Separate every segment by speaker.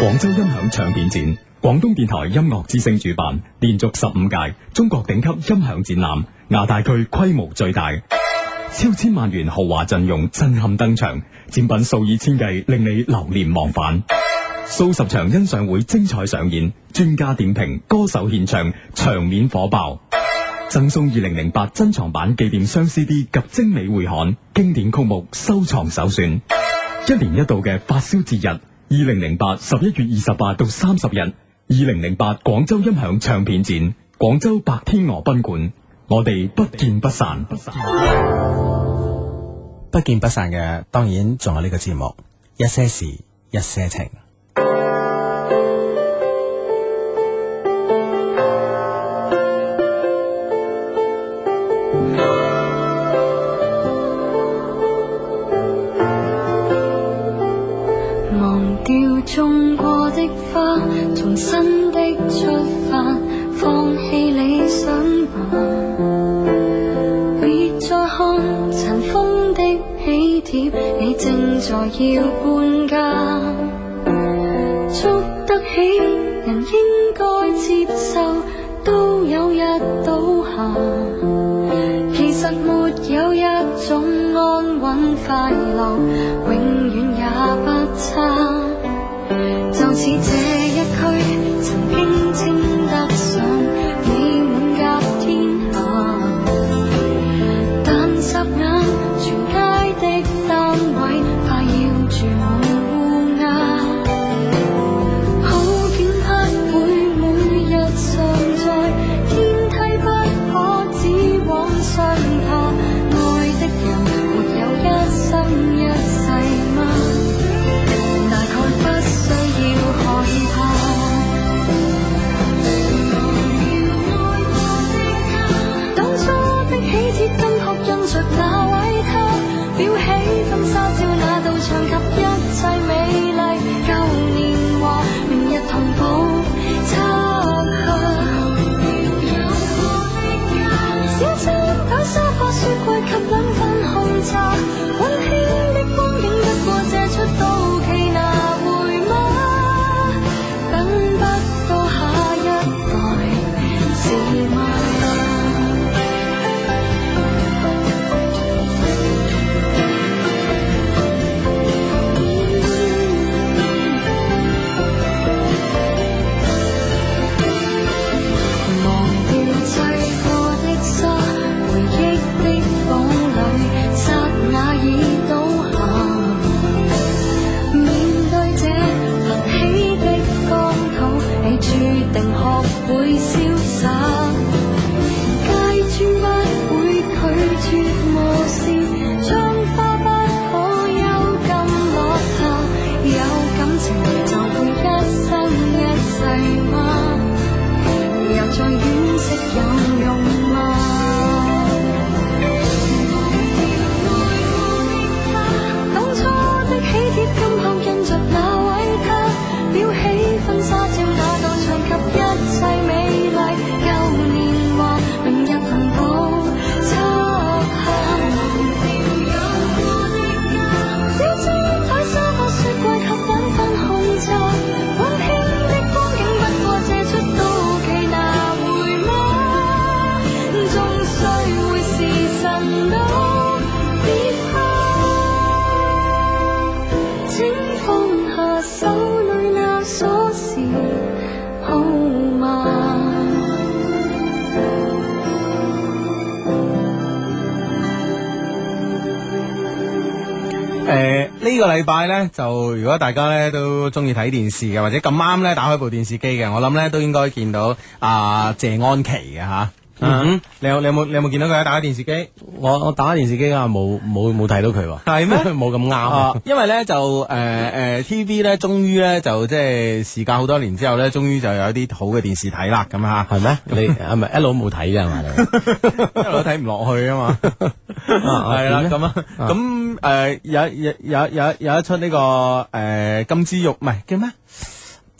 Speaker 1: 廣州音響唱片展，廣東電台音樂之聲主辦，連續十五屆中國頂級音響展覽，亞太區規模最大，超千萬元豪華陣容震撼登場，展品數以千計，令你流連忘返。數十場欣賞會精彩上演，專家點評，歌手獻唱，場面火爆。贈送二零零八珍藏版紀念雙 CD 及精美會刊，經典曲目收藏首選。一年一度嘅發燒節日，二零零八十一月二十八到三十日，二零零八廣州音響唱片展，廣州白天鵝賓館，我哋不見不散。
Speaker 2: 不見不散嘅，當然仲有呢個節目，一些事，一些情。
Speaker 3: 忘掉種過的花，重新的出發，放棄理想吧。別再看塵封的喜帖，你正在要搬家。捉得起人應該接受，都有日倒下。其實沒有一種安穩快樂，永遠也不差。就似這一區曾經稱得上美滿甲天下，但霎眼全街的單位快要住滿烏鴉。好景不會每日常在，天梯不可只往上爬。愛的人沒有一生一世嗎？大概不需要害怕。當初的喜帖跟學印着那位他，裱起婚紗照那道牆及一切美麗舊年華，明日同步擦去。小餐台、沙發、雪櫃及兩份紅茶，溫馨的光景不過借出到期拿回嗎？等不到下一代是嗎？忘掉砌過的沙，回憶的堡壘，剎那已倒下。面對這凸起的光土，你注定學會瀟灑。街磚不會拒絕無視，窗花不可幽禁落下。有感情就會一生一世嗎？又再惋惜有用嗎？當初的喜帖今後印着那位他，裱起婚紗照那道牆及一切美麗舊年華，明日同步擦下。小窗台沙發雪櫃及兩份紅茶，溫馨的光景不過借出到期拿回嗎？終須會是神都別怕，請放下手裏那鎖匙，好嗎？
Speaker 2: 誒、呢、個禮拜呢，就如果大家呢都中意睇電視嘅，或者咁啱呢打開部電視機嘅，我諗呢都應該見到阿謝安琪嘅吓。嗯，你有你有冇你有冇見到佢喺打開電視機？
Speaker 4: 我我打開電視機啊，冇冇冇睇到佢喎，
Speaker 2: 係咩
Speaker 4: 冇咁啱
Speaker 2: 啊
Speaker 4: 啊！，
Speaker 2: 因為咧就誒誒、呃 TV 咧，終於咧就即係時隔好多年之後咧，終於就有啲好嘅電視睇啦，咁啊吓，
Speaker 4: 係咩？你係咪一路冇睇啫？係嘛你？
Speaker 2: 因為我睇唔落去啊 嘛，係啦，
Speaker 4: 點咧
Speaker 2: 咁啊，咁誒、呃有有有有有一出呢、個誒、呃金枝玉唔係叫咩？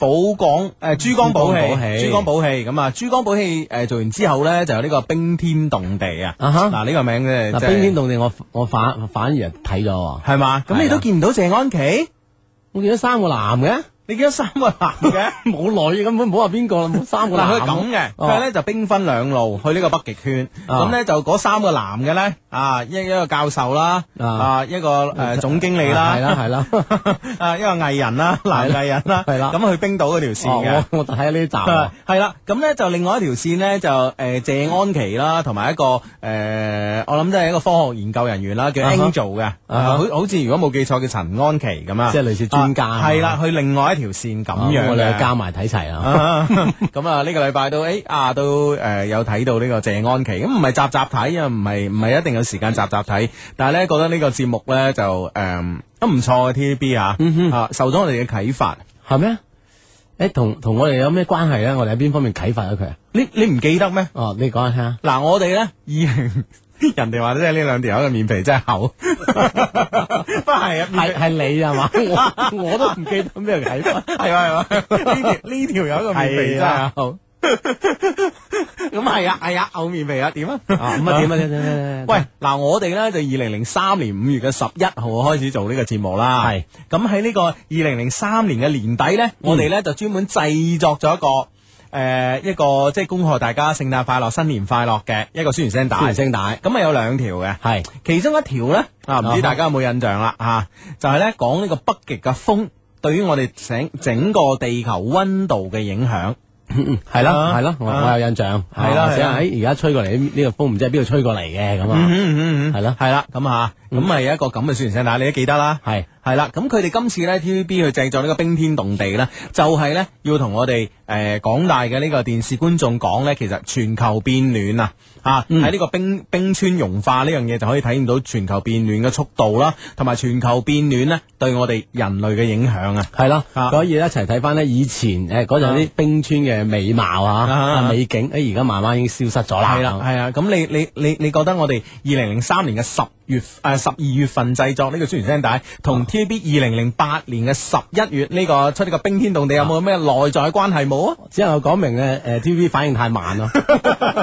Speaker 2: 寶港誒珠江寶
Speaker 4: 珠江寶
Speaker 2: 氣，
Speaker 4: 氣
Speaker 2: 珠江寶氣咁啊！珠江寶氣誒做完之後咧，就有呢個冰天動地啊！
Speaker 4: 啊哈
Speaker 2: 嗱呢個名咧，
Speaker 4: 嗱，冰天動地，我我反反而係睇咗喎，
Speaker 2: 啊係嘛？咁你都見唔到謝安琪？
Speaker 4: 我見到三個男嘅，
Speaker 2: 你見到三個男 嘅？
Speaker 4: 冇耐嘅根本，唔好話邊個 啦，冇三個
Speaker 2: 嗱，佢
Speaker 4: 男
Speaker 2: 係咁嘅，
Speaker 4: 哦
Speaker 2: 佢咧就兵分兩路去呢個北極圈，
Speaker 4: 啊
Speaker 2: 咁咧就嗰三個男嘅咧，啊一一個教授啦，
Speaker 4: 啊
Speaker 2: 啊一個 誒總經理
Speaker 4: 係
Speaker 2: 啦，
Speaker 4: 啦係啦。
Speaker 2: 啊一個藝人啦，男藝人啦，
Speaker 4: 係啦
Speaker 2: 咁去冰島嗰條線嘅
Speaker 4: 哦。我我睇下呢集
Speaker 2: 嗯啊
Speaker 4: 啊，
Speaker 2: 係啦，咁咧就另外一條線咧就誒謝安琪啦，同埋一個誒我諗都係一個科學研究人員啦，叫
Speaker 4: 啊哈
Speaker 2: Angel 嘅，啊
Speaker 4: 啊哈
Speaker 2: 好好似如果冇記錯叫陳安琪咁啊，
Speaker 4: 即係類似專家
Speaker 2: 啊係啦，去另外一條線咁
Speaker 4: 咁
Speaker 2: 樣
Speaker 4: 我哋
Speaker 2: 嘅
Speaker 4: 就加埋睇齊啦。
Speaker 2: 啊 咁啊，呢個禮拜都誒啊，都誒有睇到呢個謝安琪，咁唔係集集睇啊，唔係唔係一定有時間集集睇，但係咧覺得呢個節目咧就誒都唔錯嘅 TVB 啊，
Speaker 4: 嗯
Speaker 2: 啊受咗我哋嘅啟發。
Speaker 4: 係咩？誒，同同我哋有咩關係咧？我哋喺邊方面啟發咗佢啊？
Speaker 2: 你你唔記得咩？
Speaker 4: 哦，你講下聽啊。
Speaker 2: 嗱，我哋咧二零。 人哋話即係呢兩條友嘅面皮真係 厚，不係啊，
Speaker 4: 係係你係嘛？ 我我都唔記得咩啟發。啊
Speaker 2: 係嘛係嘛，呢條呢條友嘅面皮真係厚，咁係啊係啊，厚面皮啊，點啊？
Speaker 4: 啊，咁啊點啊點啊點啊點啊？
Speaker 2: 喂，嗱，我哋咧就二零零三年五月嘅十一號開始做呢個節目啦。
Speaker 4: 係
Speaker 2: 咁喺呢個二零零三年嘅年底咧，我哋咧就專門製作咗一個。誒、一個即係恭賀大家聖誕快樂、新年快樂嘅一個宣傳聲帶，
Speaker 4: 宣傳聲帶
Speaker 2: 咁啊有兩條嘅，
Speaker 4: 係
Speaker 2: 其中一條咧啊，唔
Speaker 4: 啊哈
Speaker 2: 知大家有冇印象啦嚇、啊就係咧講呢個北極嘅風對於我哋整整個地球温度嘅影響。
Speaker 4: 嗯係啦
Speaker 2: 啊
Speaker 4: 係啦，我
Speaker 2: 啊
Speaker 4: 我有印象。
Speaker 2: 係啦
Speaker 4: 或
Speaker 2: 係
Speaker 4: 者
Speaker 2: 啦
Speaker 4: 喺而家吹過嚟呢呢個風唔知係邊度吹過嚟嘅咁
Speaker 2: 嗯
Speaker 4: 啊？
Speaker 2: 嗯嗯
Speaker 4: 係啦
Speaker 2: 係啦，咁啊，咁係一個咁嘅宣傳聲帶，你都記得啦。
Speaker 4: 係
Speaker 2: 系啦，咁佢哋今次咧 TVB 去製作呢個冰天動地咧，就係咧要同我哋诶广大嘅呢個電視觀眾講咧，其實全球變暖啊，啊喺呢個冰冰川融化呢樣嘢就可以體驗到全球變暖嘅速度啦，同埋全球變暖咧對我哋人類嘅影響啊。
Speaker 4: 係啦，
Speaker 2: 啊
Speaker 4: 所以一齊睇翻呢以前誒嗰陣啲冰川嘅美貌
Speaker 2: 啊
Speaker 4: 啊、
Speaker 2: 啊
Speaker 4: 美景，誒而家慢慢已經消失咗啦。
Speaker 2: 係啦，係啊，咁你你你你覺得我哋二零零三年嘅十月诶十二月份製作呢個宣傳聲帶，同 TVB 二零零八年嘅十一月呢、個出呢個冰天動地有冇咩內在嘅關係冇啊？
Speaker 4: 只能夠講明咧，誒 TVB 反應太慢 咯，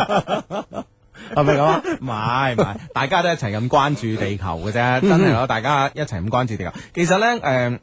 Speaker 4: 係咪咁啊？
Speaker 2: 唔係唔係，大家都一齊咁關注地球嘅啫，
Speaker 4: 嗯
Speaker 2: 真係咯，大家一齊咁關注地球。其實咧，誒、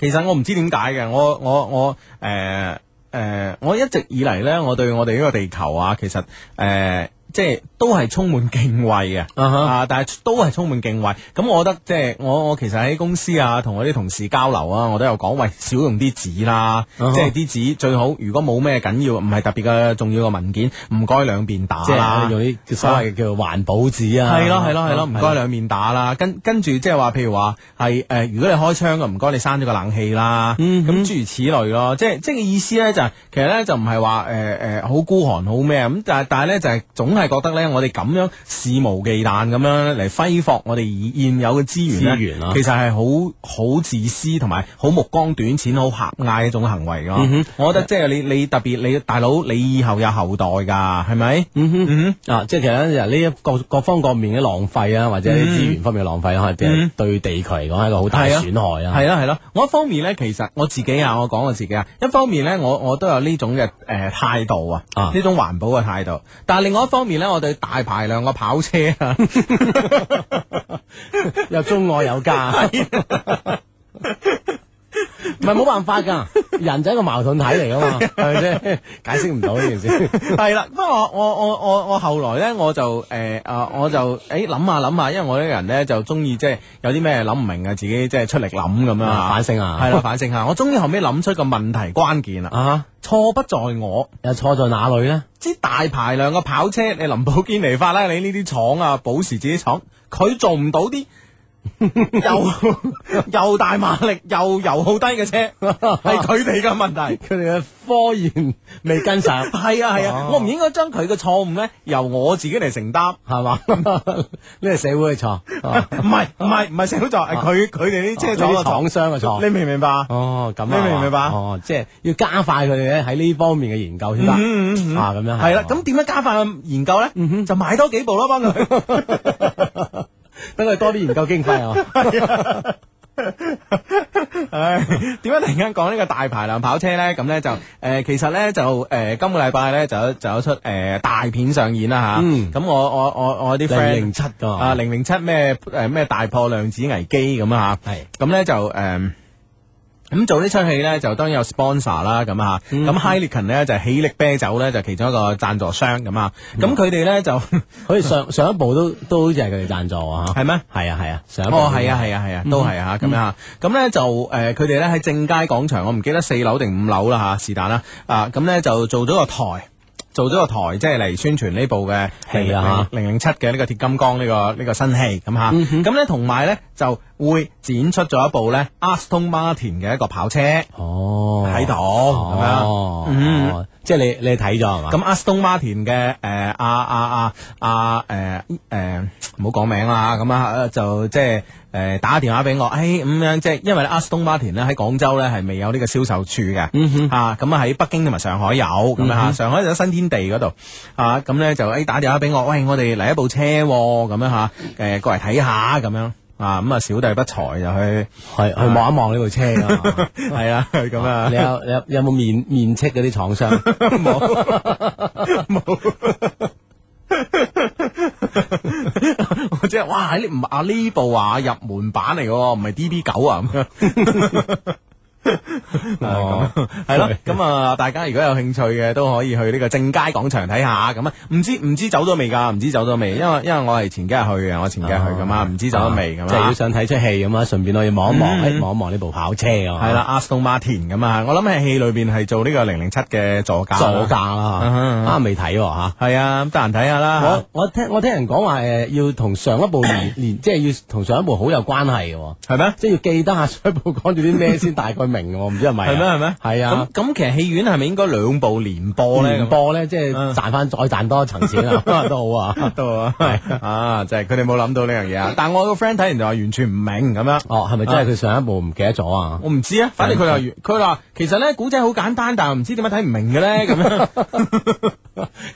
Speaker 2: 其實我唔知點解嘅，我我我誒。呃我一直以嚟呢，我對我哋呢個地球啊，其實誒、呃即係都係充滿敬畏嘅。
Speaker 4: 啊哈
Speaker 2: 啊，但係都係充滿敬畏。咁我覺得即係我我其實喺公司啊，同我啲同事交流啊，我都有講，喂，少用啲紙啦，
Speaker 4: 啊哈
Speaker 2: 即係啲紙最好，如果冇咩緊要，唔係特別嘅重要嘅文件，唔該兩邊打
Speaker 4: 即
Speaker 2: 啦
Speaker 4: 係用啊啲叫所謂嘅叫環保紙啊。
Speaker 2: 啊係咯係咯係咯，唔該
Speaker 4: 你。
Speaker 2: 兩面打啦。跟跟住即係話，譬如話係誒，如果你開窗嘅，唔該你閂咗個冷氣啦。
Speaker 4: 嗯
Speaker 2: 咁諸如此類咯，即係即係意思咧就係其實咧就唔係話誒誒好孤寒好咩啊咁，但係但係咧就係總係覺得咧我哋咁樣肆無忌憚咁樣嚟揮霍我哋現有嘅資源呢
Speaker 4: 資源啊
Speaker 2: 其實係好好自私同埋好目光短淺、好狹隘一種行為咯。
Speaker 4: 嗯
Speaker 2: 我覺得即係你你特別你大佬，你以後有後代㗎，係咪？
Speaker 4: 嗯哼
Speaker 2: 嗯
Speaker 4: 啊，即係其實咧呢一各各方各面嘅浪費啊，或者啲資源方面嘅浪費，可能
Speaker 2: 嗯
Speaker 4: 對對地球嚟講係一個好大嘅損害啊。
Speaker 2: 系啦系啦，我一方面咧，其實我自己啊，我講我自己啊，一方面咧，我我都有呢種嘅诶态度啊，
Speaker 4: 啊
Speaker 2: 呢種環保嘅態度。但系另外一方面咧，我對大排量嘅跑車 啊，
Speaker 4: 又中愛有加。 唔
Speaker 2: 啊
Speaker 4: 係冇辦法㗎，人就係一個矛盾體嚟㗎嘛，
Speaker 2: 啊
Speaker 4: 係咪先？解釋唔到呢 件事。
Speaker 2: 係啦。不過我我我我我后来咧，我就诶啊、我就诶諗下諗下，因為我呢個人咧就中意即係有啲咩諗唔明啊，自己即係出力諗咁樣啊
Speaker 4: 啊反省啊
Speaker 2: 係啦，反省下。我終於後尾諗出個問題關鍵啦，
Speaker 4: 啊，
Speaker 2: 錯不在我。
Speaker 4: 又錯在哪裏咧？
Speaker 2: 即係大排量嘅跑車， 你林寶堅尼法拉利呢啲廠啊，保時捷啲廠，佢做唔到啲 又 又大馬力又油耗低嘅車， 係佢哋嘅問題。
Speaker 4: 佢哋嘅科研未跟上，
Speaker 2: 係啊係啊，
Speaker 4: 哦
Speaker 2: 我唔應該將佢嘅錯誤咧由我自己嚟承擔。
Speaker 4: 係嘛？ 呢個社會嘅錯，啊
Speaker 2: 唔係唔係唔係社會錯，係佢佢哋啲車廠
Speaker 4: 哦呢啲廠
Speaker 2: 嘅
Speaker 4: 商嘅
Speaker 2: 錯。
Speaker 4: 錯。
Speaker 2: 你明唔明白啊？
Speaker 4: 哦，咁啊
Speaker 2: 你明唔明白
Speaker 4: 哦，即係要加快佢哋咧喺呢方面嘅研究先得
Speaker 2: 嗯嗯嗯嗯
Speaker 4: 啊，咁樣嗯
Speaker 2: 係啦，咁點樣加快研究咧？就買多幾部咯，幫佢。
Speaker 4: 等佢多啲研究經費啊。
Speaker 2: 唉，點解突然間講呢個大排量跑車咧？咁咧就誒、呃其實咧就誒、呃今個禮拜咧就有就有出誒、呃大片上演啦吓，
Speaker 4: 嗯
Speaker 2: 咁、我我我我啲
Speaker 4: 零
Speaker 2: friend
Speaker 4: 零七㗎
Speaker 2: 啊，零呃零七咩誒咩大破量子危機咁啊吓，
Speaker 4: 係
Speaker 2: 咁咧就誒。呃咁做呢出戲咧就當然有 sponsor 啦，咁啊，
Speaker 4: 嗯
Speaker 2: 咁 Heineken 咧就係喜力啤酒咧就係其中一個贊助商咁啊，
Speaker 4: 嗯
Speaker 2: 咁佢哋咧就 係
Speaker 4: 好似上上一部都都好似係佢哋贊助啊嚇。
Speaker 2: 咩？
Speaker 4: 係啊係啊，嗯上一部
Speaker 2: 哦，係啊，係啊，係啊，都係啊，咁啊，咁咧就誒，呃佢哋咧喺正佳廣場，我唔記得四樓定五樓啦嚇，是但啦，啊，咁咧就做咗個台。做咗個台，即係嚟宣傳呢部嘅
Speaker 4: 係啊
Speaker 2: 零零七嘅呢個鐵金剛呢、個呢、個新戲咁
Speaker 4: 嗯
Speaker 2: 嚇，咁咧同埋咧就會展出咗一部咧 Aston Martin 嘅一個跑車喺
Speaker 4: 哦
Speaker 2: 度咁樣。
Speaker 4: 哦
Speaker 2: 嗯
Speaker 4: 哦，即係你你睇咗係嘛？
Speaker 2: 咁 Aston Martin 嘅誒啊啊啊啊誒誒唔好講名啦，咁啊呃就即係誒打電話俾我，誒、哎咁樣即係因為 Aston Martin 咧喺廣州咧係未有呢個銷售處嘅，啊咁啊喺北京同埋上海有咁樣嚇，上海就喺新天地嗰度啊，咁咧就誒、打電話俾我，喂我哋嚟一部車喎咁樣嚇，誒、過嚟睇下咁樣。啊咁啊，小弟不才就去，
Speaker 4: 去去望一望呢部車啊！
Speaker 2: 係啊，咁啊
Speaker 4: 你，有你有有冇面面斥嗰啲廠 商？
Speaker 2: 我即係哇，呢唔啊呢部啊入門版嚟嘅喎，唔係 D B 九啊咁樣。
Speaker 4: 哦
Speaker 2: 系咯，咁啊，大家如果有興趣嘅，都可以去呢個正佳廣場睇下。咁啊，唔知唔知走咗未㗎？唔知走咗未？因為因為我係前幾日去嘅，我前幾日去㗎嘛，唔知走咗未咁
Speaker 4: 即係如
Speaker 2: 啊
Speaker 4: 果。想睇出戲咁啊，順便可以望一望，誒望一望呢部跑車啊！
Speaker 2: 係，啦，Aston Martin 咁啊，我諗喺戲裏邊係做呢個零零七嘅座駕。
Speaker 4: 座駕啦
Speaker 2: 嗯嗯嗯
Speaker 4: 嚇啊未睇喎嚇。
Speaker 2: 係啊，咁得閒睇下啦
Speaker 4: 我。我聽我聽人講話誒，要同上一部連 連，即係要同上一部好有關係嘅喎，
Speaker 2: 係咩？
Speaker 4: 即係要記得下上一部講住啲咩先大概明嘅喎，唔知係咪啊？
Speaker 2: 係咩？係咩？
Speaker 4: 係啊
Speaker 2: 咁。咁其實戲院係咪應該兩部連播啊咧？
Speaker 4: 連播咧，即係賺翻再賺多一層 錢啊，都好啊。
Speaker 2: 到啊， 啊，就係佢哋冇諗到呢樣嘢啊！但我個 friend 睇完就話完全唔明咁樣。
Speaker 4: 哦，係咪真係佢上一部唔記得咗啊？
Speaker 2: 我唔知啊，反正佢話完佢話其實咧古仔好簡單，但係唔知點解睇唔明嘅咧咁樣。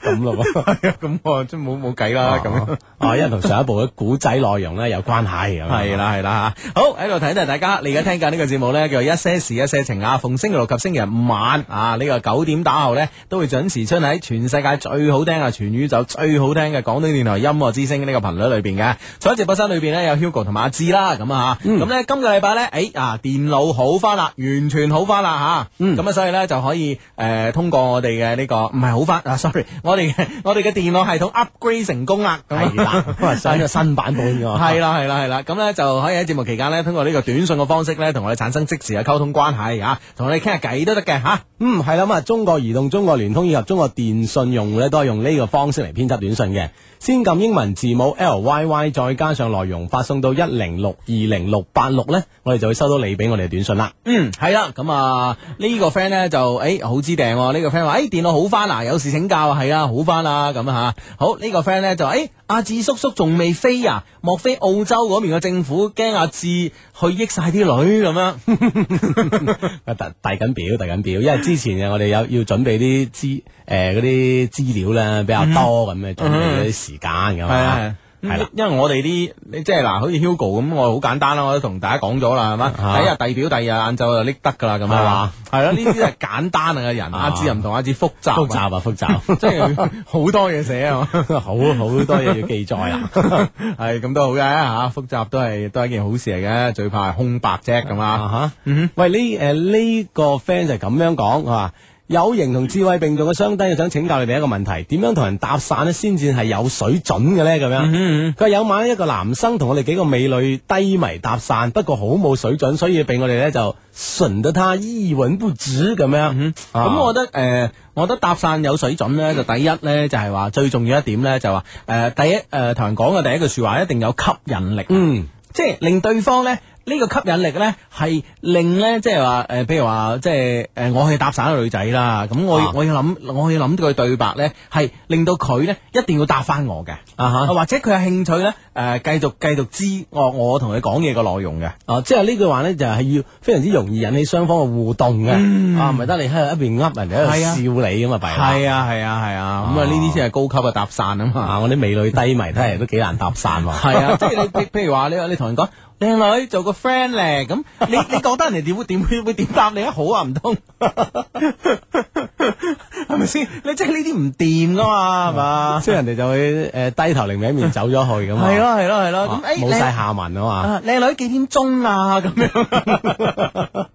Speaker 4: 咁咯喎。
Speaker 2: 係啊，咁我真冇冇計啦咁樣。
Speaker 4: 哦，因為同上一部嘅古仔內容咧有關係咁樣。
Speaker 2: 係啦係啦吓，好喺度睇睇大家，你而家聽緊呢個節目呢，叫做一些事一些情啊，逢星期六及星期日晚啊，呢、個九點打後呢，都會準時出喺全世界最好聽啊，全宇宙最好聽嘅廣東電台音樂之聲呢個頻率裏邊嘅，坐喺直播室裏邊呢，有 Hugo 同埋阿志啦，咁啊吓，咁呢，今個禮拜呢，誒、啊電腦好翻啦，完全好翻啦吓，咁啊所以呢，就可以誒、呃通過我哋嘅呢個唔係好翻啊，sorry，我哋嘅我哋嘅電腦系統 upgrade 成功啦，咁啊
Speaker 4: 係啦，咁啊上咗新版本㗎嘛。
Speaker 2: 系啦，系啦，系啦，咁咧就可以喺節目期間咧，通過呢個短信嘅方式咧，同我哋產生即時嘅溝通關係啊，同我哋傾下偈都得嘅吓。
Speaker 4: 嗯，係啦，咁啊，中國移動、中國聯通以及中國電信用戶咧，都係用呢個方式嚟編輯短信嘅。先撳英文字母 L Y Y，再加上內容發送到一零六二零六八六咧，我哋就會收到你俾我哋嘅短信啦。
Speaker 2: 嗯，係啦，咁啊呢個 friend 咧就诶好知訂喎，呢個 friend 話哎诶電腦好翻啦，有事請教啊，係啊，好翻啦咁啊吓。好呢個 friend 咧就诶阿志叔叔仲未飛啊，莫非澳洲嗰邊嘅政府驚阿志去益晒啲女咁樣？
Speaker 4: 啊，遞遞緊表，遞緊表，因為之前嘅我哋有要準備啲資誒嗰啲資料咧比較
Speaker 2: 嗯
Speaker 4: 多咁嘅，準備嗰啲時間咁
Speaker 2: 係啊係啊
Speaker 4: 嘛。
Speaker 2: 系
Speaker 4: 係
Speaker 2: 啦
Speaker 4: 啦，
Speaker 2: 因為我哋啲你即係嗱，好似 Hugo 咁，我好簡單啦，我都同大家講咗啦，係嘛？
Speaker 4: 啊
Speaker 2: 第一日遞表，第二日晏晝就拎得噶啦，咁
Speaker 4: 係
Speaker 2: 啊
Speaker 4: 嘛，
Speaker 2: 係啦，呢啲係簡單啊嘅人，阿志又唔同阿志複雜，
Speaker 4: 複，雜啊，複雜，
Speaker 2: 即係好多嘢寫啊，
Speaker 4: 好好多嘢要記載啊 啦。
Speaker 2: 係咁都好嘅吓，複雜都係都係一件好事嚟嘅，最怕係空白啫咁
Speaker 4: 啊
Speaker 2: 啊。
Speaker 4: 哈，
Speaker 2: 嗯
Speaker 4: 喂呢誒呢個 friend 就係咁樣講，佢話有型同智慧並重嘅雙低，想請教你哋一個問題，點樣同人搭訕咧先至係有水準嘅咧？咁樣。
Speaker 2: 嗯
Speaker 4: 佢話有晚呢一個男生同我哋幾個美女低迷搭訕，不過好冇水準，所以俾我哋咧就順得他一文不值咁樣。
Speaker 2: 嗯咁、
Speaker 4: 啊
Speaker 2: 我覺得誒、呃我覺得搭訕有水準咧，就第一咧就係、話最重要一點咧就話誒、呃第一誒同、人講嘅第一句説話一定有吸引力。啊
Speaker 4: 嗯
Speaker 2: 即係令對方咧呢、個吸引力咧係令咧即係話誒，譬如話即係誒，我去搭訕個女仔啦，咁我要
Speaker 4: 啊
Speaker 2: 我要諗我要諗到佢對白咧係令到佢咧一定要答翻我嘅，
Speaker 4: 啊哈。
Speaker 2: 或者佢有興趣咧誒繼續繼續知我我同佢講嘢嘅內容嘅。
Speaker 4: 哦，即係呢句話咧，就係要非常之容易引起雙方嘅互動嘅，啊，唔係得你喺度一邊噏，人哋
Speaker 2: 嗯係啊
Speaker 4: 喺度笑你咁啊，弊啦
Speaker 2: 係啊係啊係啊，咁啊呢啲先係高級嘅搭訕啊嘛。
Speaker 4: 啊，我啲美女低迷睇嚟都幾難搭訕喎。
Speaker 2: 係啊，即係你譬譬如話你你同人講靚女做個 friend 咧，咁你你覺得人哋點會點會會點答你啊？好啊，唔通係咪先？你即係呢啲唔掂噶嘛，係 嘛？
Speaker 4: 即係人哋就會誒低頭另一面走咗去咁啊，
Speaker 2: 啊 係咯係咯係
Speaker 4: 啊，
Speaker 2: 咯，咁誒哎啊
Speaker 4: 冇晒
Speaker 2: 靚
Speaker 4: 下文啊嘛，
Speaker 2: 啊靚女幾點鐘啊？咁樣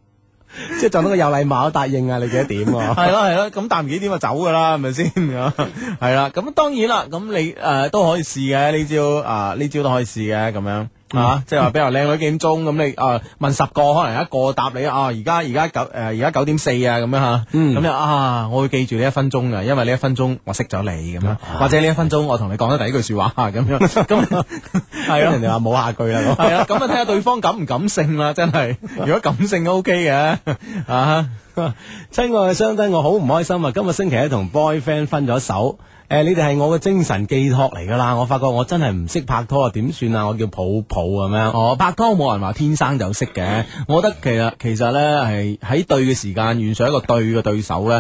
Speaker 4: 即系撞到個有禮貌答應啊！你幾 多點
Speaker 2: 系
Speaker 4: 喎？
Speaker 2: 咯系咯，咁但唔幾點就走噶啦，係咪先？ 系啦，咁當然啦，咁你诶都可以試嘅呢招啊，呢招都可以試嘅咁樣啊，即係話比較靚女幾點鐘咁你啊問十個，可能一個答你啊，而家而家九诶而家九點四啊咁樣吓，
Speaker 4: 嗯
Speaker 2: 咁就啊我會記住呢一分鐘嘅，因為呢一分鐘我識咗你咁
Speaker 4: 啊
Speaker 2: 樣，或者呢一分鐘我同你講咗第一句说話咁樣， 咁係咯
Speaker 4: 人。哋話冇下句啦，咁
Speaker 2: 系啦， 咁啊睇下對方感唔感性啦，真係。如果感性都 OK 嘅，啊，
Speaker 4: 親愛嘅雙低，我好唔開心啊！今日星期一同 boyfriend 分咗手。誒、你哋係我嘅精神寄託嚟㗎啦！我發覺我真係唔識拍拖啊，點算啊？我叫抱抱咁樣。
Speaker 2: 哦，拍拖冇人話天生就識嘅，我覺得其實其實咧係喺對嘅時間遇上一個對嘅對手咧，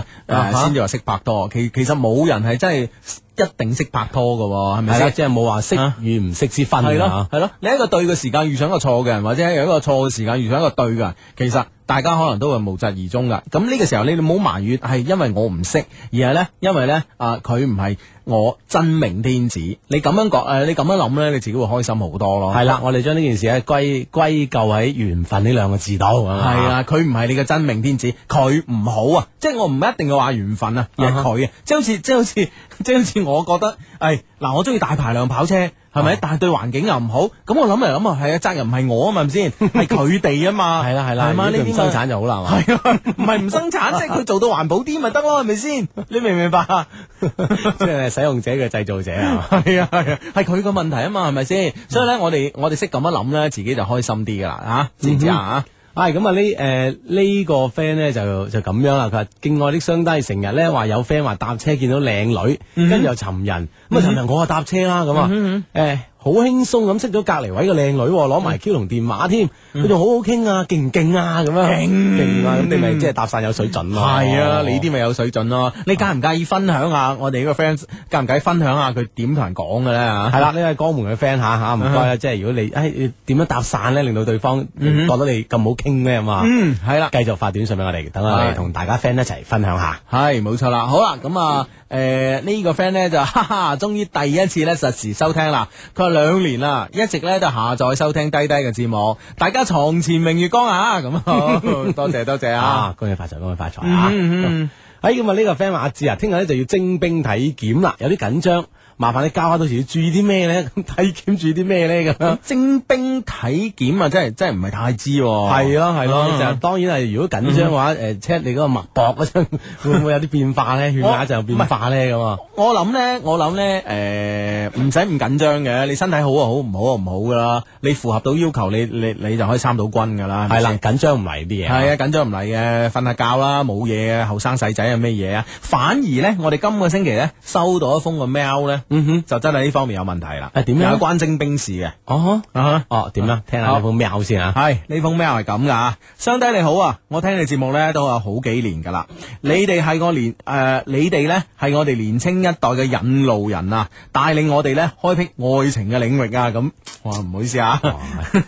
Speaker 2: 誒
Speaker 4: 啊哈
Speaker 2: 先至話識拍拖。其其實冇人係真係一定識拍拖嘅喎，係咪
Speaker 4: 係啦，
Speaker 2: 先？
Speaker 4: 即係冇話識
Speaker 2: 啊
Speaker 4: 與唔識之分
Speaker 2: 係
Speaker 4: 㗎啊
Speaker 2: 咯係咯，你喺一個對嘅時間遇上一個錯嘅人，或者有一個錯嘅時間遇上一個對嘅人，其實大家可能都會無疾而終噶。咁呢個時候你哋冇埋怨係因為我唔識，而係呢，因為呢，啊佢唔係我真命天子。你咁樣講誒、你咁樣諗呢，你自己會開心好多咯。
Speaker 4: 係啦，我哋將呢件事咧歸歸咎喺緣分呢兩個字度。係
Speaker 2: 系啊，佢唔系你嘅真命天子，佢唔好啊，即系我唔一定要话缘分啊，而系佢啊，即系好似即系好似 即系好似我觉得，系嗱，我中意大排量跑车。系
Speaker 4: 啊
Speaker 2: 咪？但系對環境又唔好，咁我諗嚟諗啊，係啊，責任唔係我啊嘛，係咪 先？係佢哋啊嘛，
Speaker 4: 係啦係啦，
Speaker 2: 係
Speaker 4: 如
Speaker 2: 嘛？
Speaker 4: 果
Speaker 2: 呢
Speaker 4: 佢唔
Speaker 2: 啲
Speaker 4: 生
Speaker 2: 咪
Speaker 4: 產就好啦，係嘛？
Speaker 2: 係啊，唔係唔生 產，即係佢做到環保啲咪得咯，係咪先？你明唔明白啊？
Speaker 4: 即係使用者嘅製造者啊。
Speaker 2: 系啊系啊，系佢個問題啊嘛，係咪先？所以
Speaker 4: 嗯
Speaker 2: 咧，我哋我哋識咁樣諗咧，自己就開心啲噶啦，吓知唔知啊？
Speaker 4: 唉，嗯咁啊呢诶呢個 friend 咧就就咁樣啦，佢話敬愛的雙低成日咧
Speaker 2: 嗯
Speaker 4: 話有 friend 話搭車見到靚女，跟住又尋人，咁
Speaker 2: 嗯
Speaker 4: 啊尋人我話搭車啦咁啊，誒好輕鬆咁識咗隔離位嘅靚女喎，攞
Speaker 2: 嗯
Speaker 4: 埋 Q 同電話添，佢仲好好傾啊，勁唔勁啊咁樣，勁啊，咁你咪即係搭訕有水準咯，
Speaker 2: 系啊，你啲咪有水準咯。你介唔介意分享下我哋呢個 friend 介唔介意分享下佢點同人講嘅咧啊
Speaker 4: 系
Speaker 2: 吓？
Speaker 4: 啦，呢位江門嘅 friend 吓吓，唔該
Speaker 2: 嗯
Speaker 4: 啦，即係如果你诶點樣搭訕咧，令到對方覺得你咁好傾咧嘛，
Speaker 2: 嗯，系啦，
Speaker 4: 繼續發短信俾我哋，等我哋
Speaker 2: 係
Speaker 4: 同大家 friend 一齊分享下。
Speaker 2: 係冇錯啦。好啦，咁啊，诶呢個 friend 咧 就哈哈，終於第一次咧實時收聽啦。佢話兩年啦，一直咧都下載收聽低低嘅節目，大家床前明月光啊！咁 啊，多謝多謝啊。
Speaker 4: 啊，恭喜發財，恭喜發財啊！
Speaker 2: 嗯嗯
Speaker 4: 哎，咁啊呢個 friend 話阿志啊，聽日咧就要徵兵體檢啦，有啲緊張，麻煩你教下到時要注意啲咩咧？咁 體檢注意啲咩咧？咁樣
Speaker 2: 嗯徵兵體檢啊，真係真係唔係太知喎。
Speaker 4: 係咯係
Speaker 2: 嗯
Speaker 4: 咯，就當然係如果緊張嘅話，誒 check 你嗰個脈搏嗰
Speaker 2: 嗯
Speaker 4: 陣會唔會有啲變化咧？血壓就有變化咧咁啊？
Speaker 2: 我諗咧，我諗咧，诶、唔使咁緊張嘅，你身體好啊好，唔好啊唔好噶啦，你符合到要求，你你你就可以參到軍噶啦，
Speaker 4: 係啦，
Speaker 2: 咪
Speaker 4: 緊張唔嚟啲嘢。
Speaker 2: 先。係啊，緊張唔嚟嘅，瞓下覺啦，冇嘢啊嘅，後生細仔有咩嘢啊？反而咧，我哋今個星期咧收到一封個 mail 咧，
Speaker 4: 嗯哼，
Speaker 2: 就真係呢方面有問題啦。
Speaker 4: 啊點樣
Speaker 2: 有關徵兵事嘅。
Speaker 4: 哦
Speaker 2: 啊
Speaker 4: 哦，點啦？聽下
Speaker 2: 好
Speaker 4: 呢封 mail 先啊！
Speaker 2: 系呢封 mail 系咁噶啊，相低你好啊，我聽你節目咧都有好幾年噶啦，你哋係我年诶、你哋咧係我哋年青一代嘅引路人啊，帶領我哋咧開辟愛情嘅領域啊，咁哇唔好意思啊，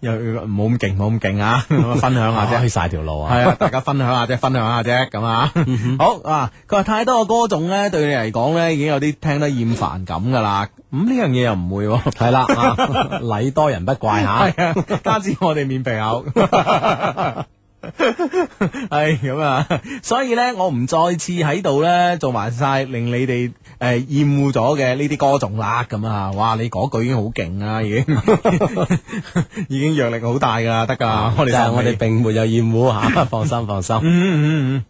Speaker 2: 又又唔好咁勁，唔好咁勁啊，分享 下啫。
Speaker 4: 開晒條路啊！
Speaker 2: 系啊，大家分享下啫，分享下啫，咁啊，好啊。佢話太多嘅歌種咧，對你嚟講咧已經有啲聽得厭煩咁噶啦。咁呢樣嘢又唔會喎。
Speaker 4: 係啦， 啊禮多人不怪嚇。
Speaker 2: 系啊，加之我哋面皮 厚。系咁啊，所以咧，我唔再次喺度咧做埋晒令你哋诶厭惡咗嘅呢啲歌種啦，咁啊，哇！你嗰句已經好勁啦，已經 已經藥力好大噶啦，得噶啦，啊我哋
Speaker 4: 啊就係
Speaker 2: 受
Speaker 4: 我
Speaker 2: 未
Speaker 4: 哋並沒有厭惡 嚇，放心放心。
Speaker 2: 嗯嗯嗯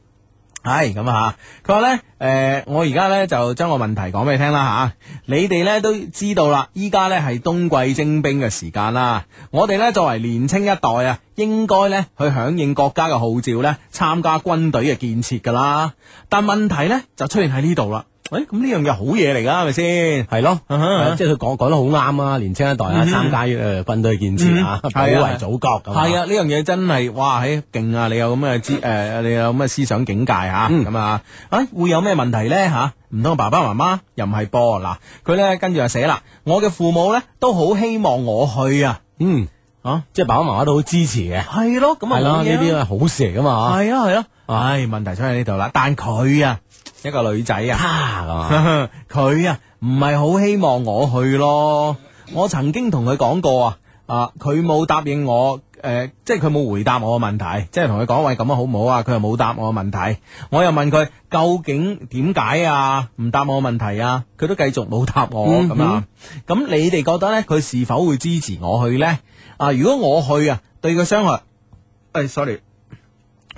Speaker 2: 嗯，系咁啊！佢話咧，诶、我而家咧就將個問題講俾你聽啦吓，你哋咧都知道啦，依家咧係冬季徵兵嘅時間啦，我哋咧作為年青一代啊，應該咧去響應國家嘅號召咧，參加軍隊嘅建設噶啦。但問題咧就出現喺呢度啦。喂、咁呢樣嘢好嘢嚟噶，係咪先？
Speaker 4: 係咯，
Speaker 2: 啊哈啊哈
Speaker 4: 即係佢講講得好啱啊！年青一代啊，參加誒軍隊建設啊
Speaker 2: 嗯，
Speaker 4: 保
Speaker 2: 係啊
Speaker 4: 衞祖國咁。
Speaker 2: 系，啊，呢樣嘢真係哇，嘿勁啊！你有咁嘅知诶，你有咁嘅思想境界吓，
Speaker 4: 嗯
Speaker 2: 咁啊，啊會有咩問題呢？吓、唔通爸爸媽媽又唔係波嗱？佢呢跟住就寫啦，我嘅父母呢都好希望我去啊，
Speaker 4: 嗯，
Speaker 2: 啊
Speaker 4: 即係爸爸媽媽都好支持嘅。
Speaker 2: 係咯，咁啊
Speaker 4: 係啦，呢啲係好事嚟噶嘛。
Speaker 2: 係啊係啊，唉問題出喺呢度啦，但佢啊一個女仔啊。
Speaker 4: 啊，咁啊，
Speaker 2: 佢啊，唔係好希望我去咯。我曾經同佢講過啊，啊，佢冇答應我誒、诶，即係佢冇回答我嘅問題，即係同佢講喂咁樣好唔好啊？佢又冇答我嘅問題，我又問佢究竟點解啊？唔答我嘅問題啊？佢都繼續冇答我
Speaker 4: 嗯
Speaker 2: 咁啊。咁你哋覺得呢？佢是否會支持我去呢？啊，如果我去啊，對佢傷害，诶、s o r r y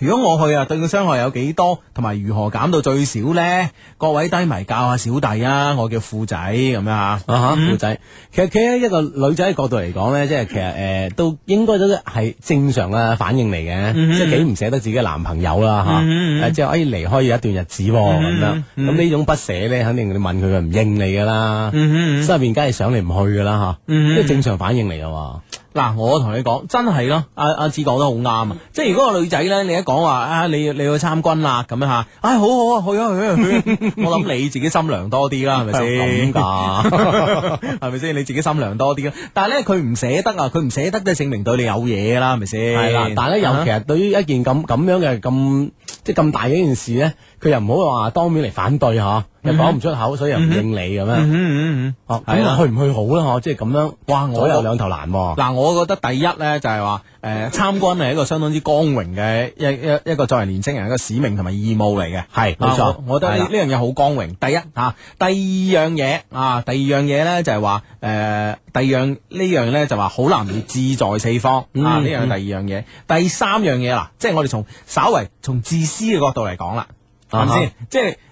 Speaker 2: 如果我去啊，對佢傷害有幾多，同埋如何減到最少呢？各位低迷教下小弟啊，我叫富仔咁樣啊。
Speaker 4: 啊哈，女仔，其實企喺一個女仔嘅角度嚟講咧，即係其實诶、
Speaker 2: 嗯
Speaker 4: 呃都應該都係正常嘅反應嚟嘅，即係幾唔捨得自己嘅男朋友啦吓，
Speaker 2: 嗯嗯嗯嗯
Speaker 4: 誒即係可以離開一段日子喎咁樣，咁呢種不捨咧，肯定你問佢佢唔應你噶啦，
Speaker 2: 嗯
Speaker 4: 心入邊梗係想你唔去噶啦吓，
Speaker 2: 嗯嗯
Speaker 4: 呢個正常反應嚟噶喎。
Speaker 2: 嗱，我同你講，真係咯，阿阿志講得好啱啊！即係如果個女仔咧，你一講話啊，你你要參軍啦咁樣吓，唉，好好啊，去啊去 啊去啊！我諗你自己心涼多啲啦，係咪
Speaker 4: 咁
Speaker 2: 先？
Speaker 4: 㗎
Speaker 2: 係咪先？你自己心涼多啲啦。但係咧，佢唔捨得啊，佢唔捨得即係證明對你有嘢啦，係咪先？
Speaker 4: 系啦，但系咧又
Speaker 2: 啊
Speaker 4: 其實對於一件咁咁樣嘅咁即係咁大嘅一件事咧，佢又唔好話當面嚟反對吓，又講唔出口，所以又唔應你咁樣。
Speaker 2: 嗯嗯嗯
Speaker 4: 哦，
Speaker 2: 係
Speaker 4: 咁
Speaker 2: 啦
Speaker 4: 啊去唔去好啦？嗬，即係咁樣，
Speaker 2: 哇我
Speaker 4: 左右兩頭難
Speaker 2: 嗯
Speaker 4: 喎。
Speaker 2: 嗱，我覺得第一咧就係話，誒參軍係一個相當之光榮嘅一一一個作為年青人一個使命同埋義務嚟嘅。
Speaker 4: 係冇
Speaker 2: 啊
Speaker 4: 錯，
Speaker 2: 我我覺得呢
Speaker 4: 係啦
Speaker 2: 呢樣嘢好光榮。第一啊，第二樣嘢啊，第二樣嘢咧就係話誒，第二樣呢樣咧就話好男兒志在四方
Speaker 4: 嗯
Speaker 2: 啊，呢樣係第二樣嘢。第三樣嘢啦，即係我哋從稍為從自私嘅角度嚟講啦，係
Speaker 4: 啊
Speaker 2: 咪
Speaker 4: 哈
Speaker 2: 先？即係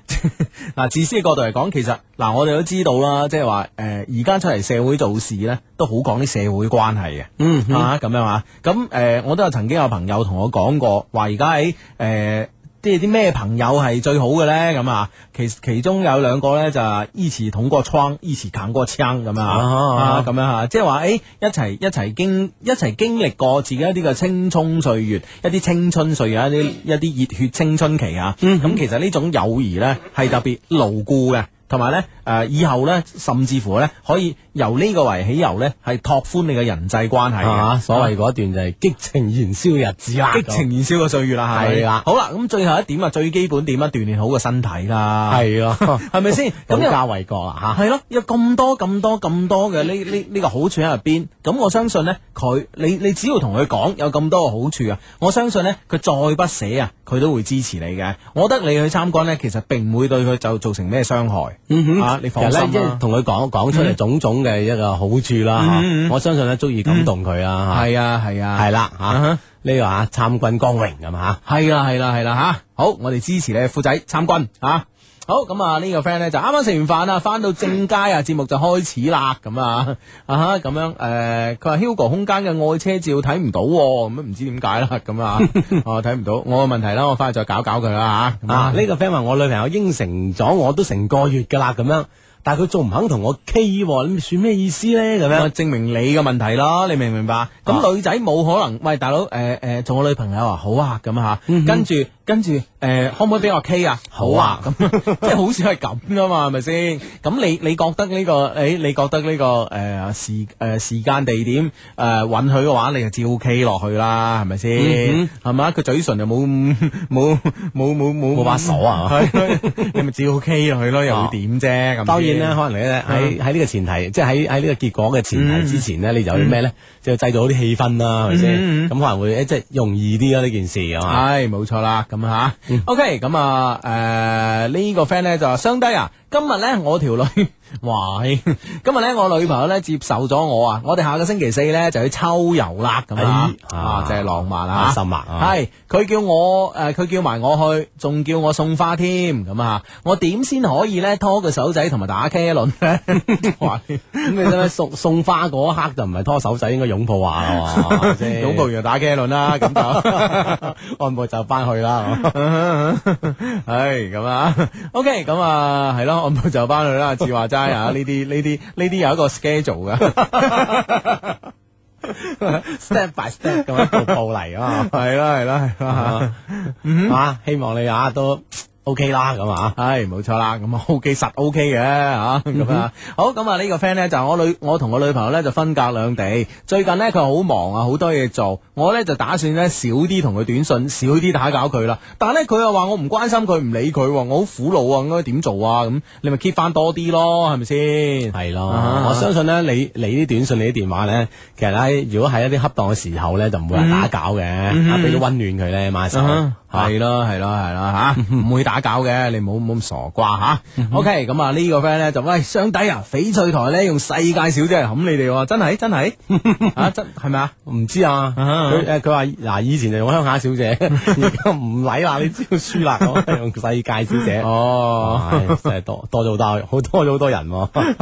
Speaker 2: 嗱，自私嘅角度嚟講，其實嗱，我哋都知道啦，即係話誒，而家出嚟社會做事咧，都好講啲社會關係嘅。
Speaker 4: 嗯哼
Speaker 2: 啊咁樣啊，咁誒、呃我都有曾經有朋友同我講過，話而家喺誒。即係啲咩朋友係最好嘅咧？咁啊，其其中有兩個咧就係一起捅過窗，一起扛過槍咁
Speaker 4: 啊
Speaker 2: 啊，啊咁樣啊，即係話誒一齊一齊經一齊經歷過自己一啲嘅青葱歲月，一啲青春歲月，一啲一啲熱血青春期啊。咁、其實呢種友誼咧係特別牢固嘅。同埋咧，誒、以後咧，甚至乎咧，可以由呢個為起由咧，係拓寬你嘅人際關係嘅
Speaker 4: 啊，所謂嗰段就係激情燃燒嘅日子啦。
Speaker 2: 激情燃燒嘅歲月啦，係咪
Speaker 4: 係啦
Speaker 2: 好啦，咁最後一點啊，最基本點啊，鍛鍊好個身體啦，
Speaker 4: 係咯，
Speaker 2: 係咪 先？
Speaker 4: 咁
Speaker 2: 咁又
Speaker 4: 家為國啦
Speaker 2: 係咯，有咁多咁多咁多嘅呢呢呢個好處喺入邊，咁我相信呢，佢你你只要同佢講有咁多嘅好處啊，我相信呢，佢再不捨啊，佢都會支持你嘅。我覺得你去參軍呢，其實並唔會對佢就造成咩傷害。
Speaker 4: 嗯哼
Speaker 2: 啊，你
Speaker 4: 吓。其實
Speaker 2: 放心
Speaker 4: 咧，即
Speaker 2: 啦嗯
Speaker 4: 係。同佢講講出嚟種種嘅一個好處啦
Speaker 2: 嗯嗯嗯
Speaker 4: 吓，我相信咧足以感動佢啦
Speaker 2: 係啊，係啊，
Speaker 4: 吓。係啦吓，
Speaker 2: 啊哈
Speaker 4: 呢個吓參軍光榮咁啊吓。
Speaker 2: 系啦系啦系啦吓，好，我哋支持你富仔參軍啊！好咁啊，呢個 friend 咧就啱啱食完飯啊，翻到正佳啊，節目就開始啦咁啊 啊哈咁樣诶，佢、話 Hugo 空間嘅愛車照睇唔到喎，咁唔知點解啦咁 啊，我睇唔到，我嘅問題啦，我翻去再搞搞佢啦吓。咁
Speaker 4: 啊！呢、個 friend 話我女朋友應承咗我都成個月噶啦咁樣，但係佢仲唔肯同我 K 喎，咁算咩意思咧？咁
Speaker 2: 咁啊，
Speaker 4: 樣
Speaker 2: 證明你嘅問題咯，你明唔明白？
Speaker 4: 啊
Speaker 2: 咁女仔冇可能，喂大佬，誒誒做我女朋友啊，好啊咁啊
Speaker 4: 嗯哼
Speaker 2: 跟住跟住誒，可唔可以俾我 K 啊？好啊， 咁即係好少係咁噶嘛，係咪先？咁你你覺得呢個你你覺得呢個誒時誒時間地點誒允許嘅話，你就照 K 落去啦，係咪先
Speaker 4: 嗯？
Speaker 2: 係嘛？佢嘴唇就冇冇冇冇冇
Speaker 4: 冇把鎖啊
Speaker 2: 係你咪照 K 落去咯，又會點啫？咁
Speaker 4: 哦
Speaker 2: 嗯
Speaker 4: 當然
Speaker 2: 先
Speaker 4: 咧，可能咧喺喺呢個前提，即係喺喺呢個結果嘅前提之前咧，你就要咩咧？就要製造好啲氣氛啦，係
Speaker 2: 嗯嗯
Speaker 4: 咪
Speaker 2: 嗯
Speaker 4: 先？咁可能會誒即係容易啲啊咯呢件事係嘛？嗯
Speaker 2: 唉，冇錯啦，咁吓。OK，咁啊，诶、呢、個 friend 咧就話：相低啊，今日咧我條女， 哇，嘿今日咧我女朋友咧接受咗我啊，我哋下個星期四咧就去秋遊啦，咁啊，
Speaker 4: 哎
Speaker 2: 啊
Speaker 4: 啊，
Speaker 2: 真係浪漫 啊，
Speaker 4: 啊，心啊啊，
Speaker 2: 系，佢叫我诶，呃佢、叫埋我去，仲叫我送花添，咁啊，我點先可以咧拖佢手仔同埋打茄輪咧？ 哇
Speaker 4: 咁你諗下送送花嗰一刻就唔係拖手仔，應該擁抱下啦，係咪先
Speaker 2: 擁抱完就打茄輪啦，咁就。
Speaker 4: 按部就班去啦。係嘛
Speaker 2: 唉，咁啊，OK，咁啊，系咯，按部就班去啦。志話齋啊，呢啲呢啲呢啲有一個 schedule 噶，
Speaker 4: step by step 咁樣一步步嚟啊嘛。嗯
Speaker 2: 係啦係啦係啦。
Speaker 4: 啊，希望你啊都 OK 啦咁啊。
Speaker 2: 系冇错啦， 咁啊 O K 实 O K 嘅吓，
Speaker 4: 嗯
Speaker 2: 咁啊好咁啊呢個 friend 咧就我女我同我女朋友咧就分隔兩地，最近咧佢好忙啊，好多嘢做，我咧就打算咧少啲同佢短信，少啲打攪佢啦。但係咧佢又話我唔關心佢，唔理佢喎，我好苦惱啊，應該點做啊？咁你咪 keep 翻多啲咯，係咪先？
Speaker 4: 系咯，
Speaker 2: 啊
Speaker 4: 我相信咧，你你啲短信、你啲電話咧，其實咧，如果喺一啲恰當嘅時候咧，就唔會有人
Speaker 2: 嗯
Speaker 4: 打攪嘅，啊俾啲温暖佢咧，買手
Speaker 2: 啊
Speaker 4: 嚇
Speaker 2: 係咯係咯係 咯吓，唔會打攪嘅，你唔好唔好咁傻瓜吓。OK，咁啊呢個 friend 咧就喂相底啊，翡翠台咧用世界小姐嚟冚你哋喎，真係真 係啊真係咪啊？
Speaker 4: 唔知啊，
Speaker 2: 啊
Speaker 4: 佢誒佢話嗱，以前就用鄉下小 姐，而家唔禮啦，你知道輸啦，我係用世界小姐，
Speaker 2: 哦。
Speaker 4: 唉真係多多咗好多，好多咗好多人喎。
Speaker 2: 系系系，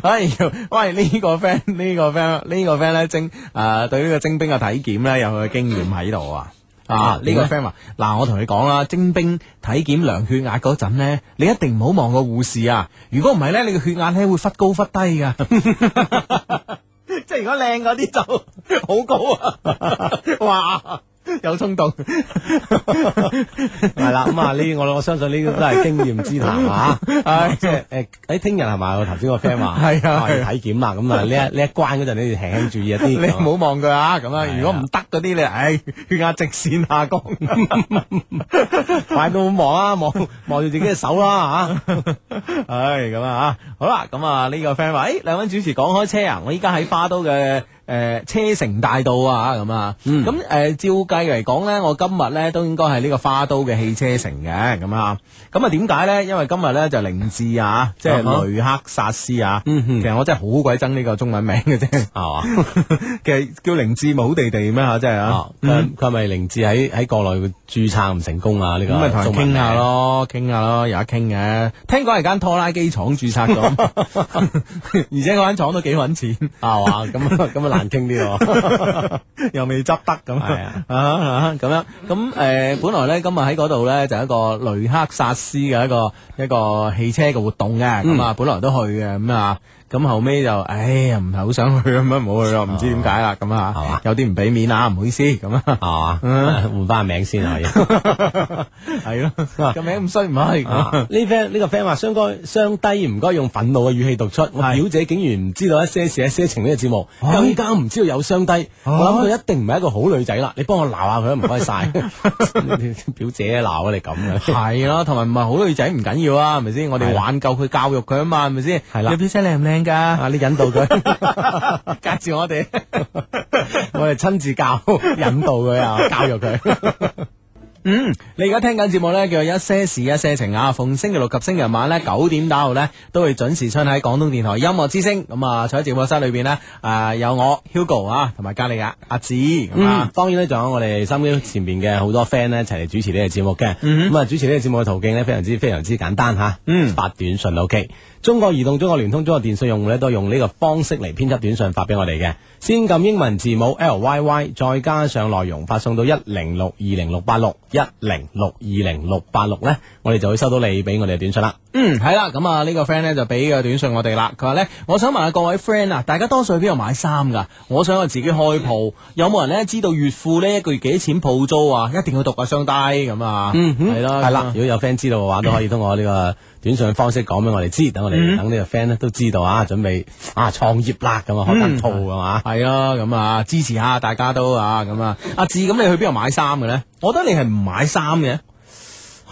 Speaker 2: 哎呀，喂呢、個个 friend 呢、個个 friend 呢、個个 friend 咧征诶對呢個徵兵嘅體檢咧有佢嘅經驗喺度啊。啊！呢個 friend 話：嗱，我同你講啦，徵兵體檢量血壓嗰陣咧，你一定唔好望個護士啊！如果唔係咧，你嘅血壓咧會忽高忽低 噶。即係如果靚嗰啲就好高啊！ 哇，有衝動。
Speaker 4: 係啦，咁 啊呢我我相信呢啲都係經驗之談啊，
Speaker 2: 唉
Speaker 4: 即係誒喺聽日係咪？我頭先個 friend 話
Speaker 2: 係啊
Speaker 4: 話要體檢啦，咁啊呢一呢一關嗰陣，你哋輕輕注意一啲，
Speaker 2: 你唔好望佢啊！咁啊，
Speaker 4: 係啊
Speaker 2: 如果唔得嗰啲，你唉血壓直線下降。
Speaker 4: 快到望啊，望望住自己嘅手啦吓。
Speaker 2: 啊唉，咁啊好啦，咁啊呢個 friend 話，诶，兩位主持講開車啊，我依家喺花都嘅诶车城大道啊，咁啊，
Speaker 4: 嗯
Speaker 2: 咁诶、呃照計嚟講咧，我今日咧都應該係呢個花都嘅汽車城嘅，咁啊，咁啊點解咧？因為今日咧就凌志啊，即
Speaker 4: 啊哈嗯
Speaker 2: 係雷克薩斯啊，
Speaker 4: 哼
Speaker 2: 其實我真係好鬼憎呢個中文名嘅啫，
Speaker 4: 係
Speaker 2: 嘛， 其實叫凌志咪好地地咩吓，真係啊
Speaker 4: 啊，，佢佢係咪凌志喺喺國內註冊唔成功啊？呢個
Speaker 2: 咁咪同人
Speaker 4: 中文
Speaker 2: 傾
Speaker 4: 名
Speaker 2: 下。咯，傾下咯，有得傾嘅。聽講係間拖拉機廠註冊咗， 而且嗰間廠都幾揾錢，
Speaker 4: 係嘛，咁啊咁啊難傾啲喎，
Speaker 2: 又未執得咁
Speaker 4: 係啊
Speaker 2: 啊啊咁樣咁誒、呃本來咧今日喺嗰度咧就一個雷克薩斯嘅一個一個汽車嘅活動嘅，咁啊、本來都去嘅，咁啊咁後尾就唉唔係好想去咁樣，唔好去咯，唔知點解啦，咁啊
Speaker 4: 係嘛
Speaker 2: 有啲唔俾面啊，唔好意思咁啊，
Speaker 4: 係嘛，換翻個名先可以。
Speaker 2: 係咯，個名咁衰唔去。
Speaker 4: 啊呢 friend 呢個 friend 話相該相低唔該用憤怒嘅語氣讀出，我表姐竟然唔知道一些事一些情呢個節目，
Speaker 2: 啊
Speaker 4: 更加唔知道有相低，我諗佢一定唔係一個好女仔啦，你幫我鬧下佢啊，唔該晒， 表姐鬧啊你咁嘅。
Speaker 2: 系咯，同埋唔係好女仔唔緊要啊，係咪先？我
Speaker 4: 係
Speaker 2: 哋
Speaker 4: 啦
Speaker 2: 挽救佢，教育佢啊嘛，係咪先？
Speaker 4: 係啦
Speaker 2: 你表姐靚唔靚㗎？
Speaker 4: 啊！你引導佢，
Speaker 2: 隔住我哋，
Speaker 4: 我哋親自教引導佢啊，教育佢。
Speaker 2: 嗯，你而家聽緊節目呢，叫做一些事一些情啊。逢星期六及星期日晚呢，九點打後呢，都會準時出喺廣東電台音樂之聲。咁啊，坐喺直播室裏边呢，诶、有我 Hugo 啊，同埋隔離嘅阿志咁
Speaker 4: 嗯
Speaker 2: 啊，，
Speaker 4: 當然咧，仲有我哋心機前面嘅好多 friend 咧，一齊嚟主持呢個節目嘅。咁啊，主持呢個節目嘅途徑咧，非常之非常之簡單吓。
Speaker 2: 嗯
Speaker 4: 發短信 OK。中國移動、中國聯通、中國電信用戶咧，都用呢個方式嚟編輯短信發俾我哋嘅。先撳英文字母 L Y Y，再加上內容發送到一零六二零六八六一零六二零六八六咧，我哋就會收到你俾我哋嘅短信啦。
Speaker 2: 嗯，係啦，咁啊呢個 friend 呢，就俾個短信我哋啦，佢話呢，我想問下各位 friend 啊，大家多數去邊度買衫㗎？我想我自己開鋪，有冇人呢知道月付呢一個月幾錢鋪租啊？一定要讀啊，相低咁啊，係啦，
Speaker 4: 嗯系啦，如果有 friend 知道嘅話，都可以通過呢個短信方式講俾我哋知，等我
Speaker 2: 嗯
Speaker 4: 哋等呢個 friend 咧都知道啊，準備啊創業啦，咁啊開間鋪啊嘛。
Speaker 2: 係咯，咁啊支持下大家都啊，咁啊，阿志咁你去邊度買衫嘅呢？我覺得你係唔買衫嘅，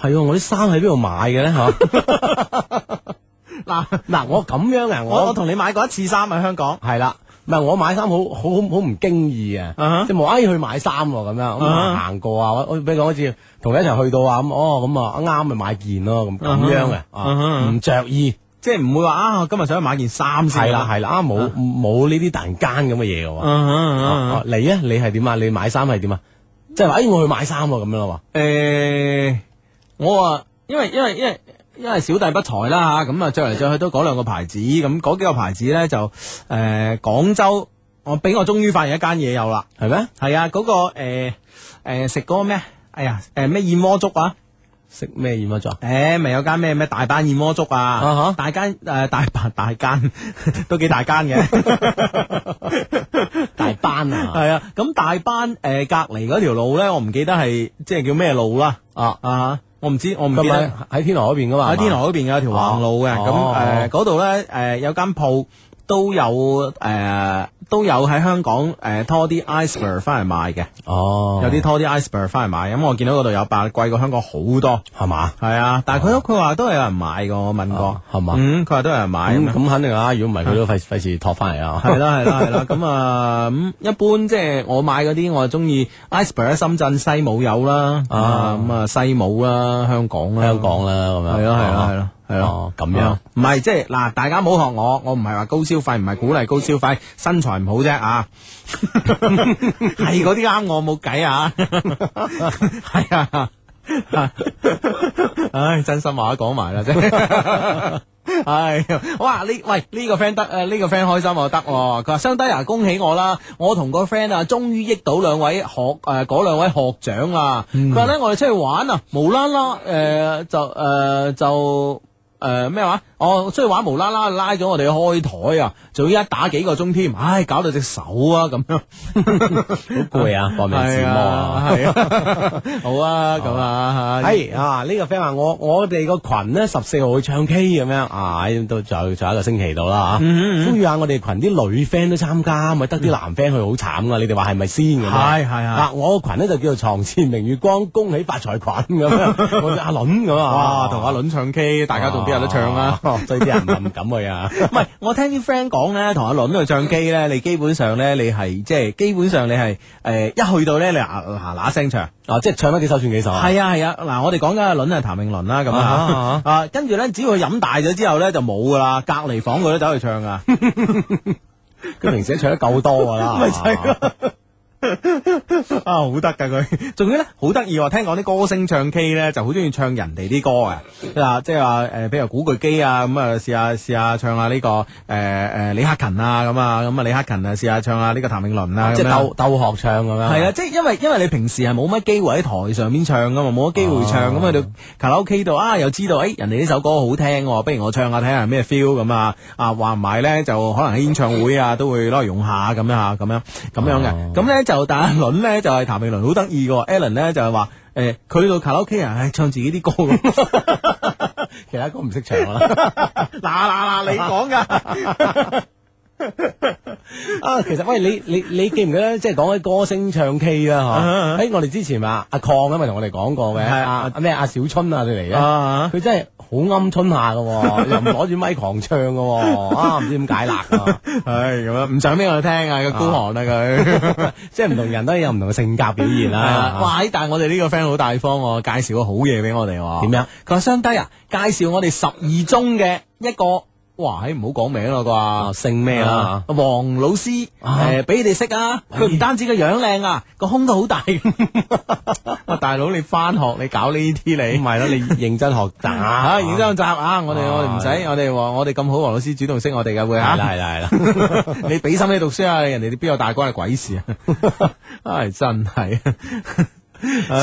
Speaker 4: 係喎，我啲衫喺邊度買嘅咧？吓，
Speaker 2: 嗱，
Speaker 4: 嗱，我咁樣啊，
Speaker 2: 我我
Speaker 4: 我
Speaker 2: 同你買過一次衫喺香港，
Speaker 4: 係啦，唔係我買衫好好好好唔經意啊
Speaker 2: 啊哈，
Speaker 4: 即係無哎去買衫喎咁樣，咁
Speaker 2: 啊哈
Speaker 4: 啊行過啊，我我比如講好似同佢一齊去到啊，咁哦咁啊啱咪買件咯，咁
Speaker 2: 啊哈
Speaker 4: 咁樣嘅
Speaker 2: 啊哈
Speaker 4: 啊，唔着意
Speaker 2: 即係唔會話啊，我今日想去買件衫先，
Speaker 4: 係啦係啦，啊冇
Speaker 2: 啊
Speaker 4: 冇呢啲突然間咁嘅嘢嘅喎。
Speaker 2: 嗯嗯嗯嗯
Speaker 4: 啊你啊，你係點啊？你買衫係點啊？即係話，哎，我去買衫喎，咁樣咯
Speaker 2: 诶、我啊，因為因為因為因為小弟不才啦吓，咁啊着嚟着去都嗰兩個牌子，咁嗰幾個牌子咧就诶廣、州，我俾我終於發現一間嘢有啦，
Speaker 4: 喎，係咩？
Speaker 2: 係啊嗰、個个诶诶食嗰個咩？哎呀诶咩燕窩粥啊！
Speaker 4: 食咩燕窩粥啊？
Speaker 2: 诶，咪有間咩咩大班燕窩粥
Speaker 4: 啊哈
Speaker 2: 啊，大間诶大班大間 都幾大間嘅，
Speaker 4: 大班啊！
Speaker 2: 係 啊，呃咁大班诶隔離嗰條路咧，我唔記得係即係叫咩路啦，
Speaker 4: 啊
Speaker 2: 啊，我唔知，我唔
Speaker 4: 係
Speaker 2: 記得
Speaker 4: 咪喺天河嗰邊噶嘛？
Speaker 2: 啊喺天河嗰邊有條橫路嘅，咁
Speaker 4: 哦
Speaker 2: 誒嗰度咧誒有間鋪都有誒、都有喺香港誒、呃拖啲 iceberg 翻嚟賣嘅，
Speaker 4: 哦，
Speaker 2: 有啲拖啲 iceberg 翻嚟賣，咁我見到嗰度有八貴過香港好多，
Speaker 4: 係嘛？
Speaker 2: 係啊，但係佢佢話都係有人買嘅，我問過，
Speaker 4: 哦啊係嘛？
Speaker 2: 嗯，佢話都有人買咁
Speaker 4: 咁
Speaker 2: 樣
Speaker 4: 咁肯定啦，如果唔係佢都費費事托翻嚟啊。
Speaker 2: 係啦係啦係啦，咁啊咁一般即係我買嗰啲，我中意 iceberg 喺深圳西武有啦，
Speaker 4: 啊
Speaker 2: 啊咁啊西武啦，香港啦，
Speaker 4: 香港啦，咁樣
Speaker 2: 係咯係咯係咯係咯
Speaker 4: 哦，咁樣
Speaker 2: 啊唔係即係嗱，大家唔好學我，我唔係話高消費，唔係鼓勵高消費，身材唔好啫啊，係嗰啲啱我冇計啊，係啊，唉，真心話都講埋啦啫。唉，哇！呢喂呢、個 friend 得誒，呢、個 friend 開心我得喎，佢話相低啊，恭喜我啦！我同個 friend 啊，終於益到兩位學誒嗰、兩位學長啦。佢話咧，我哋出去玩啊，無啦啦誒就誒、就。誒呃咩話？我出去玩無啦啦拉咗我哋去開台啊，仲要一打幾個鐘添，唉，搞到隻手啊咁樣，
Speaker 4: 好攰啊，搏命自摸啊。
Speaker 2: 係啊，好啊，咁啊，嚇
Speaker 4: 系啊，呢、個 friend 話我我哋個群咧十四號去唱 K 咁樣啊，咁都仲有仲有一個星期到啦
Speaker 2: 嗯
Speaker 4: 吓，呼籲下我哋群啲女 friend 都參加，咪得啲男 friend 去好慘啊噶，你哋話係咪先咁樣？
Speaker 2: 係係係
Speaker 4: 啊，我個群咧就叫做床前明月光，恭喜發財群咁 樣，我叫阿倫咁啊，
Speaker 2: 哇，同阿倫唱 K，大家仲邊有得唱啊？
Speaker 4: 哦？ 所以啲人唔敢去啊。
Speaker 2: 唔係，我聽啲 friend 講咧，同阿倫去唱 K 咧，你基本上咧，你係即係基本上你係誒、呃一去到咧，你嗱嗱嗱聲唱。
Speaker 4: 啊，即係唱得幾首算幾首啊？
Speaker 2: 係啊係啊，嗱，我哋講緊阿倫係譚詠麟啦，咁啊
Speaker 4: 啊
Speaker 2: 啊，跟住咧，只要佢飲大咗之後咧，就冇噶啦，隔離房佢都走去唱噶。
Speaker 4: 佢平時都唱得夠多噶啦，
Speaker 2: 咪就係咯 啊，好得噶佢，仲要咧好得意喎！聽講啲歌星唱 K 咧，就好中意唱人哋啲歌嘅，嗱，即係話誒，譬如古巨基啊，咁啊試下試下唱下呢、個誒誒、李克勤啊，咁啊咁啊李克勤啊試下唱下呢個譚詠麟啊，
Speaker 4: 即
Speaker 2: 咁
Speaker 4: 係
Speaker 2: 樣
Speaker 4: 鬥鬥學唱咁樣。
Speaker 2: 係啊，即係因為因為你平時係冇乜機會喺台上面唱噶嘛，冇乜機
Speaker 4: 哦
Speaker 2: 會唱，咁去到卡拉 OK 度啊，又知道誒、哎人哋呢首歌好聽喎，不如我唱下睇下係咩 feel 咁啊，啊話唔埋咧就可能喺演唱會啊都會攞嚟用下咁樣啊，咁樣咁樣
Speaker 4: 哦
Speaker 2: 嘅，咁咧、就但阿倫咧就係、譚詠麟好得意嘅，Alan 咧就係話誒佢去到卡拉 OK 啊，唉唱自己啲歌咁。
Speaker 4: 其他歌唔識唱
Speaker 2: 啊
Speaker 4: 啦。
Speaker 2: 嗱嗱嗱，你講噶，
Speaker 4: 啊，其實喂，你你你記唔記得即係講起歌星唱 K 啦
Speaker 2: 啊
Speaker 4: 嚇？喺我哋之前啊，阿邝啊咪同我哋講過嘅，
Speaker 2: 係
Speaker 4: 啊咩阿小春啊，你嚟嘅。
Speaker 2: 啊
Speaker 4: 佢真係好鵪鶉下嘅 喎，又唔攞住咪狂唱嘅喎，啊唔知點解辣啊！
Speaker 2: 唉咁樣唔想俾我聽啊，個孤寒啊佢。
Speaker 4: 即係唔同人都有唔同嘅性格表現
Speaker 2: 係啊
Speaker 4: 啦。
Speaker 2: 哇！咦但係我哋呢個 friend 好大方喎，介紹個好嘢俾我哋喎。
Speaker 4: 點樣？
Speaker 2: 佢話相低啊，介紹我哋十二中嘅一個。哇！唉，唔好講名啦
Speaker 4: 啊
Speaker 2: 啩，
Speaker 4: 姓咩啦
Speaker 2: 啊？黃老師，
Speaker 4: 啊
Speaker 2: 誒，俾你哋識啊！佢唔單止個樣靚啊，個胸都好大。 哇！大佬，你翻學你搞呢啲
Speaker 4: 唔
Speaker 2: 你？
Speaker 4: 係啦，你認真學 習
Speaker 2: 啊！認真集啊！我哋
Speaker 4: 啊
Speaker 2: 我哋唔使，我哋話我哋咁好，黃老師主動識我哋嘅會
Speaker 4: 係
Speaker 2: 嚇
Speaker 4: 啦。係啦係啦。
Speaker 2: 你俾心機讀書啊！人哋邊有大關係鬼事 啊！唉，真係。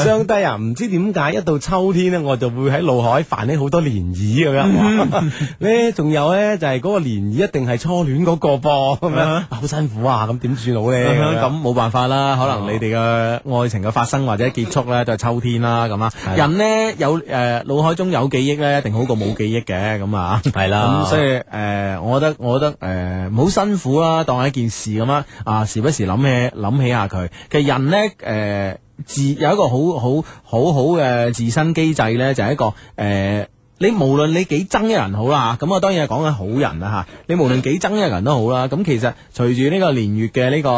Speaker 4: 相低啊，唔知點解一到秋天咧，我就會喺腦海泛起好多漣漪咁樣。 哇咧仲有咧就係嗰個漣漪一定係初戀嗰個噃， 咁樣
Speaker 2: 啊
Speaker 4: 好辛苦啊，咁點算好哦咧？
Speaker 2: 咁
Speaker 4: 咁
Speaker 2: 咁冇辦法啦，可能你哋嘅愛情嘅發生或者結束咧，就係秋天啦咁啦。
Speaker 4: 啦
Speaker 2: 人呢，有誒腦海中有記憶咧，一定好過冇記憶嘅咁啊。
Speaker 4: 係啦
Speaker 2: 咁所以誒，我覺得我覺得呃誒，唔好辛苦啦，當係一件事咁啦。啊，時不時諗起諗起下佢。其實人呢，誒，自有一個好好好好嘅自身機制呢，就係一個誒。你無論你幾憎一人好啦，咁我當然係講緊好人啦嚇。你無論幾憎一人都好啦，咁其實隨住呢個年月嘅呢個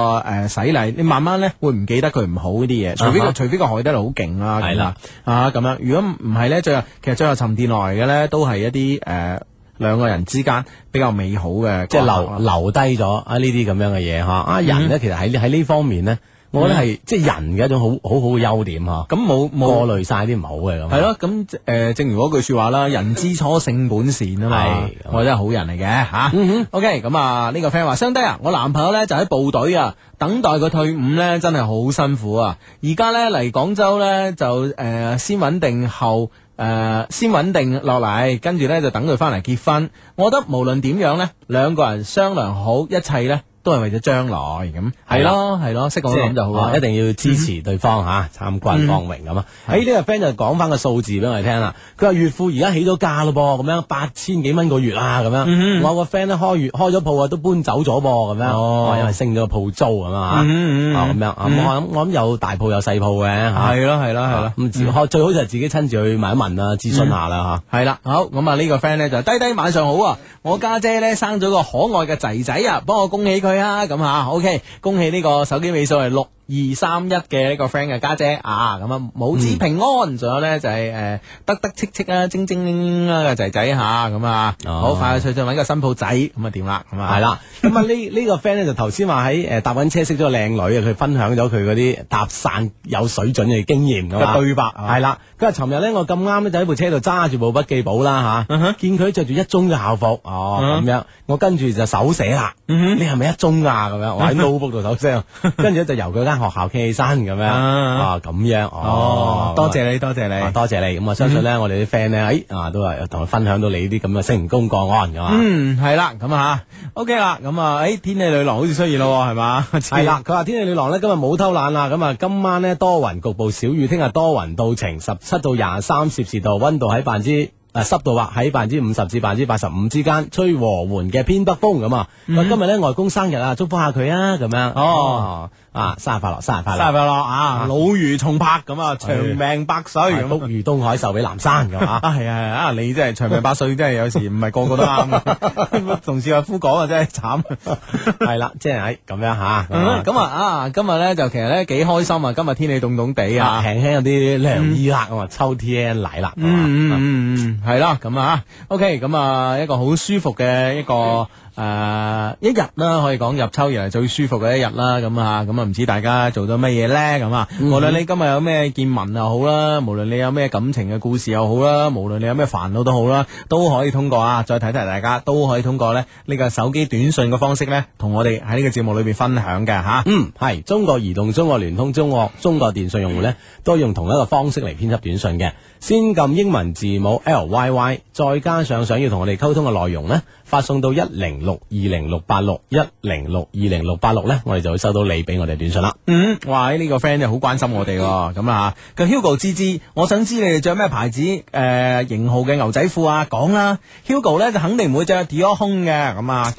Speaker 2: 誒洗禮，你慢慢咧會唔記得佢唔好嗰啲嘢，除非
Speaker 4: 啊
Speaker 2: 個
Speaker 4: 哈
Speaker 2: 除非個海德好勁啦，
Speaker 4: 係啦
Speaker 2: 啊咁樣。如果唔係咧，最後其實最後沉澱落嚟嘅咧，都係一啲誒兩個人之間比較美好嘅
Speaker 4: 即係
Speaker 2: 關係
Speaker 4: 留
Speaker 2: 啦
Speaker 4: 留低咗啊呢啲咁樣嘅嘢嚇
Speaker 2: 嗯
Speaker 4: 啊人咧，其實喺喺呢方面咧，我覺得係即係人嘅一種好好好嘅優點嚇，
Speaker 2: 咁冇
Speaker 4: 過
Speaker 2: 冇。
Speaker 4: 濾晒啲唔好嘅咁。
Speaker 2: 係咯，咁誒、呃正如嗰句説話啦，人之初性本善啊嘛
Speaker 4: 係，
Speaker 2: 我真係好嗯人嚟嘅嚇。OK，咁啊呢個 friend 話，相低啊，我男朋友呢就喺部隊啊，等待佢退伍呢真係好辛苦啊。而家呢嚟廣州呢，就誒、呃先穩定後。誒、先穩定落嚟，跟住呢就等佢翻嚟結婚。我覺得無論點樣呢，兩個人商量好一切呢都係為咗將來咁。係咯係咯，識
Speaker 4: 即
Speaker 2: 咁
Speaker 4: 係
Speaker 2: 諗就好嗯啦
Speaker 4: 啊一。定要支持對方吓，參軍光榮咁啊！喺呢個 friend 就講翻個數字俾我哋聽啦，佢話岳父而家起咗價咯噃，咁樣八千幾蚊個月啊啦，咁
Speaker 2: 嗯
Speaker 4: 樣。我有個 friend 咧開月開咗鋪啊，都搬走咗噃，咁樣。
Speaker 2: 哦
Speaker 4: 哦，因為升咗個鋪租咁啊
Speaker 2: 嗯嗯嗯
Speaker 4: 嚇啊咁樣啊，咁我諗我諗有大鋪有細鋪嘅嚇。
Speaker 2: 係咯係咯嗯係
Speaker 4: 係
Speaker 2: 咯
Speaker 4: 啦，。咁自開最好就係自己親自去問一問啦，諮詢下啦
Speaker 2: 系啦，好咁啊！呢個 friend 咧就低低晚上好啊！我家姐咧生咗個可愛嘅仔仔啊，幫我恭喜佢啊！咁啊，OK，恭喜呢個手機尾數係六二三一嘅呢個 friend 嘅家姐啊！咁啊，母
Speaker 4: 嗯
Speaker 2: 子平安，仲有咧就係诶得得戚戚啊，精精靈啊嘅仔仔吓咁啊，
Speaker 4: 哦
Speaker 2: 好快脆脆揾個新抱仔咁啊點啦咁
Speaker 4: 吓，
Speaker 2: 啊
Speaker 4: 係啦。咁啊呢呢個 friend 咧就頭先話喺誒搭緊車識咗個靚女啊，佢分享咗佢嗰啲搭訕有水準嘅經驗㗎啊嘛
Speaker 2: 嘅對白
Speaker 4: 係啦，佢話尋日咧，我咁啱咧就喺部車度揸住部筆記簿啦
Speaker 2: 嗯
Speaker 4: 吓，見佢着住一中嘅校服，哦咁樣，我跟住就手寫啦，
Speaker 2: 嗯
Speaker 4: 你係咪一中啊？咁樣，我喺 notebook 度手 寫，啊跟住咧就由佢間學校企起身咁樣，
Speaker 2: 啊
Speaker 4: 啊咁樣，
Speaker 2: 哦
Speaker 4: 哦，，
Speaker 2: 多謝你，嗯多謝
Speaker 4: 啊
Speaker 2: 你。
Speaker 4: 多謝你，咁我相信咧，我哋啲 friend 咧，誒啊，都係同佢分享到你啲咁嘅成功個案噶嘛。
Speaker 2: 嗯，係啦，咁啊，OK 啦，咁啊，诶，天氣女郎好似出現咯喎，係嘛？
Speaker 4: 係
Speaker 2: 嗯
Speaker 4: 啦，佢話天氣女郎咧今日冇偷懶啦，咁啊今晚咧多雲局部小雨，聽日多雲到晴，十七到廿三攝氏度，温度喺百分之。誒濕度啊話喺百分之五十至百分之八十五之間，吹和緩嘅偏北風咁啊！咁今日咧外公生日啊，祝福下佢啊咁樣。
Speaker 2: 嗯哦，
Speaker 4: 啊生日快樂，生日快樂，
Speaker 2: 生日快樂啊！老如重拍咁啊，長命百歲
Speaker 4: 係
Speaker 2: 咁啊
Speaker 4: 福如東海，壽比南山咁啊！
Speaker 2: 啊，系啊，係啊，你真系長命百歲，真係有時唔係個個都啱 嘅。同事話夫講啊，真係慘。
Speaker 4: 係啦，即係喺咁樣嚇。咁啊
Speaker 2: 咁啊啊，今日咧就其實咧幾開心啊！今日天氣凍凍地啊
Speaker 4: 啊，。輕輕有啲涼意啦，咁啊，秋天嚟啦，係嘛
Speaker 2: 嗯嗯嗯嗯，系啦，咁啊，OK，咁啊，一個好舒服嘅一個诶、呃一日啦，可以講入秋以嚟最舒服嘅一日啦，咁啊，咁啊，唔知大家做咗乜嘢咧，咁啊，無論你今日有咩見聞又好啦，無論你有咩感情嘅故事又好啦，無論你有咩煩惱都好啦，都可以通過啊，再睇睇大家都可以通過咧呢個手機短信嘅方式咧，同我哋喺呢個節目裏边分享嘅吓。
Speaker 4: 嗯，係中國移動、中國聯通、中國中國電信用戶呢，都用同一個方式嚟編輯短信嘅。先撳英文字母 L Y Y，再加上想要同我哋溝通嘅內容呢，發送到一零六二零六八六一零六二零六八六呢，我哋就會收到你俾我哋短信啦。
Speaker 2: 嗯，哇！呢、個 friend 就好關心我哋喎，咁啊，佢 Hugo 芝芝，我想知你哋着咩牌子誒、呃型號嘅牛仔褲啊？講啦，Hugo 咧就肯定唔會着 Dior 胸嘅，咁啊，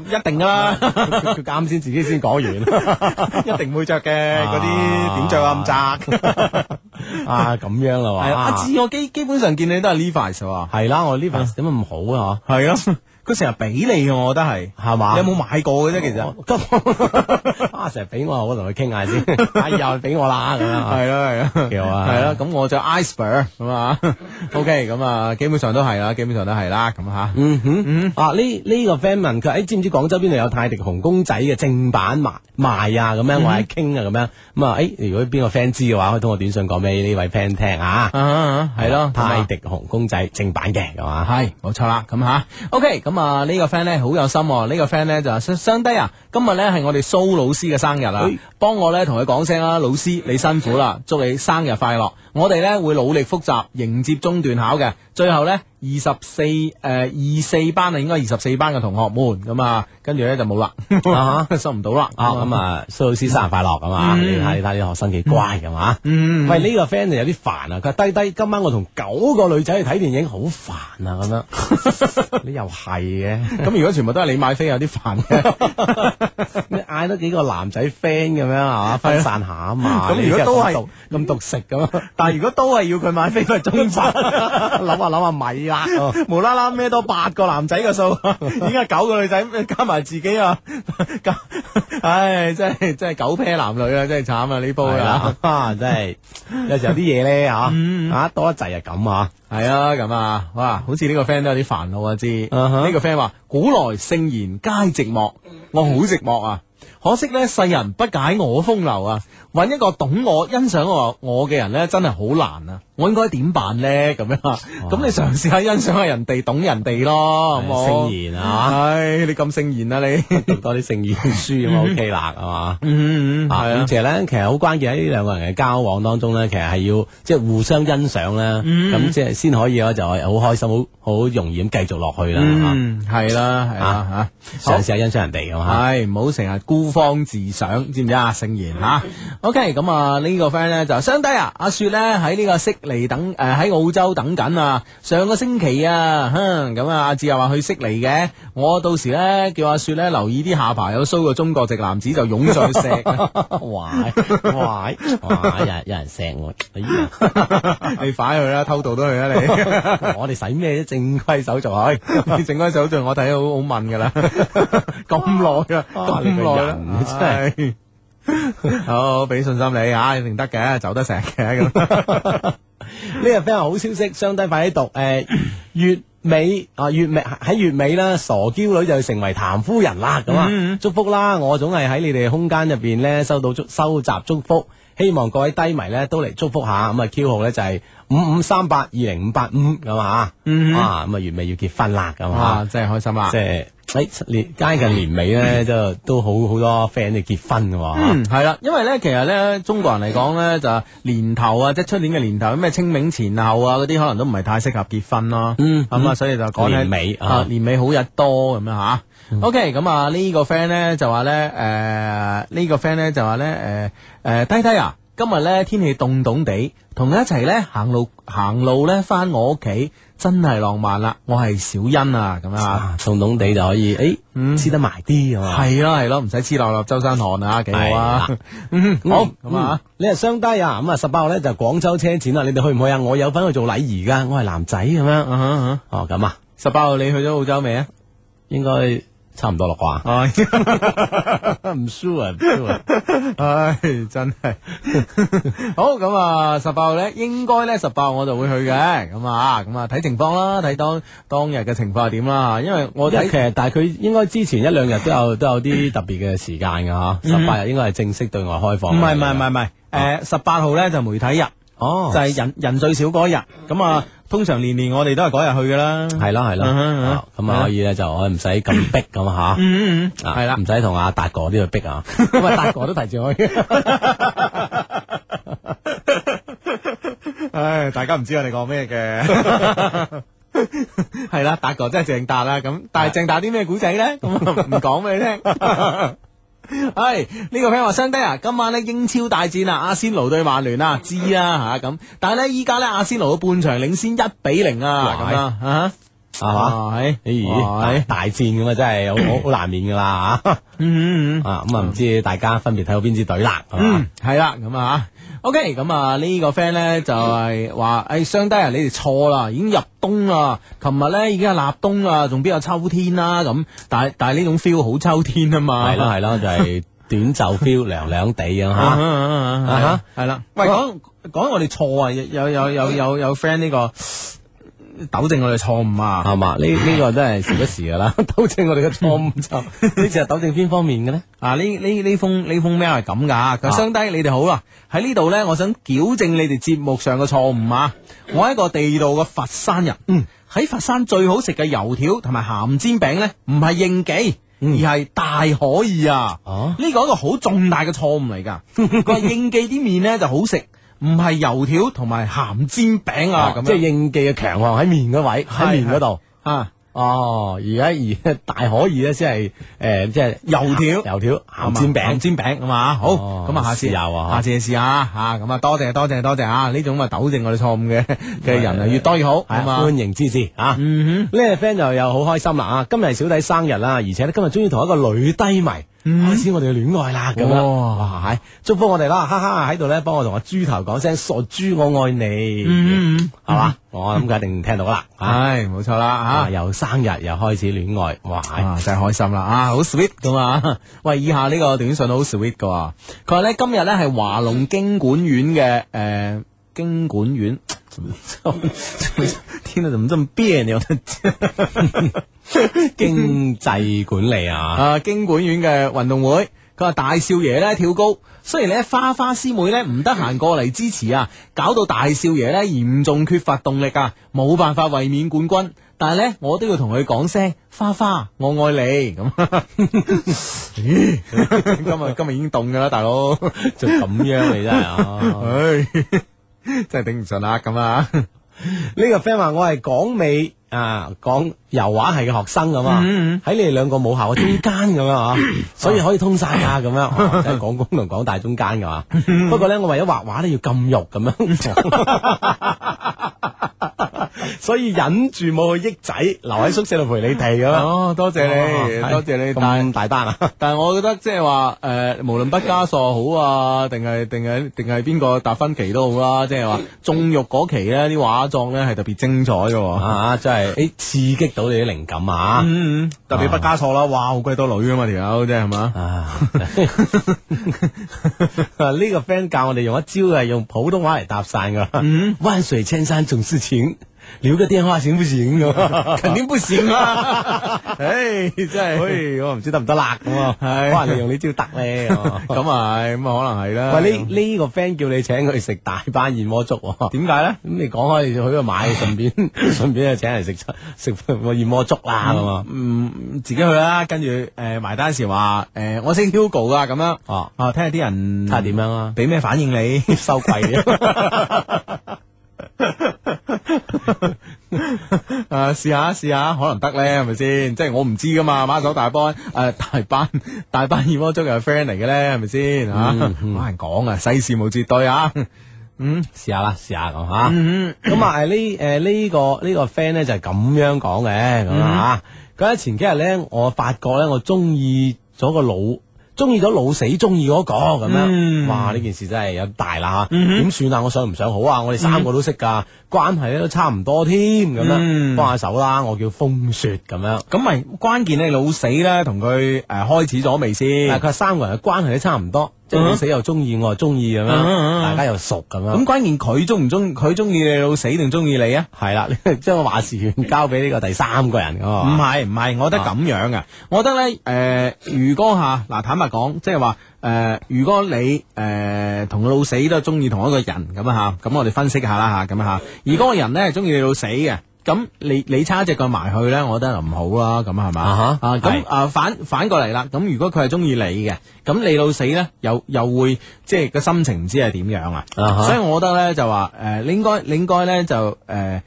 Speaker 2: 一定㗎 啦，
Speaker 4: 佢啱先自己先講完
Speaker 2: 一定唔會着嘅嗰啲點着啊咁窄。
Speaker 4: 啊，咁樣啦
Speaker 2: 係
Speaker 4: 喎，
Speaker 2: 啊阿
Speaker 4: 啊
Speaker 2: 志，我基基本上見你都係 Levi's 喎，
Speaker 4: 係啦，我呢份點解唔好啊？
Speaker 2: 係啊， 佢成日俾你嘅，我覺得係，
Speaker 4: 係嘛？哦
Speaker 2: 你有冇買過嘅啫？其實
Speaker 4: 我咁啊，成日俾我，我同佢傾下 先。哎呀，俾我啦咁樣啊。
Speaker 2: 係啦係 啦，
Speaker 4: 幾好啊
Speaker 2: 係啦，咁我着 Iceberg 咁啊 ，OK，咁啊，基本上都係啦，基本上都係啦，咁吓。
Speaker 4: 嗯哼，啊呢呢個 friend 問佢，誒哎知唔知廣州邊度有泰迪熊公仔嘅正版賣賣啊？咁
Speaker 2: 嗯
Speaker 4: 樣我係傾啊咁樣，咁啊誒如果邊個 friend 知嘅話，可以通過短信講俾呢位 friend 聽啊。
Speaker 2: 啊，系咯，
Speaker 4: 泰迪熊公仔正版嘅啊係嘛？
Speaker 2: 系冇錯啦，咁吓，OK，咁啊呢個 friend 咧好有心喎，呢個 friend 咧就話相相低啊，今日咧係我哋蘇老師嘅生日啊
Speaker 4: 哎，
Speaker 2: 幫我咧同佢講聲啊啦，老師你辛苦啦，祝你生日快樂，我哋咧會努力複習，迎接中段考嘅，最後咧二十四誒二四班啊，應該二十四班嘅同學們咁啊，跟住咧就冇啦，
Speaker 4: 啊
Speaker 2: 收唔到啦，嗯
Speaker 4: 啊咁啊，蘇老師生日快樂咁啊！你睇你睇啲學生幾乖咁啊！喂，呢個 friend 就有啲煩啊，佢話低低今晚我同九個女仔去睇電影，好煩啊 咁樣。你又係嘅。
Speaker 2: 咁如果全部都係你買飛有啲煩嘅。
Speaker 4: 你嗌多幾個男仔 friend 咁樣啊，分散下啊 嘛。
Speaker 2: 咁如果都係
Speaker 4: 咁毒食咁啊，
Speaker 2: 但係如果都係要佢買飛，佢係中 法，諗下諗下咪啦， 無啦啦孭多八個男仔嘅數，而家九個女仔加埋自己啊， 加唉真係真係九 pair 男女啊，真係慘啊呢波啊
Speaker 4: 係啦，， 啊真係有時候啲嘢咧嚇，啊多一滯啊咁啊，
Speaker 2: 嗯係啊咁啊，哇，好似呢個 friend 都有啲煩惱啊知，
Speaker 4: 嗯哼
Speaker 2: 呢個 friend 話古來聖賢皆寂寞，我好寂寞啊。可惜呢，世人不解我風流啊！揾一個懂我、欣賞我我嘅人呢，真係好難啊！我應該點辦咧？咁樣，啊咁你嘗試下欣賞下人哋，懂人哋咯，好冇
Speaker 4: 聖賢啊，
Speaker 2: 唉，你咁聖賢啊你，
Speaker 4: 讀多啲聖賢書咁啊 OK 啦，係嘛？
Speaker 2: 嗯
Speaker 4: 啊，咁其實咧，其實好關鍵喺呢兩個人嘅交往當中咧，其實係要即係互相欣賞啦，
Speaker 2: 嗯
Speaker 4: 咁即係先可以咧就係好開心，好好容易咁繼續落去啦，
Speaker 2: 嗯，係啦啊係啦
Speaker 4: 嚇
Speaker 2: 吓，
Speaker 4: 啊嘗試下欣賞人哋咁啊嚇。
Speaker 2: 系唔好成日孤芳自賞，知唔知啊？聖賢吓，OK，咁啊呢個 friend 咧就相低啊，阿雪咧喺呢個悉尼等诶喺、澳洲等緊啊，上個星期啊，哼咁啊阿志又話去悉尼嘅，我到時咧叫阿雪咧留意啲下巴有須嘅中國籍男子就湧上去錫，
Speaker 4: 哇哇哇！有人有人錫我，哎呀
Speaker 2: 你快去啦，偷渡都去啦你。
Speaker 4: 我哋使咩啫？正規手續哎去。
Speaker 2: 你 整嗰手續我睇好好問噶啦， 咁耐啦，
Speaker 4: 哇
Speaker 2: 咁
Speaker 4: 你個
Speaker 2: 耐啦
Speaker 4: 人，真
Speaker 2: 係。 好，俾信心你啊，一定得嘅，走得成 嘅咁。
Speaker 4: 呢個 friend 話好消息，相低快啲讀 诶、月尾啊，月尾喺月尾啦，傻嬌女就成為譚夫人啦，咁啊，祝福啦！我總係喺你哋空間入边咧收到祝收集祝福，希望各位低迷咧都嚟祝福下，咁啊 Q 號咧就係五五三八二零五八五咁啊，啊咁啊月尾要結婚啦，咁
Speaker 2: 哇，
Speaker 4: 啊，
Speaker 2: 真係開心啦
Speaker 4: 即！係喺年接近年尾咧，就都好好多 friend 要結婚嘅喎。
Speaker 2: 嗯，系啦，因為咧，其實咧，中國人嚟講咧，就年頭啊，即係出年嘅年頭，咩清明前後啊，嗰啲可能都唔係太適合結婚咯。
Speaker 4: 嗯
Speaker 2: 咁啊，所以就講
Speaker 4: 年
Speaker 2: 起
Speaker 4: 尾啊嗯
Speaker 2: 啊，年尾好日多咁樣吓。OK，咁啊呢個 friend 咧就話咧，诶呢個 friend 咧就話咧，诶诶低低啊，今日咧天氣凍凍地，同你一齊咧行路行路咧翻我屋企，真係浪漫啦！我係小欣啊，咁樣啊。
Speaker 4: 啊，凍凍地就可以，誒、黐得埋啲咁啊！
Speaker 2: 係咯係咯，唔使黐落落周身汗啊，幾好啊
Speaker 4: 係！
Speaker 2: 嗯
Speaker 4: 好
Speaker 2: 好咁啊，，
Speaker 4: 你係雙低啊，咁啊十八號咧就廣州車展啦，你哋去唔去啊？我有份去做禮儀噶，我係男仔咁樣。
Speaker 2: 嗯哼嗯哼
Speaker 4: 哦，咁啊，
Speaker 2: 十八號你去咗澳洲未啊？。
Speaker 4: 應該差唔多啦啩
Speaker 2: 唉，
Speaker 4: 唔
Speaker 2: 啊
Speaker 4: sure，唔 sure。
Speaker 2: 唉，真係 好咁啊！十八號咧，應該咧十八號我就會去嘅，咁啊，咁啊睇情況啦，睇當當日嘅情況係點啦，因為我
Speaker 4: 我睇
Speaker 2: 睇
Speaker 4: 其實，但係佢應該之前一兩日都有都有啲特別嘅時間㗎嚇。十八日應該係正式對外開
Speaker 2: 嗯唔
Speaker 4: 放。
Speaker 2: 係唔係唔係唔係，誒十八號咧就媒體日，
Speaker 4: 哦
Speaker 2: 就，係人人最少嗰一日，咁啊通常年年我哋都係嗰日去噶啦，
Speaker 4: 係啦係啦，
Speaker 2: 嗯哼嗯哼
Speaker 4: 啊咁啊可以咧就我唔使咁逼咁
Speaker 2: 嗯
Speaker 4: 嚇。
Speaker 2: 嗯嗯，
Speaker 4: 啊
Speaker 2: 係啦
Speaker 4: 唔。使同阿達哥呢度逼 啊，咁啊達哥都提住我嘅。
Speaker 2: 唉，大家唔知我哋講咩嘅。 係啦，達哥真係正達啦，咁但係正達啲咩古仔咧？咁唔講俾你聽。 唉，呢個 friend 話相低啊，今晚咧英超大戰啊，阿仙奴對曼聯啊，知啦吓咁。但係咧依家咧阿仙奴嘅半場領先一比零啊，
Speaker 4: 哇哦
Speaker 2: 咁啊
Speaker 4: 係嗯
Speaker 2: 吓
Speaker 4: 嘛？
Speaker 2: 哇係
Speaker 4: 咦，
Speaker 2: 哇
Speaker 4: 大大戰咁啊，真係好好好難免噶啦嚇。
Speaker 2: 嗯嗯嗯。
Speaker 4: 啊，咁啊唔知大家分別睇到邊支隊啦，係嘛
Speaker 2: 嗯？，系啦，咁啊，OK，咁啊呢個 friend 咧就係話，诶，相低啊，你哋錯啦，已經入冬啦，琴日咧已經係立冬啦，仲邊有秋天啦？咁，但係但系呢種 feel 好秋天啊嘛，
Speaker 4: 係咯係咯，就係短袖 feel 涼涼地咁
Speaker 2: 啊哈，
Speaker 4: 嚇。
Speaker 2: 啊
Speaker 4: 啊
Speaker 2: 哈，系啦，喂，講講我哋錯啊，有有有有有 friend 呢個糾正我哋錯誤啊，
Speaker 4: 係嘛？呢呢個真係時不時 噶啦，糾正我哋嘅錯誤就呢次係糾正邊方面嘅咧？
Speaker 2: 啊！呢呢呢封呢封 mail 系咁噶，
Speaker 4: 啊
Speaker 2: 佢相低你哋好啦，喺呢度呢，我想矯正你哋節目上嘅錯誤啊！我係一個地道嘅佛山人，嗯，喺佛山最好食嘅油條同埋鹹煎餅呢，唔係應記，而係大可以啊！
Speaker 4: 嗯哦
Speaker 2: 呢個一個好重大嘅錯誤嚟㗎。 佢話應記啲面呢就好食，唔係油條同埋鹹煎餅啊！咁
Speaker 4: 哦即係
Speaker 2: 樣
Speaker 4: 應記嘅強項喺面嗰位，喺面嗰度。
Speaker 2: 啊，
Speaker 4: 哦，而家而家大可以咧，先係誒，即係啊
Speaker 2: 油條
Speaker 4: 油條鹹煎
Speaker 2: 啊鹹
Speaker 4: 餅。
Speaker 2: 煎餅咁嘛，好
Speaker 4: 哦
Speaker 2: 咁啊，下次
Speaker 4: 試下喎
Speaker 2: 下次試下啊，咁啊，多謝多謝多謝啊，呢種啊糾正我哋錯誤嘅嘅人啊，嗯越多越好，
Speaker 4: 係啊
Speaker 2: 係嘛
Speaker 4: 歡，迎支持啊！呢個 friend 又又好開心啦啊！今日係小弟生日啦，而且咧今日終於同一個女低迷開始我哋嘅戀愛啦咁樣，
Speaker 2: 嗯哇
Speaker 4: 哇！係祝福我哋啦，哈哈！喺度咧幫我同阿豬頭講聲傻豬，我愛你，
Speaker 2: 嗯
Speaker 4: 係嘛？我諗佢一定聽到啦 啊！
Speaker 2: 唉，冇錯啦
Speaker 4: 啊又生日又開始戀愛，哇！
Speaker 2: 吓，啊真係開心啦啊，好 sweet 噶嘛，喂，以下呢個短信好 sweet 噶喎，佢話咧今日咧係華龍經管院嘅誒經管 院，天啊，怎麼這麼別 扭？
Speaker 4: 經濟管理啊，
Speaker 2: 啊啊，经管院嘅運動會，佢話大少爺咧跳高，雖然咧花花師妹咧唔得閒過嚟支持啊，搞到大少爺咧嚴重缺乏動力啊，冇辦法衛冕冠軍。但係咧，我都要同佢講聲花花，我愛你 咁。咦今日今日已經凍㗎啦，大 佬，
Speaker 4: 就咁樣你真係啊！
Speaker 2: 唉， 真係頂唔順啦咁啊！
Speaker 4: 呢個 friend 話我係港美啊講油畫系嘅學生咁啊，
Speaker 2: 嗯
Speaker 4: 喺你哋兩個母校嘅中間咁 樣啊，所以可以通晒啊咁樣， 哦即係廣工同廣大中間噶 嘛。不過咧，我為咗畫畫咧要禁慾咁樣， 所以忍住冇去益仔，留喺宿舍度陪你哋咁樣。
Speaker 2: 哦，多謝你，
Speaker 4: 哦
Speaker 2: 多謝你，但
Speaker 4: 咁大班啊！
Speaker 2: 但係我覺得即係話誒，無論畢加索好啊，定係定係定係邊個達芬奇都好
Speaker 4: 啊
Speaker 2: 啦，即係話縱慾嗰期咧，啲畫作咧係特別精彩嘅喎。
Speaker 4: 啊，真係誒刺激到你啲靈感啊！
Speaker 2: 嗯，特別畢加索啦，哇，好鬼多女啊嘛，條友即係係嘛？
Speaker 4: 啊！ 呢個 friend 教我哋用一招係用普通話嚟搭訕噶，
Speaker 2: 嗯
Speaker 4: 萬水千山 總是情，留個電話行不行？ 咁
Speaker 2: 肯定不啊行
Speaker 4: 啊
Speaker 2: 啦！ 唉，真係，
Speaker 4: 唉我唔知得唔得啦咁 啊，
Speaker 2: 係
Speaker 4: 可能你用呢招得咧。
Speaker 2: 咁係，咁啊可能係啦。
Speaker 4: 喂，呢呢個 friend 叫你請佢食大班燕窩粥喎，咁
Speaker 2: 點解咧？
Speaker 4: 你講開你就去嗰度買，順便順便就啊請人食食個燕窩粥啦咁啊。
Speaker 2: 嗯，自己去啦，跟住誒埋單時話誒我識 Hugo 噶咁樣，
Speaker 4: 哦，
Speaker 2: 啊聽下啲人
Speaker 4: 睇下點樣啊？
Speaker 2: 俾咩反應你？
Speaker 4: 收啊貴啲。
Speaker 2: 诶，试下啊試下，可能得咧，係咪先？即係我唔知噶嘛，馬手大班诶、誒大班大班燕窩粥又係 friend 嚟嘅咧，係咪先吓？
Speaker 4: 嗯嗯
Speaker 2: 好難講啊，世事無絕對啊。
Speaker 4: 試下啦，試下咁吓。咁啊，誒
Speaker 2: 嗯
Speaker 4: 呢誒呢個呢個 friend 咧就係咁樣講嘅咁啊。
Speaker 2: 嗯
Speaker 4: 佢喺前幾日咧，我發覺咧，我中意咗個老，中意咗老死中意嗰個咁樣。
Speaker 2: 嗯
Speaker 4: 哇！呢件事真係有大啦嚇，點算啊？我想唔想好啊？我哋三個都識㗎，關係咧都差唔多添咁樣，
Speaker 2: 嗯
Speaker 4: 幫下手啦。我叫風雪咁樣。
Speaker 2: 咁咪關鍵你老死咧，同佢诶開始咗未
Speaker 4: 但
Speaker 2: 先
Speaker 4: 係？啊佢三個人嘅關係都差唔多，即係老死又中意，我又中意咁
Speaker 2: 嗯嗯嗯
Speaker 4: 樣，大家又熟咁樣
Speaker 2: 咁。關鍵佢中唔中？佢中意你老死定中意你啊？
Speaker 4: 系啦， 你將個話事權交俾呢個第三個人㗎
Speaker 2: 唔
Speaker 4: 嘛。
Speaker 2: 係唔係，我覺得咁樣嘅，我覺得咧，誒、如果嚇嗱，坦白講，即係話誒，如果你誒同、老死都中意同一個人咁啊嚇，咁我哋分析下啦嚇，咁啊嚇，而嗰個人咧係中意你老死嘅。咁你你差只腳埋去咧，我覺得就唔好啦，咁係嘛
Speaker 4: 啊哈
Speaker 2: 咁
Speaker 4: 係
Speaker 2: 啊反反過嚟啦，咁如果佢係中意你嘅，咁你老死咧又又會即係個心情唔知係點樣啊
Speaker 4: 啊哈
Speaker 2: 所以我覺得咧就話誒、你應該你應該咧就誒、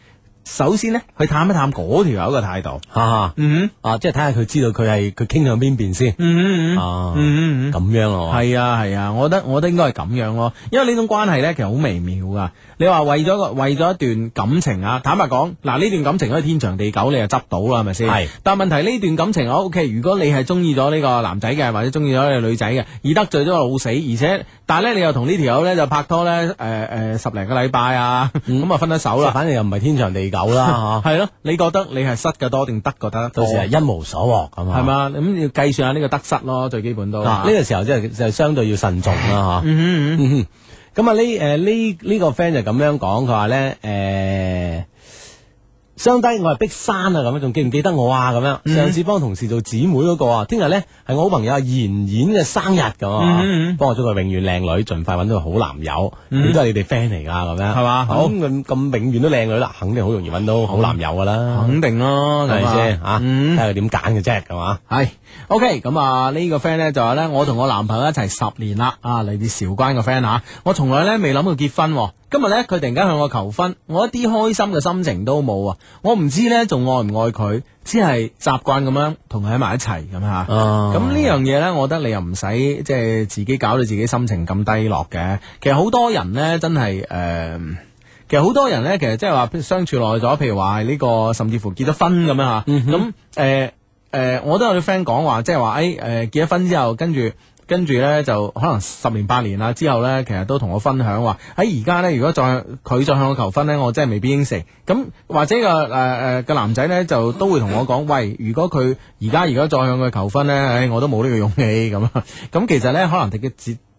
Speaker 2: 首先咧去探一探嗰條友嘅態度，
Speaker 4: 啊
Speaker 2: 嗯
Speaker 4: 啊，即係睇下佢知道佢係佢傾向邊邊先。
Speaker 2: 嗯
Speaker 4: 啊，
Speaker 2: 嗯嗯。
Speaker 4: 咁樣咯。
Speaker 2: 系啊系啊，我覺得我覺得應該係咁樣咯，因為呢種關係呢，其實好微妙噶。你話為咗個為咗一段感情啊，坦白講，嗱呢段感情可以天長地久，你就執到啦，係咪先？
Speaker 4: 係
Speaker 2: 但問題呢段感情，O K，如果你係中意咗呢個男仔嘅，或者中意咗呢個女仔嘅，而得罪咗個老死，而且但係呢，你又同呢條友呢，就拍拖呢，誒、誒、十零個禮拜啊，
Speaker 4: 嗯
Speaker 2: 咁啊分咗手
Speaker 4: 好啦，
Speaker 2: 啦，
Speaker 4: 反正又唔係天長地久 啦，
Speaker 2: 係咯，你覺得你係失嘅多定得嘅得
Speaker 4: 嚇。
Speaker 2: 多？
Speaker 4: 到時係一無所獲咁啊。
Speaker 2: 係？嘛？咁要計算下呢個得失咯，最基本都
Speaker 4: 啊，呢個時候即係就相對要慎重啦，嚇。
Speaker 2: 嗯嗯嗯
Speaker 4: 嗯咁啊，呢誒呢呢個 friend 就咁樣講，佢話咧誒。相低，我係碧山啊，咁樣仲記唔記得我啊？咁
Speaker 2: 嗯
Speaker 4: 樣上次幫同事做姊妹嗰個啊，聽日咧係我好朋友阿妍妍嘅生日咁
Speaker 2: 嗯
Speaker 4: 啊
Speaker 2: 嗯嗯，嗯
Speaker 4: 幫我祝佢永遠靚女，盡快揾到個好男友，佢都係你哋 friend 嚟㗎，咁樣
Speaker 2: 係嘛
Speaker 4: 好
Speaker 2: 好
Speaker 4: 咁咁永遠都靚女啦，肯定好容易揾到好男友㗎啦，
Speaker 2: 肯定咯，
Speaker 4: 係咪先啊
Speaker 2: 咁啊
Speaker 4: 嚇？睇
Speaker 2: 嗯，
Speaker 4: 下佢點揀嘅啫，係嘛？
Speaker 2: 系，OK，咁啊呢個 friend 咧就話咧，我同我男朋友一齊十年啦，啊嚟自韶關嘅 friend 啊，我從來咧未諗過結婚喎，今日咧佢突然間向我求婚，我一啲開心嘅心情都冇啊，我唔知咧仲愛唔愛佢，只係習慣咁樣同佢喺埋一齊咁吓。
Speaker 4: 咁
Speaker 2: 咁呢樣嘢呢，我覺得你又唔使即係自己搞到自己心情咁低落嘅。其實好多人呢，真係誒、呃其實好多人呢，其實即係話相處耐咗，譬如話係呢個，甚至乎結咗婚咁樣嚇。咁誒誒，我都有啲 friend 講話，即係話誒誒結咗婚之後，跟住。跟住呢，就可能十年八年啦，之後呢，其實都同我分享話，喺而家呢，如果再佢再向我求婚呢，我真係未必應承。咁或者個誒誒個男仔呢，就都會同我講，喂，如果佢而家而家再向佢求婚呢，唉，我都冇呢個勇氣咁啊。咁其實呢，可能大家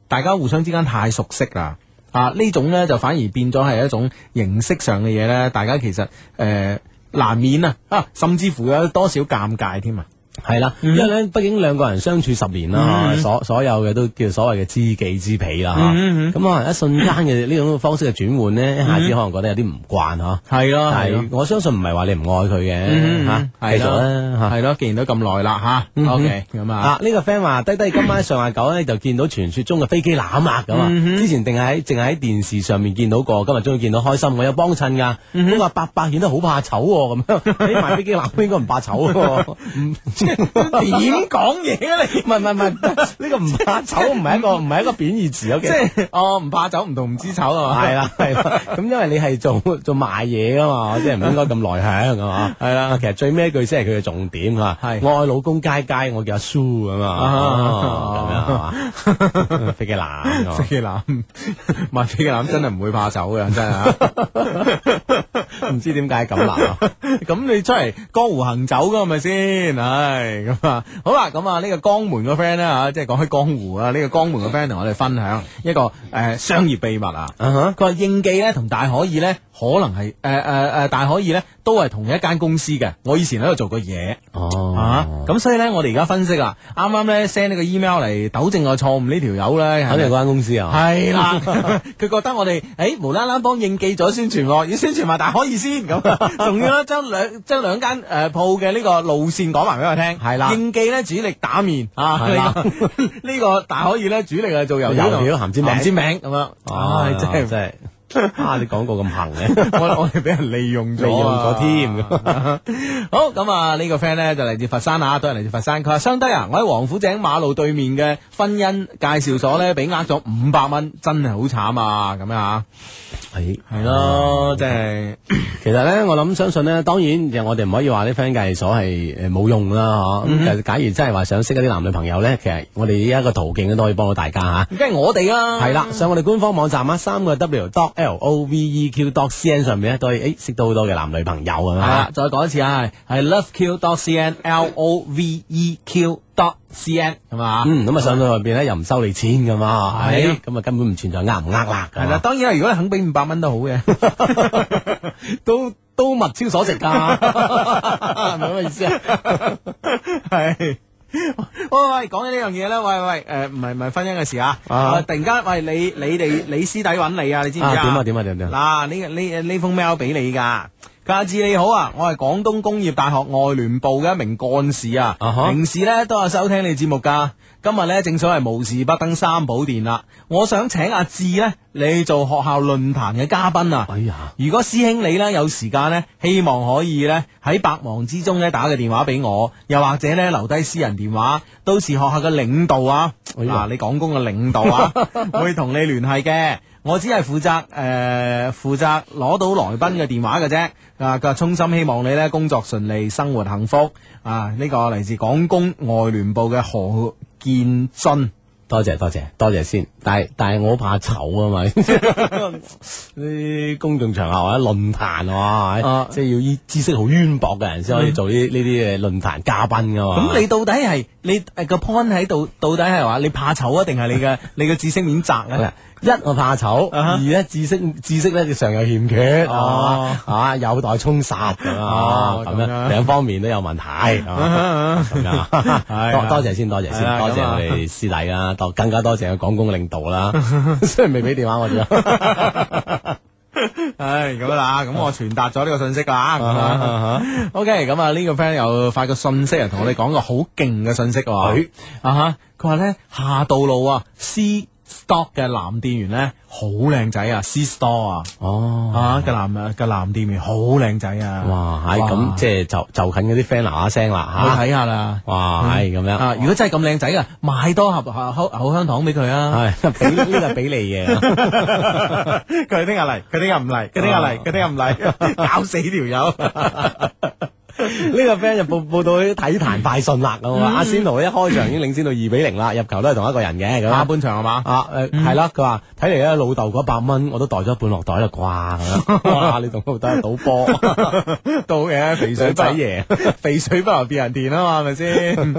Speaker 2: 大家互相之間太熟悉啦。啊，呢種呢，就反而變咗係一種形式上嘅嘢呢。大家其實誒、呃難免啊，啊，甚至乎有多少尷尬添啊。
Speaker 4: 系啦，因為咧，畢竟兩個人相處十年啦，所所有嘅都叫所謂嘅知己知彼啦，
Speaker 2: 嗯
Speaker 4: 嚇咁可能一瞬間嘅呢種方式嘅轉換咧，一下子可能覺得有啲唔慣嚇。
Speaker 2: 系咯
Speaker 4: 但嗯係我相信唔係話你唔愛佢嘅
Speaker 2: 嗯
Speaker 4: 嚇，
Speaker 2: 係
Speaker 4: 繼續啦嚇。
Speaker 2: 系咯，既然都咁耐啦
Speaker 4: 嗯
Speaker 2: 吓
Speaker 4: 哼
Speaker 2: ，OK 咁啊，
Speaker 4: 啊！呢、個 friend 話：低低今晚上下九咧就見到傳說中嘅飛機攬啦咁啊！
Speaker 2: 嗯
Speaker 4: 之前定係喺淨係喺電視上面見到過，今日終於見到開心，我有幫襯㗎。
Speaker 2: 嗯
Speaker 4: 不過伯伯顯得好怕醜喎，咁樣 俾埋飛機攬應該唔怕醜喎。嗯
Speaker 2: 點講嘢啊你？
Speaker 4: 唔係唔係唔係，呢個唔怕醜唔係一個唔係一個貶義詞，
Speaker 2: 即係我唔怕走唔同唔知醜啊嘛，
Speaker 4: 係啦係啦。咁因為你係做 做賣嘢噶嘛，即係唔應該咁內向噶嘛。係啦，其實最尾一句先係佢嘅重點嚇。
Speaker 2: 係
Speaker 4: 我愛老公佳佳，我叫阿蘇咁啊
Speaker 2: 啊
Speaker 4: 哦，咁樣係嘛？飛機男啊
Speaker 2: 飛機男，唔係飛機男真係唔會怕醜嘅，真係 啊。
Speaker 4: 唔知點解咁難啊？
Speaker 2: 咁你出嚟江湖行走噶係咪先？唉，咁啊，好啦，咁啊呢個江門個 friend 咧吓，即係講開江湖啊，呢個江門個 friend 同我哋分享一個誒、呃商業秘密啊。
Speaker 4: 啊哈
Speaker 2: 佢話應記咧同大可以咧，可能係誒誒誒大可以咧都係同一間公司嘅。我以前喺度做過嘢。啊
Speaker 4: 哦，，
Speaker 2: 咁所以咧，我哋而家分析啦，啱啱咧 send 呢個 email 嚟糾正我錯誤呢條友咧，
Speaker 4: 肯定嗰間公司啊。
Speaker 2: 系 啦， 佢覺得我哋诶無啦啦幫應記咗宣傳喎，要宣傳埋大可以先 咁，仲要咧將兩將兩間诶鋪嘅呢個路線講埋俾我聽。
Speaker 4: 係啦
Speaker 2: 應記咧主力打面啊，
Speaker 4: 係啦
Speaker 2: 呢個呢個大可以咧主力係做油條
Speaker 4: 油條鹹煎餅
Speaker 2: 鹹煎餅咁樣。
Speaker 4: 哦
Speaker 2: 唉，真係
Speaker 4: 真係。啊！你廣告咁行嘅，
Speaker 2: 我我哋俾人利用咗啊，
Speaker 4: 利用咗添
Speaker 2: 好咁啊，呢個 friend 咧就嚟自佛山啊，都係嚟自佛山。佢話：相低啊，我喺王府井馬路對面嘅婚姻介紹所咧，俾呃咗五百蚊，真係好慘啊！咁樣啊，
Speaker 4: 係
Speaker 2: 係咯，即係
Speaker 4: 其實咧，我諗相信咧，當然就我哋唔可以話呢 friend 計所係誒冇用啦，嗬、咁但係假如真係話想識一啲男女朋友咧，其實我哋呢一個途徑都可以幫到大家嚇。
Speaker 2: 梗係我哋啊啦，
Speaker 4: 係啦、上我哋官方網站啊，三個 W dot L O V E Q dot C N 上面咧，都可以誒識到好多嘅男女朋友咁
Speaker 2: 係啦
Speaker 4: 啊。，
Speaker 2: 再講一次啊，係 loveq.cn，l o v e q dot c n 係嘛？
Speaker 4: 嗯，咁啊上到入邊咧又唔收你錢咁啊，
Speaker 2: 係
Speaker 4: 係咁啊根本唔存在呃唔呃啦。
Speaker 2: 係啦，，當然啦，如果你肯俾五百蚊都好嘅，
Speaker 4: 都都物超所值㗎，係咪咁嘅意思啊？
Speaker 2: 系。喂喂，講起呢樣嘢咧，喂喂，诶，唔係唔係婚姻嘅事啊！
Speaker 4: 啊
Speaker 2: 啊突然間，喂你你哋你師弟揾你啊，你知唔知
Speaker 4: 啊點啊點啊點啊點
Speaker 2: 嗱，呢呢呢封 mail 俾你㗎。佢話志你好啊，我係廣東工業大學外聯部嘅一名幹事啊
Speaker 4: 啊哈
Speaker 2: 平時咧都有收聽你節目㗎。今日咧正所謂無事不登三寶殿啦，我想請阿志咧，你做學校論壇嘅嘉賓啊。
Speaker 4: 哎呀，
Speaker 2: 如果師兄你咧有時間咧，希望可以咧喺百忙之中咧打個電話俾我，又或者咧留低私人電話，到時學校嘅領導啊，
Speaker 4: 哎呀
Speaker 2: 嗱、你講工嘅領導 啊，會同你聯繫嘅。我只係負責誒負責攞到來賓嘅電話嘅啫。啊，佢話衷心希望你咧工作順利，生活幸福。啊，呢、個嚟自廣工外聯部嘅何建俊。
Speaker 4: 多謝多謝多謝先，但係但係我好怕醜啊嘛，啲公眾場合或者論壇
Speaker 2: 啊嗯
Speaker 4: 啊，即係要依知識好淵博嘅人先可以做呢呢啲嘅論壇嘉賓噶嘛。
Speaker 2: 咁你到底係你诶个 point 喺度，到底係話你怕醜啊，定係 你嘅你嘅知識面窄啊咧？
Speaker 4: 一我怕醜，
Speaker 2: 啊哈
Speaker 4: 二咧知識知識咧就尚有欠缺，係
Speaker 2: 哦
Speaker 4: 嘛啊有待充實咁啊
Speaker 2: 哦，
Speaker 4: 咁
Speaker 2: 咁
Speaker 4: 樣
Speaker 2: 樣啊
Speaker 4: 兩方面都有問題，係嘛咁樣
Speaker 2: 係
Speaker 4: 多多謝先，多謝
Speaker 2: 係
Speaker 4: 先，
Speaker 2: 啦
Speaker 4: 多
Speaker 2: 咁
Speaker 4: 謝
Speaker 2: 啊
Speaker 4: 我哋師弟啦，多更加多謝個廣工領導 啦，雖然未俾電話我哋啦。啊
Speaker 2: 唉，咁啦，啊咁我傳達咗呢個信息啦。咁
Speaker 4: 啊哈啊
Speaker 2: 啊，OK，咁啊呢個 friend 又發個信息啊，同我哋講個好勁嘅信息
Speaker 4: 哎
Speaker 2: 喎。啊哈，佢話咧下道路啊，C Stock 嘅男店員咧好靚仔啊，C Store 啊。
Speaker 4: 哦
Speaker 2: 啊！嘅男嘅男店員好靚仔啊！
Speaker 4: 哇，係咁即係就就近嗰啲 friend 嗱嗱聲啦
Speaker 2: 去
Speaker 4: 吓，
Speaker 2: 睇下啦。
Speaker 4: 哇，係咁
Speaker 2: 啊！
Speaker 4: 樣，
Speaker 2: 如果真係咁靚仔啊，買多盒口口香糖俾佢啊！
Speaker 4: 係 俾呢個俾你嘅，
Speaker 2: 佢聽日嚟，佢聽日唔嚟，佢聽日嚟，佢聽日唔嚟， 搞死條友。
Speaker 4: 呢個 friend 就報報到啲體壇快訊啦，
Speaker 2: 嗯
Speaker 4: 咁啊，阿仙奴一開場已經領先到二比零啦，入球都係同一個人嘅，咁
Speaker 2: 下
Speaker 4: 啊
Speaker 2: 半場係嘛？嗯
Speaker 4: 啊，誒係啦，佢話睇嚟咧老豆嗰一百蚊我都袋咗一半落袋啦啩，咁 樣哇，你同老豆賭波，
Speaker 2: 到嘅肥水不
Speaker 4: 仔
Speaker 2: 流，
Speaker 4: 爺
Speaker 2: 肥水不流別人田啊嘛，係咪先？ 嗯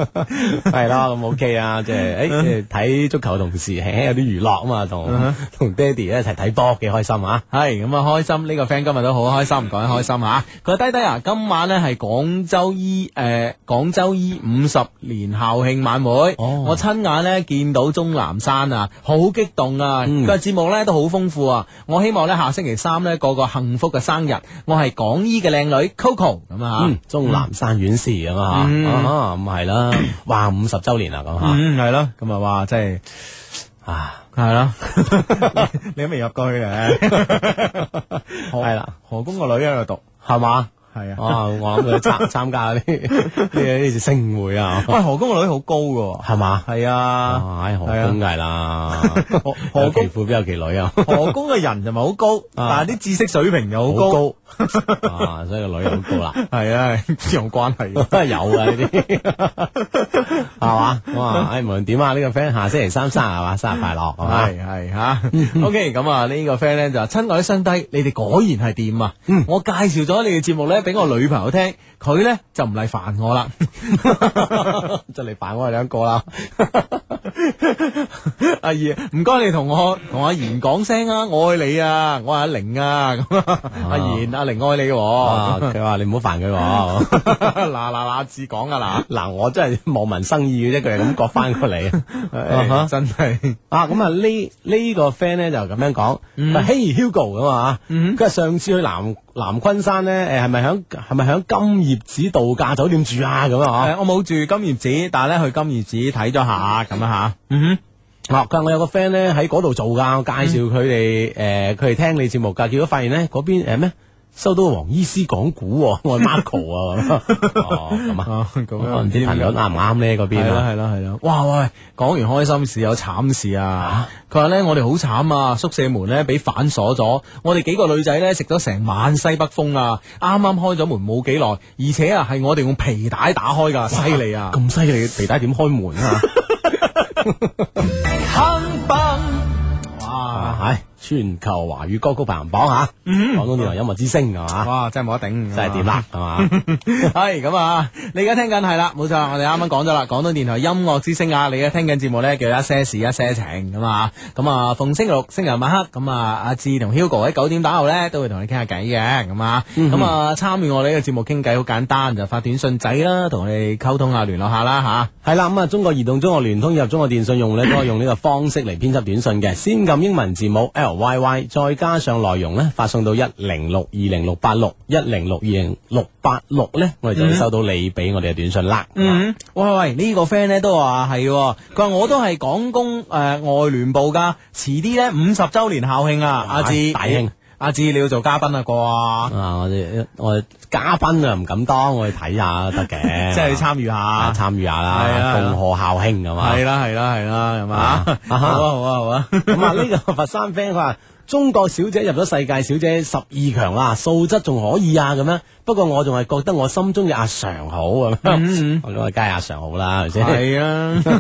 Speaker 4: 係啦，咁 OK 啊，即係誒即係睇足球同時輕輕有啲娛樂啊嘛，同同爹哋一齊睇波幾開心啊！
Speaker 2: 系咁啊，開心呢、個 friend 今日都好開心，講得開心吓。佢話低低啊，今晚呢係廣廣州醫誒廣州醫五十年校慶晚會，
Speaker 4: 哦
Speaker 2: 我親眼咧見到鍾南山啊，好激動啊！佢嘅節目咧都好豐富啊！我希望咧下星期三咧過個幸福嘅生日，我係港醫嘅靚女 Coco 咁啊！
Speaker 4: 嗯，鍾南山院士咁啊，
Speaker 2: 嗯
Speaker 4: 啊咁 係啦，哇五十周年啦咁吓，
Speaker 2: 嗯，係咯，咁啊哇，真係〜
Speaker 4: 啊
Speaker 2: 系啦， 你都未入過去 嘅，嗯
Speaker 4: 係啦，
Speaker 2: 何工個女喺度
Speaker 4: 係嘛，
Speaker 2: 讀，係啊，
Speaker 4: 啊我諗佢 參參加啲呢呢次盛會啊，
Speaker 2: 喂，何工個女好高噶，
Speaker 4: 係嘛，
Speaker 2: 係啊，
Speaker 4: 唉何
Speaker 2: 係啊
Speaker 4: 公梗係啦，
Speaker 2: 何
Speaker 4: 有
Speaker 2: 何
Speaker 4: 其
Speaker 2: 工
Speaker 4: 父必有其女啊，
Speaker 2: 何工嘅人就唔係好高，但係啲知識水平又好高，
Speaker 4: 好高啊，所以個女好高 啦。
Speaker 2: 係啊，有關係嘅。
Speaker 4: 有 啊呢啲， 係嘛？哇！唉，無論點啊，呢個 friend 下星期三生日係嘛？生日快樂係嘛？
Speaker 2: 系系吓，OK，咁 啊呢 個 friend 咧就話親愛的兄弟，你哋果然係掂啊！
Speaker 4: 嗯
Speaker 2: 我介紹咗你嘅節目咧俾我女朋友聽，佢咧就唔嚟煩我 啦。
Speaker 4: 就嚟扮我哋兩個啦。
Speaker 2: 阿姨，唔該你同我同阿賢講聲啊，我愛你啊，我係阿玲啊，咁啊阿賢阿玲愛你喎，
Speaker 4: 哦，
Speaker 2: 嗱
Speaker 4: 佢話你唔好煩佢
Speaker 2: 嗱
Speaker 4: 喎。
Speaker 2: 嗱至講啊
Speaker 4: 嗱，我真係望文生義嘅啫，佢係咁講翻 過嚟。
Speaker 2: 哎 嗱，真係
Speaker 4: 啊，咁啊呢呢個 friend 咧就咁樣講，
Speaker 2: 嗯
Speaker 4: 佢嘿 Hugo 咁啊，佢話上次去南南昆山咧，誒係咪響係咪響金葉子度假酒店住啊？咁啊
Speaker 2: 誒我冇住金葉子，但係咧去金葉子睇咗下咁啊吓，嗯
Speaker 4: 哦，佢話我有個 friend 咧喺嗰度做噶，我介紹佢哋
Speaker 2: 嗯
Speaker 4: 誒，佢哋聽你節目㗎，結果發現咧嗰邊誒咩收到個黃醫師講古喎，我 係 Marco 啊，咁哦咁
Speaker 2: 哼，
Speaker 4: 啊，
Speaker 2: 啊咁
Speaker 4: 我
Speaker 2: 樣
Speaker 4: 唔知頻率啱唔啱咧嗰邊
Speaker 2: 係啦
Speaker 4: 啊，
Speaker 2: 係啦係啦，哇喂，講完開心事有慘事啊！佢話咧我哋好慘啊，宿舍門咧俾反鎖咗，我哋幾個女仔咧食咗成晚西北風啊，啱啱開咗門冇幾耐，而且啊係我哋用皮帶打開噶，犀利啊！
Speaker 4: 咁犀利，皮帶點開門啊？
Speaker 2: 坑崩，
Speaker 4: 啊，
Speaker 2: 哇
Speaker 4: 係全球華語歌曲排行榜嚇，廣東電台音樂之聲係嘛，
Speaker 2: 嗯哇真係冇得頂，啊
Speaker 4: 真係啊掂啦係嘛。
Speaker 2: 系咁啊！你而家聽緊係啦，冇錯，我哋啱啱講咗啦，廣東電台音樂之聲啊！你而家聽緊節目咧叫一些事一些情咁啊，咁啊逢星期六、星期日晚黑咁啊，阿志同 Hugo 喺九點打後咧都會同你傾下偈嘅咁啊，
Speaker 4: 嗯
Speaker 2: 咁啊參與我哋呢個節目傾偈好簡單，就發短信仔啦，同我哋溝通下、聯絡下啦吓。
Speaker 4: 系啦，咁啊，中國移動、中國聯通以及中國電信用户咧，都可以用呢個方式嚟編輯短信 嘅。先撳英文字母 L Y Y，再加上內容咧，發送到一零六二零六八六一零六二零六八六咧，我哋就會收到你俾我哋嘅短信啦。
Speaker 2: 嗯，喂喂，呢、個 friend 咧都話係喎，佢話我都係港工誒、呃外聯部噶，遲啲咧五十週年校慶啊，阿志
Speaker 4: 大興。
Speaker 2: 阿志，你要做嘉賓啊啩，
Speaker 4: 啊，我哋我哋嘉賓啊唔敢當，我哋睇下都得 嘅，
Speaker 2: 即係參與
Speaker 4: 啊
Speaker 2: 下。
Speaker 4: 參與下
Speaker 2: 係
Speaker 4: 啦，
Speaker 2: 啊係啊
Speaker 4: 共賀校慶咁嘛。
Speaker 2: 係啦係啦係啦，係嘛？
Speaker 4: 啊
Speaker 2: 好啊好啊好啊！
Speaker 4: 咁啊，呢個佛山 friend 佢話中國小姐入咗世界小姐十二強啦，素質仲可以啊咁樣。不過我仲係覺得我心中嘅阿常好
Speaker 2: 啊
Speaker 4: 咁樣， 我梗係阿常好啦，係咪先？
Speaker 2: 嗯係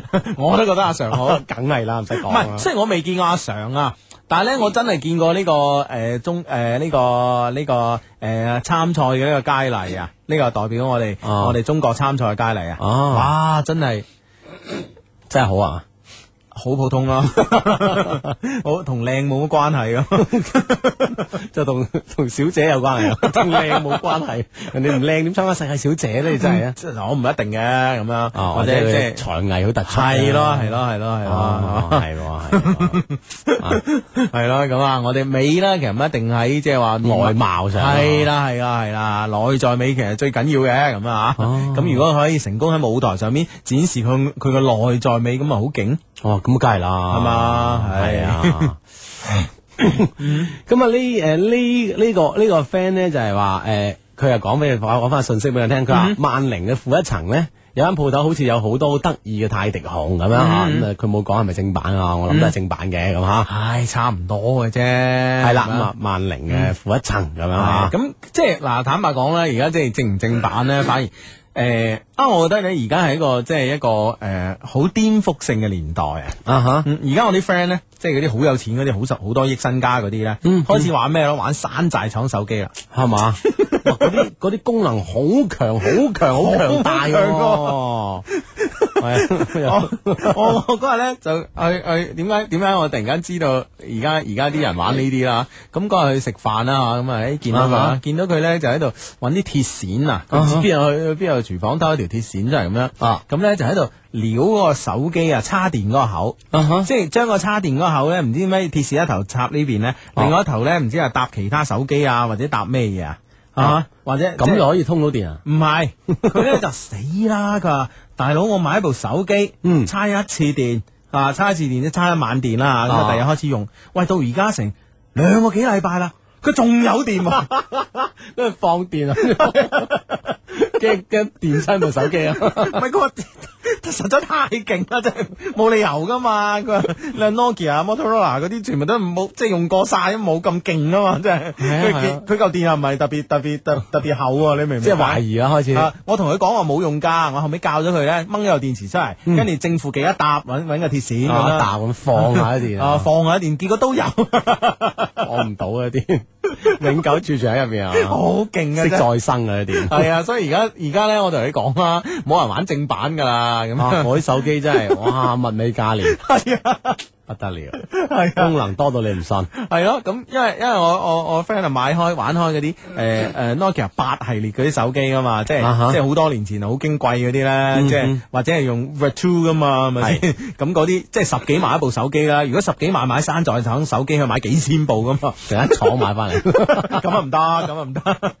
Speaker 2: 啊，我都覺得阿常好。
Speaker 4: 梗係啦，唔使
Speaker 2: 唔
Speaker 4: 講啊啦
Speaker 2: 係，。雖然我未見過阿常啊，但係咧我真係見過呢、個呃中诶呢、個呢、個诶参赛嘅呢個佳麗啊，呢、個代表我哋、
Speaker 4: 哦
Speaker 2: 我哋中國參賽嘅佳麗啊，
Speaker 4: 哦
Speaker 2: 哇真係
Speaker 4: 真係好啊！
Speaker 2: 好普 通啦，好同靚冇乜關係咯。
Speaker 4: 啊 就同同小姐有關係啊，同靚冇關係。人哋唔靚點參加世界小姐 咧？你真係啊！
Speaker 2: 即係我唔一定嘅咁樣，
Speaker 4: 啊，
Speaker 2: 嗯或
Speaker 4: 或者
Speaker 2: 者即
Speaker 4: 佢
Speaker 2: 係
Speaker 4: 才藝好突出啊。
Speaker 2: 係咯係咯係咯係
Speaker 4: 哦，
Speaker 2: 咯。
Speaker 4: 係喎係喎，
Speaker 2: 系咯，咁啊，我哋美啦，其實唔一定喺即係話
Speaker 4: 啊外貌上
Speaker 2: 嗯係啦，係啦，係啦，內在美其實最緊要嘅咁啊，
Speaker 4: 哦
Speaker 2: 咁如果可以成功喺舞台上面展示佢佢個內在美，咁啊好勁，
Speaker 4: 哦，咁梗係啦，
Speaker 2: 係嘛
Speaker 4: 係啊。 咁啊呢誒呢呢個呢個 friend 咧就係話誒，佢又講俾你講講翻信息俾我聽，佢話
Speaker 2: 嗯
Speaker 4: 萬寧嘅負一層咧。有間鋪頭好似有好多好得意嘅泰迪熊咁樣
Speaker 2: 嗯
Speaker 4: 嚇，咁啊佢冇講係咪正版啊？我諗都係正版嘅咁嚇，
Speaker 2: 唉，差唔多嘅啫，
Speaker 4: 係
Speaker 2: 係
Speaker 4: 啦咁啊萬寧嘅負一層咁樣嚇，
Speaker 2: 咁即嗯係嗱，坦白講咧，而家即係正唔正版
Speaker 4: 嗯
Speaker 2: 咧，反而。誒啊、我覺得咧，而家係一個即係一個誒好、顛覆性嘅年代啊！
Speaker 4: 啊嚇
Speaker 2: 嗯，而家我啲 friend 咧，即係嗰啲好有錢嗰啲，好十好多億身家嗰啲咧，開始玩咩咯？玩山寨廠手機啦。
Speaker 4: 嗯係嘛？ 哇嗰啲嗰啲功能好強好強好強大
Speaker 2: 好強
Speaker 4: 喎，係啊
Speaker 2: 我我我嗰日咧就去去點解點解我突然間知道而家而家啲人玩呢啲啦？咁嗰日去食飯啦，咁啊誒見到佢
Speaker 4: 啊
Speaker 2: 啦，見到佢咧就喺度揾啲鐵線啊，佢唔知邊度去邊度廚房偷一條鐵線出嚟咁樣
Speaker 4: 啊，
Speaker 2: 咁咧就喺度撩嗰個手機啊叉電嗰個口，
Speaker 4: 啊
Speaker 2: 即係將個叉電嗰個口咧唔知點解鐵線一頭插呢邊咧，另外一頭咧唔知係搭其他手機啊或者搭咩嘢啊，啊
Speaker 4: 啊
Speaker 2: 或者即
Speaker 4: 咁
Speaker 2: 係
Speaker 4: 就可以通到電啊？
Speaker 2: 唔 係，佢咧就死啦！佢話：大佬，我買一部手機，
Speaker 4: 嗯
Speaker 2: 差一次電啊，差一次電即差一晚電啦，咁啊，
Speaker 4: 啊
Speaker 2: 第日開始用。喂，到而家成兩個幾禮拜啦，佢仲有電喎。
Speaker 4: 因為放電啊， 驚驚電親部手機啊！
Speaker 2: 唔係佢話實在太勁啦，真係冇理由噶嘛。佢話你話 Nokia、Motorola 嗰啲全部都冇，即係用過晒，冇咁勁啊嘛，真係。
Speaker 4: 係啊係
Speaker 2: 佢
Speaker 4: 啊
Speaker 2: 佢嚿電又唔係特別特別特特別厚喎，你明唔明？
Speaker 4: 即係懷疑啦，開始。
Speaker 2: 啊！我同佢講我冇用㗎，我後尾教咗佢咧，掹咗個電池出嚟，跟住正負極一搭，揾揾個鐵線咁
Speaker 4: 嗯啊！
Speaker 2: 樣
Speaker 4: 搭咁放下一啲
Speaker 2: 啊，放下電，結果 都有，好
Speaker 4: 放唔到啊啲，永久住住喺入 面啊，
Speaker 2: 勁啊！
Speaker 4: 識
Speaker 2: 真係
Speaker 4: 再生啊啲。
Speaker 2: 係啊，所以而家而家咧，我同你講啦，冇人玩正版㗎啦，咁
Speaker 4: 啊！
Speaker 2: 啊
Speaker 4: 我啲手機真 係哇，物美價廉，
Speaker 2: 係啊，
Speaker 4: 不得了，
Speaker 2: 係啊。
Speaker 4: 功能多到你唔信。
Speaker 2: 係咯，咁因為因為我我我 friend 啊買開玩開嗰啲誒誒 Nokia 八系列嗰啲手機噶嘛，即係、
Speaker 4: 啊哈嗯
Speaker 2: 即係好多年前好矜貴嗰啲咧，即係或者係用 Vertu 噶嘛，係咪先？ 咁嗰啲即係十幾萬一部手機啦，如果十幾萬買山寨廠手機去買幾千部噶嘛，
Speaker 4: 成一廠買 翻嚟，
Speaker 2: 咁啊唔得，咁啊唔得。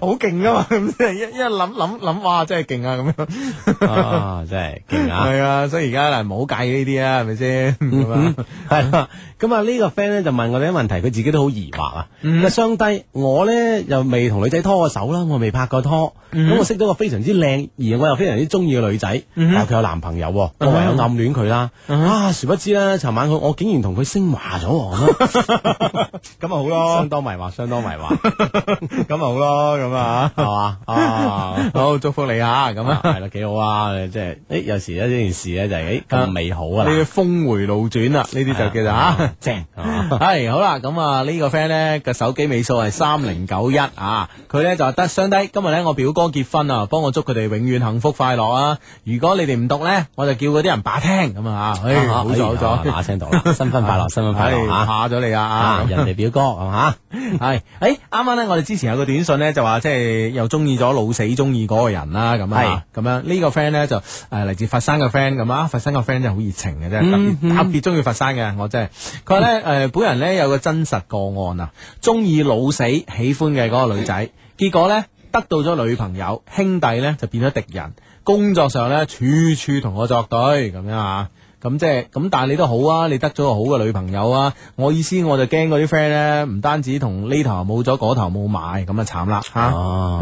Speaker 2: 好勁噶嘛，咁即係一一諗諗諗，哇，真係勁啊咁樣，
Speaker 4: 啊，真係勁啊！嗯
Speaker 2: 係啊，所以而家嗱，唔好計呢啲啊，係咪先？咁啊
Speaker 4: 系啦，咁啊呢個 friend 咧就問我哋啲問題，佢自己都好疑惑啊。佢相低，我咧又未同女仔拖過手啦，我未拍過拖，咁我識到個非常之靚，而我又非常之中意嘅女仔，但係佢有男朋友喎，我唯有暗戀佢啦。啊，殊不知啦，尋晚佢我竟然同佢升華咗我啦，
Speaker 2: 咁啊好咯
Speaker 4: 相，當迷惑，相當迷惑，
Speaker 2: 咁啊好咯，咁啊。
Speaker 4: 係嘛 啊。
Speaker 2: 好，祝福你啊！咁啊，
Speaker 4: 系啦，幾好啊！即係，诶，有時咧呢件事咧就係，诶
Speaker 2: 啊
Speaker 4: 咁美好啊
Speaker 2: 呢，啲峰回路轉啦，呢啲就叫做啊。
Speaker 4: 正，
Speaker 2: 系好啦，咁啊呢個 friend 咧嘅手機尾數係三零九一啊，佢咧就話得相低，今日咧我表哥結婚啊，幫我祝佢哋永遠幸福快樂啊！如果你哋唔讀咧，我就叫嗰啲人霸聽咁啊，唉，好咗好
Speaker 4: 咗，
Speaker 2: 咗，
Speaker 4: 嗱聲到啦，新婚 快樂，新婚快樂啊！
Speaker 2: 吓咗你啦
Speaker 4: 啊
Speaker 2: 啊！！
Speaker 4: 人哋表哥係嘛？
Speaker 2: 系，诶，啱啱咧，我哋之前有個短信咧，就話即係又中意咗老死中意嗰個人啦，咁啊，咁樣呢個 friend 咧就诶嚟自佛山嘅 friend 咁啊，佛山個 friend 就好熱情嘅啫，特別特別中意佛山嘅，我真係。佢話咧诶，誒本人咧有個真實個案啊，中意老死喜歡嘅嗰個女仔，結果咧得到咗女朋友，兄弟咧就變咗敵人，工作上咧處處同我作對咁樣啊。咁即係咁，但係你都好啊，你得咗個好嘅女朋友啊。我意思我就驚嗰啲 friend 咧，唔單止同呢頭冇咗，嗰頭冇買，咁啊慘啦吓。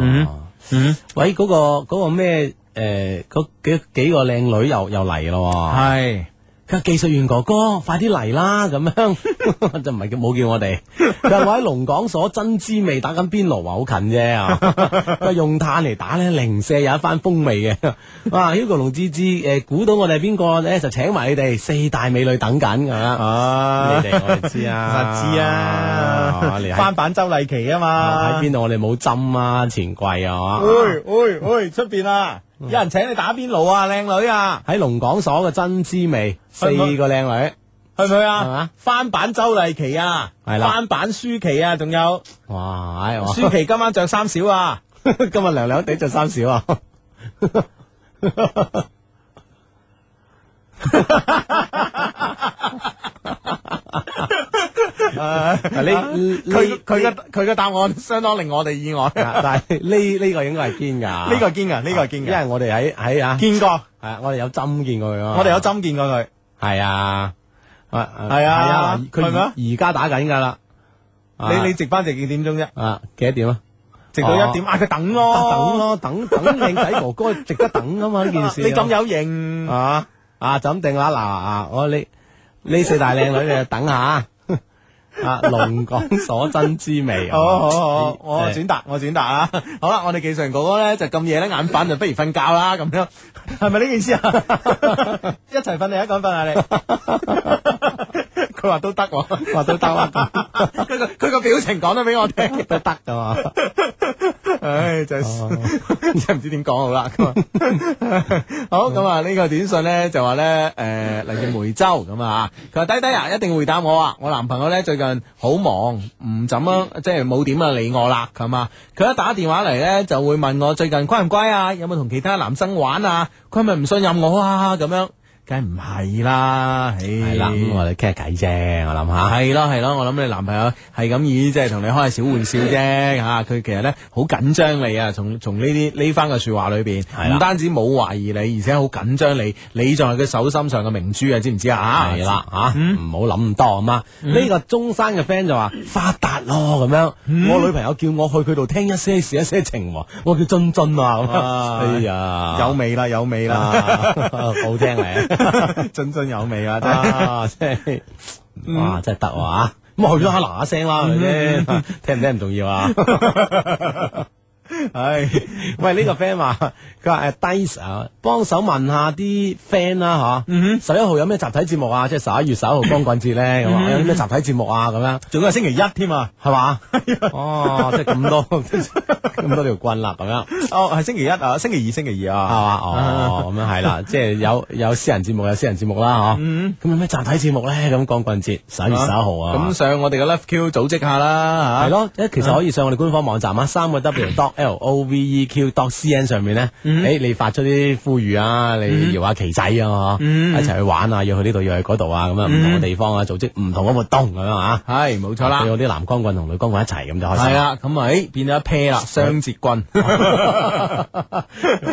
Speaker 2: 嗯
Speaker 4: 哦，
Speaker 2: 嗯，
Speaker 4: 喂，嗰個嗰個咩誒嗰幾幾個靚女又又嚟咯
Speaker 2: 係
Speaker 4: 喎！佢話技術員哥哥，快啲嚟啦！咁樣 就唔係叫冇叫我哋。佢話我喺龍港所真滋味打緊邊爐啊，好近啫啊！佢話用炭嚟打咧，零舍有一番風味嘅。哇！Hugo 龍芝芝誒估到我哋係邊個咧，就請埋你哋四大美女等緊咁樣。
Speaker 2: 啊
Speaker 4: 你哋我哋知啊，
Speaker 2: 實知
Speaker 4: 啊
Speaker 2: 啊
Speaker 4: 你，喺哦
Speaker 2: 翻版周麗琪啊嘛
Speaker 4: 喺。邊度我哋冇針啊，錢櫃啊。
Speaker 2: 喂喂喂，出邊啊，有人請你打邊爐啊，靚女啊，
Speaker 4: 喺龍港所嘅真滋味，四
Speaker 2: 係咪
Speaker 4: 個靚女，
Speaker 2: 去唔去
Speaker 4: 係嘛
Speaker 2: 啊？翻版周麗琪啊，
Speaker 4: 係啦哦
Speaker 2: 翻版舒淇啊，仲有
Speaker 4: 哇！唉哇
Speaker 2: 舒淇今晚着衫少啊。
Speaker 4: 今日涼涼地着衫 少啊，嗱呢
Speaker 2: 啊佢
Speaker 4: 呢
Speaker 2: 佢嘅佢嘅答案相當令我哋意外，呢
Speaker 4: 啊 但係呢呢個應該係堅㗎，
Speaker 2: 個堅啊，呢個堅
Speaker 4: 因
Speaker 2: 嘅。
Speaker 4: 為我哋喺喺啊，
Speaker 2: 見過，
Speaker 4: 係啊我哋有針見過佢啊，
Speaker 2: 我哋有針見過佢，
Speaker 4: 係啊，係啊
Speaker 2: 係啊
Speaker 4: 嗱
Speaker 2: 係
Speaker 4: 佢而家打緊㗎啦，啊
Speaker 2: 你你值班值幾點鐘啫？
Speaker 4: 啊幾多點啊？
Speaker 2: 直到
Speaker 4: 哦
Speaker 2: 一點，嗌啊佢等咯，
Speaker 4: 等咯，等等靚仔哥哥值得等㗎嘛呢件
Speaker 2: 啊。
Speaker 4: 事，
Speaker 2: 你咁有型，
Speaker 4: 啊啊就咁定啦嗱啊我呢呢四大靚女你就等下啊啊龍港所真滋味啊
Speaker 2: 哦好好好，我
Speaker 4: 即係
Speaker 2: 轉達，我轉達啊！ 好啦，我哋技術員哥哥咧就咁夜咧眼瞓，就不如瞓覺啦，咁樣 係咪呢件事啊？ 一齊瞓你一個人瞓啊你？ 佢話都得 喎，話都得啦。佢個佢個表情講得俾我聽，
Speaker 4: 都得噶嘛，
Speaker 2: 唉，真
Speaker 4: 哦
Speaker 2: 系真系唔知點講好啦。咁啊 好咁啊，呢個短信咧就話咧，诶嚟自梅州咁啊，佢話低低啊，一定回答我啊！我男朋友咧最近好忙，唔怎樣
Speaker 4: 嗯
Speaker 2: 即係冇點啊理我啦，咁啊，佢一打電話嚟咧就會問我最近乖唔乖啊，有冇同其他男生玩啊？佢係咪唔信任我啊？咁樣梗係唔係啦，
Speaker 4: 系
Speaker 2: 系
Speaker 4: 啦，咁啊我哋傾下偈啫，我諗下。
Speaker 2: 系咯系咯，我諗你男朋友係咁以即係同你開下小玩笑
Speaker 4: 嗯
Speaker 2: 啫吓，啊佢、其實咧好緊張你啊，從從呢啲呢番嘅说話裏边，
Speaker 4: 係啦
Speaker 2: 唔單止冇懷疑你，而且好緊張你，你仲係佢手心上嘅明珠啊，知唔知啊？嗯
Speaker 4: 係啦，吓唔好諗咁多啊嘛。呢 個中山嘅 friend 就話發達咯咁樣，
Speaker 2: 嗯
Speaker 4: 我女朋友叫我去佢度聽一些事一些情喎，我叫津津啊咁樣。
Speaker 2: 啊
Speaker 4: 哎呀，
Speaker 2: 有味啦，有味啦，
Speaker 4: 啊， 好聽啊嚟
Speaker 2: 津津有味啦，真係
Speaker 4: 啊，真係哇，真係得喎嚇咁去咗下嗱嗱聲
Speaker 2: 嗯
Speaker 4: 啦，係咪先？聽唔聽唔重要啊。 唉，喂，呢、個 friend 話佢話诶 Dice 啊，幫手問下啲 friend 啦
Speaker 2: 嗯
Speaker 4: 吓，十一號有咩集體節目啊？即係十一月十一號光棍節咧，咁啊有啲咩集體節目啊？咁樣
Speaker 2: 嗯仲有星期一添啊！
Speaker 4: 係嘛？哦，即係咁 多咁多條棍啦，咁樣係
Speaker 2: 哦，係星期一啊，星期二，星期二啊。
Speaker 4: 嘛？哦，咁樣係啦，即係有有私人節目有私人節目啦，嗬。咁有咩集體節目咧？咁光棍節十一月十一號啊。
Speaker 2: 嗯咁上我哋嘅 Love Q 組織下啦，
Speaker 4: 系
Speaker 2: 嚇
Speaker 4: 咯，誒其實可以上我哋官方網
Speaker 2: 嗯
Speaker 4: 站啊，三個 W dot L O V E Q dot C N 上面咧，
Speaker 2: 嗯
Speaker 4: 誒你發出啲呼籲啊，你搖下旗仔啊，
Speaker 2: 嗯
Speaker 4: 嗬一齊去玩啊，要去呢度，要去嗰度啊，咁啊，唔同嘅地方啊，組織唔同嘅活動咁樣啊，
Speaker 2: 係冇錯啦
Speaker 4: 對，我啲男光棍同女光棍一齊咁就開心。
Speaker 2: 係，啦，咁啊，誒變咗一 pair 啦，雙節棍。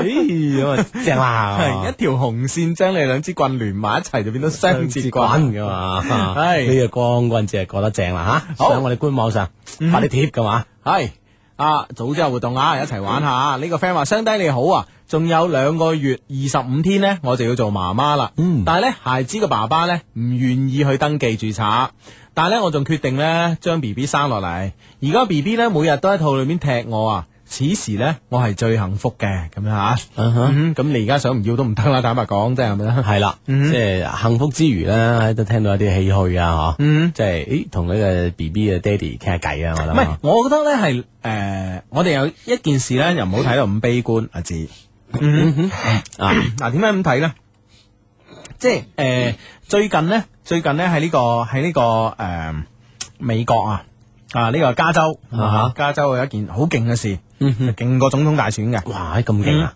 Speaker 4: 咦咁啊 正啦，
Speaker 2: 系一條紅線將你兩支棍連埋一齊就變咗雙節
Speaker 4: 滾
Speaker 2: 棍。
Speaker 4: 噶嘛，
Speaker 2: 係
Speaker 4: 啊呢個光棍節係過得正啦吓，
Speaker 2: 好嗯
Speaker 4: 上我哋官網上發啲貼噶嘛。
Speaker 2: 係啊，組織活動啊，一齊玩下啊。呢、個 friend 話：相低你好啊，仲有兩個月二十五天呢，我就要做媽媽啦。
Speaker 4: 嗯
Speaker 2: 但係呢，孩子嘅爸爸呢，唔願意去登記註冊。但係呢，我仲決定呢，將 B B 生落嚟。而家 B B 呢，每日都喺肚裏面踢我啊。此時呢，我係最幸福嘅咁樣吓。
Speaker 4: 嗯哼
Speaker 2: 嗯咁你而家想唔要都唔得啦，坦白講，真係咪啊？
Speaker 4: 系啦，
Speaker 2: 嗯
Speaker 4: 即系幸福之餘咧，喺度聽到一啲唏噓啊，
Speaker 2: 嗯
Speaker 4: 嗬，即係咦，同呢個 B B 嘅爹哋傾下偈啊，我
Speaker 2: 唔係
Speaker 4: 諗，
Speaker 2: 我覺得咧係誒，我哋有一件事咧，又唔好睇到咁悲觀，阿志。嗯
Speaker 4: 啊，
Speaker 2: 嗱，點解咁睇咧？即係誒、呃最近呢，最近呢，喺呢、個喺呢、個誒、呃美國啊啊呢、個加州
Speaker 4: 啊哈
Speaker 2: 加州有一件好勁嘅事，
Speaker 4: 嗯哼
Speaker 2: 勁過總統大選嘅，
Speaker 4: 哇，咁勁啊，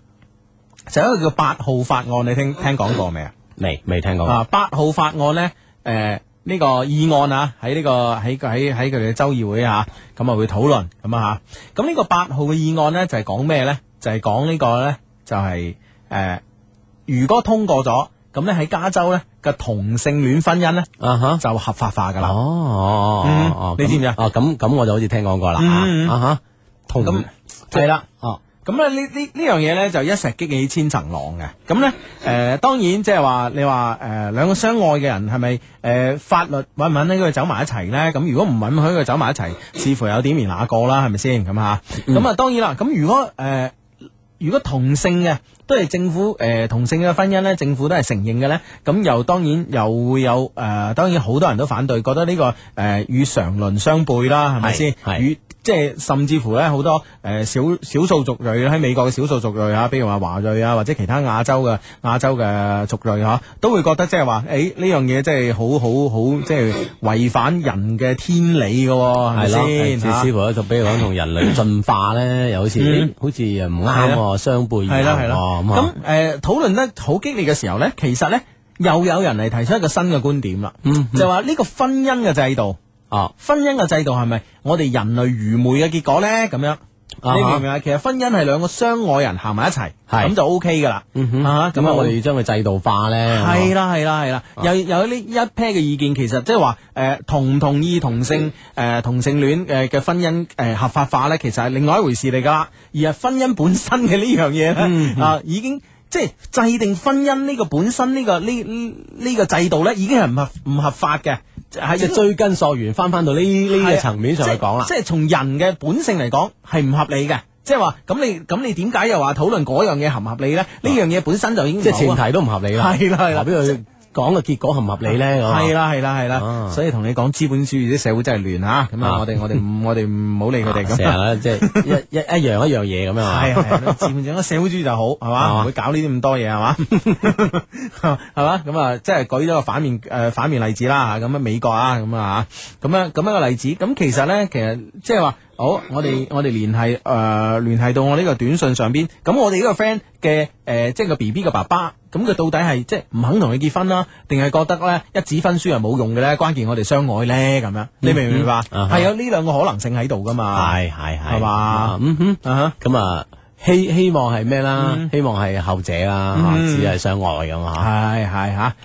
Speaker 2: 就係一個叫八號法案，你聽聽講過未啊？
Speaker 4: 未未聽過，
Speaker 2: 啊，八號法案呢，誒、呢、個議案啊，喺呢、個喺個喺喺佢哋嘅州議會啊，咁啊會討論咁啊嚇。咁呢個八號嘅議案呢，就係講咩呢？就係講呢個呢，就係、誒、如果通過咗，咁呢喺加州呢嘅同性戀婚姻呢，
Speaker 4: 啊哈，
Speaker 2: 就合法化㗎
Speaker 4: 哦
Speaker 2: 啦。
Speaker 4: 哦
Speaker 2: 嗯
Speaker 4: 哦哦，
Speaker 2: 你知唔知啊
Speaker 4: 哦，咁咁我就好似聽講過啦，
Speaker 2: 嗯嗯
Speaker 4: 啊啊哈，同
Speaker 2: 咁係啦。
Speaker 4: 哦，
Speaker 2: 咁咧呢呢呢樣嘢咧就一石激起千層浪嘅。咁咧誒當然即係話你話誒兩個相愛嘅人係咪誒法律允唔允許佢走埋一齊咧？咁如果唔允許佢走埋一齊，似乎有點面那個啦，係咪先咁嚇？咁啊當然啦。咁如果誒、呃如果同性嘅都係政府誒、呃同性嘅婚姻咧，政府都係承認嘅咧，咁又當然又會有誒、呃，當然好多人都反對，覺得呢、個誒、呃、與常倫相悖啦，係咪先？
Speaker 4: 係
Speaker 2: 與即係甚至乎咧好多誒、呃少少數族裔喺美國嘅少數族裔啊，比如話華裔啊，或者其他亞洲嘅亞洲嘅族裔嚇、啊都會覺得即係話誒呢樣嘢即係好好好即係違反人嘅天理嘅喎、係咪
Speaker 4: 係咯，
Speaker 2: 先
Speaker 4: 誒
Speaker 2: 啊
Speaker 4: 至
Speaker 2: 嚇
Speaker 4: 少乎就比如講同人類進化咧，又好似
Speaker 2: 嗯
Speaker 4: 咦好似又唔啱
Speaker 2: 係
Speaker 4: 喎，相背而
Speaker 2: 系啦系
Speaker 4: 行
Speaker 2: 啦，
Speaker 4: 喎咁
Speaker 2: 咁
Speaker 4: 啊，
Speaker 2: 诶讨论得好激烈嘅時候呢，其實呢，又有人嚟提出一個新嘅觀點啦，
Speaker 4: 嗯
Speaker 2: 就話呢個婚姻嘅制度，
Speaker 4: 哦，
Speaker 2: 婚姻嘅制度係咪我哋人類愚昧嘅結果呢？咁樣
Speaker 4: 啊哈
Speaker 2: 你明唔明啊？其實婚姻係兩個相愛人行埋一齊，
Speaker 4: 係
Speaker 2: 咁就 O K 噶啦，
Speaker 4: 嗯哼
Speaker 2: 啊
Speaker 4: 咁
Speaker 2: 咁啊
Speaker 4: 啊，我哋將佢制度化咧，
Speaker 2: 系啦系啦系啦，
Speaker 4: 啊
Speaker 2: 有有呢一 pair 嘅意見，其實即係話诶同唔同意同性诶、呃同性戀诶嘅婚姻诶、呃合法化咧，其實係另外一回事嚟噶啦，而係婚姻本身嘅呢樣嘢咧
Speaker 4: 嗯
Speaker 2: 啊已經。即係制定婚姻呢個本身呢、個呢呢呢個制度咧，已經係唔合唔合法嘅，係
Speaker 4: 即係追根溯源，翻翻到呢呢
Speaker 2: 係啊
Speaker 4: 個層面上去講啦
Speaker 2: 即。係從人嘅本性嚟講係唔合理嘅。即係話咁你咁你點解又話討論嗰樣嘢合唔合理咧？呢樣嘢本身就已經
Speaker 4: 即係
Speaker 2: 唔好啊
Speaker 4: 前提都唔合理啦。
Speaker 2: 係啦係啦
Speaker 4: 話俾佢講嘅結果合唔合理咧？咁啊
Speaker 2: 系啦系啦系啦，
Speaker 4: 啊
Speaker 2: 所以同你講資本主義啲社會真係亂吓，咁啊
Speaker 4: 啊
Speaker 2: 我哋我哋 唔我哋唔好理佢哋咁。啊
Speaker 4: 成日咧啊即係 一一一樣一樣嘢咁樣啊
Speaker 2: 系系，自滿咗社會主義就好，係
Speaker 4: 係
Speaker 2: 嘛，
Speaker 4: 嘛
Speaker 2: 唔會搞呢啲咁多嘢，係嘛， 係嘛，咁啊，即係舉咗個反面诶反面例子啦，咁啊美國啊，咁啊吓，咁啊咁一個例子，咁其實咧，其實即係話，好，我哋
Speaker 4: 嗯
Speaker 2: 我哋聯繫诶联系到我呢個短信上邊，咁我哋呢個 friend 嘅诶即係個 B B 嘅爸爸。咁佢到底係即係唔肯同佢結婚啦，定係覺得咧一紙婚書係冇用嘅咧？關鍵我哋相愛咧
Speaker 4: 嗯
Speaker 2: 咁樣，你明唔明白？係、
Speaker 4: 嗯啊哈
Speaker 2: 有呢兩個可能性喺度噶嘛？
Speaker 4: 係係係
Speaker 2: 係嘛
Speaker 4: 嗯哼。
Speaker 2: 啊哈
Speaker 4: 咁啊，希希望係咩啦
Speaker 2: 嗯？
Speaker 4: 啊希望係後者啦，
Speaker 2: 嗯
Speaker 4: 啊只係相愛咁啊
Speaker 2: 系系吓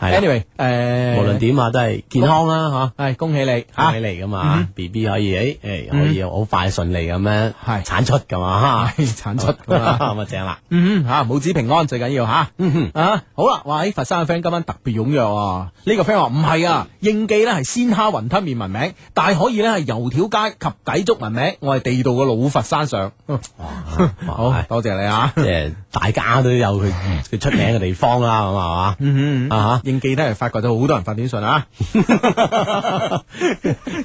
Speaker 4: 係啦
Speaker 2: ，anyway，
Speaker 4: 吓。
Speaker 2: 诶，
Speaker 4: 無論點啊，都係健康啦
Speaker 2: 係，系恭喜你
Speaker 4: 吓，
Speaker 2: 吓
Speaker 4: 恭喜，你咁
Speaker 2: 嗯
Speaker 4: 啊，B B 可以诶诶可以好快順利咁樣
Speaker 2: 係
Speaker 4: 產出咁啊，
Speaker 2: 係 產出
Speaker 4: 嚇咁啊正啦，
Speaker 2: 嗯吓，母子平安最緊要吓。
Speaker 4: 嗯
Speaker 2: 啊，好啦，哇！喺佛山嘅 friend 今晚特別踴躍啊！呢、個 friend 話唔係啊，應記咧係鮮蝦雲吞麵文名，但係可以咧係油條街及底粥文名，我係地道嘅老佛山上。
Speaker 4: 哼，
Speaker 2: 好
Speaker 4: 好，哦係
Speaker 2: 多謝你啊！
Speaker 4: 即係嗯大家都有佢佢出名嘅地方啦，咁啊係嘛。
Speaker 2: 嗯
Speaker 4: 啊
Speaker 2: 應記都係發覺咗好多人發短信啊！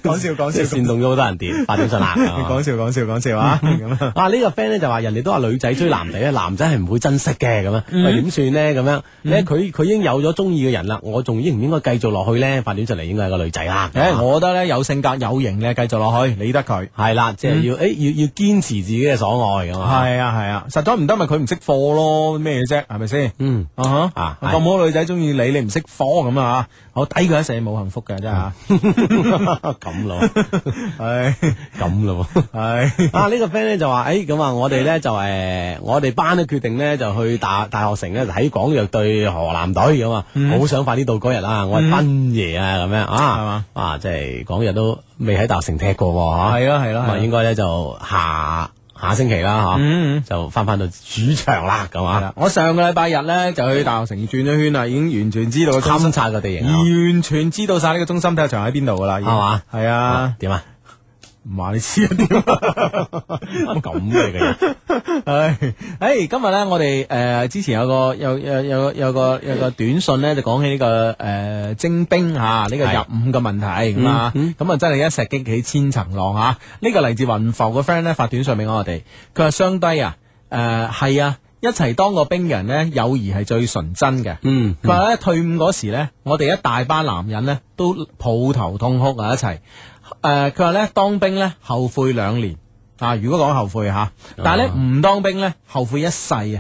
Speaker 2: 講笑講
Speaker 4: 即係
Speaker 2: 笑
Speaker 4: 煽動咗好多人點發短信啦。係 嘛
Speaker 2: 講笑講笑講笑啊！咁啊，
Speaker 4: 啊呢、個 friend 咧就話人哋都話女仔追男仔咧，男仔係唔會珍惜嘅咁樣，
Speaker 2: 嗯
Speaker 4: 喂點算咧咁樣？咧佢佢已經有咗中意嘅人啦，我仲應唔應該繼續落去咧？發短信嚟應該係個女仔啦。啊
Speaker 2: 誒、我覺得咧有性格有型咧，繼續落去，理嗯得佢。
Speaker 4: 係啦，即係要诶要要堅持自己嘅所愛咁啊。
Speaker 2: 系啊系啊，實在唔得咪佢唔識貨咯，咩啫，係咪先？
Speaker 4: 嗯。
Speaker 2: 啊哈
Speaker 4: 啊係
Speaker 2: 咁好女仔中意你，你唔識貨咁啊，我抵佢一世冇幸福嘅真係啊，
Speaker 4: 咁咯，嗯
Speaker 2: 係
Speaker 4: 咁咯喎。
Speaker 2: 係
Speaker 4: 啊！呢、個 friend 咧就話，诶咁啊，我哋咧就诶、我哋班咧決定咧就去大大學城咧睇廣藥對河南隊咁啊，好、想快啲到嗰日啊！我係奔爺啊咁樣啊，
Speaker 2: 嗯係嘛
Speaker 4: 啊，即係廣藥都未喺大學城踢過喎、啊，
Speaker 2: 係啦係啦
Speaker 4: 咁啊，
Speaker 2: 係
Speaker 4: 應該咧就下下星期啦吓，
Speaker 2: 嗯嗯
Speaker 4: 就翻翻到主場啦咁
Speaker 2: 係
Speaker 4: 啊
Speaker 2: 啦，，我上個禮拜日咧就去大學城轉咗圈啊啦，已經完全知道個中
Speaker 4: 勘
Speaker 2: 心，
Speaker 4: 察個地形啊
Speaker 2: 完全知道晒呢個中心體育場喺邊度噶啦，已經
Speaker 4: 係嘛？
Speaker 2: 係
Speaker 4: 啊
Speaker 2: 啊，，
Speaker 4: 點啊？
Speaker 2: 唔話你知啊點啊？
Speaker 4: 咁嘅人
Speaker 2: 唉，唉，今日咧，我哋诶、呃之前有個有有有有個有個短信咧，就講起呢、個个呃征兵吓呢、個
Speaker 4: 係
Speaker 2: 入伍嘅問題咁啊，咁啊、
Speaker 4: 嗯
Speaker 2: 真係一石激起千層浪吓。啊呢、個嚟自雲浮嘅 friend 咧發短信俾我哋，佢話雙低啊，诶、係啊，一齊當過兵嘅人咧，友誼係最純真嘅。
Speaker 4: 嗯，
Speaker 2: 佢話咧退伍嗰時咧，我哋一大班男人咧都抱頭痛哭啊一齊。誒、佢話咧當兵咧後悔兩年啊，如果講後悔嚇，但係咧
Speaker 4: 啊
Speaker 2: 唔當兵咧後悔一世啊！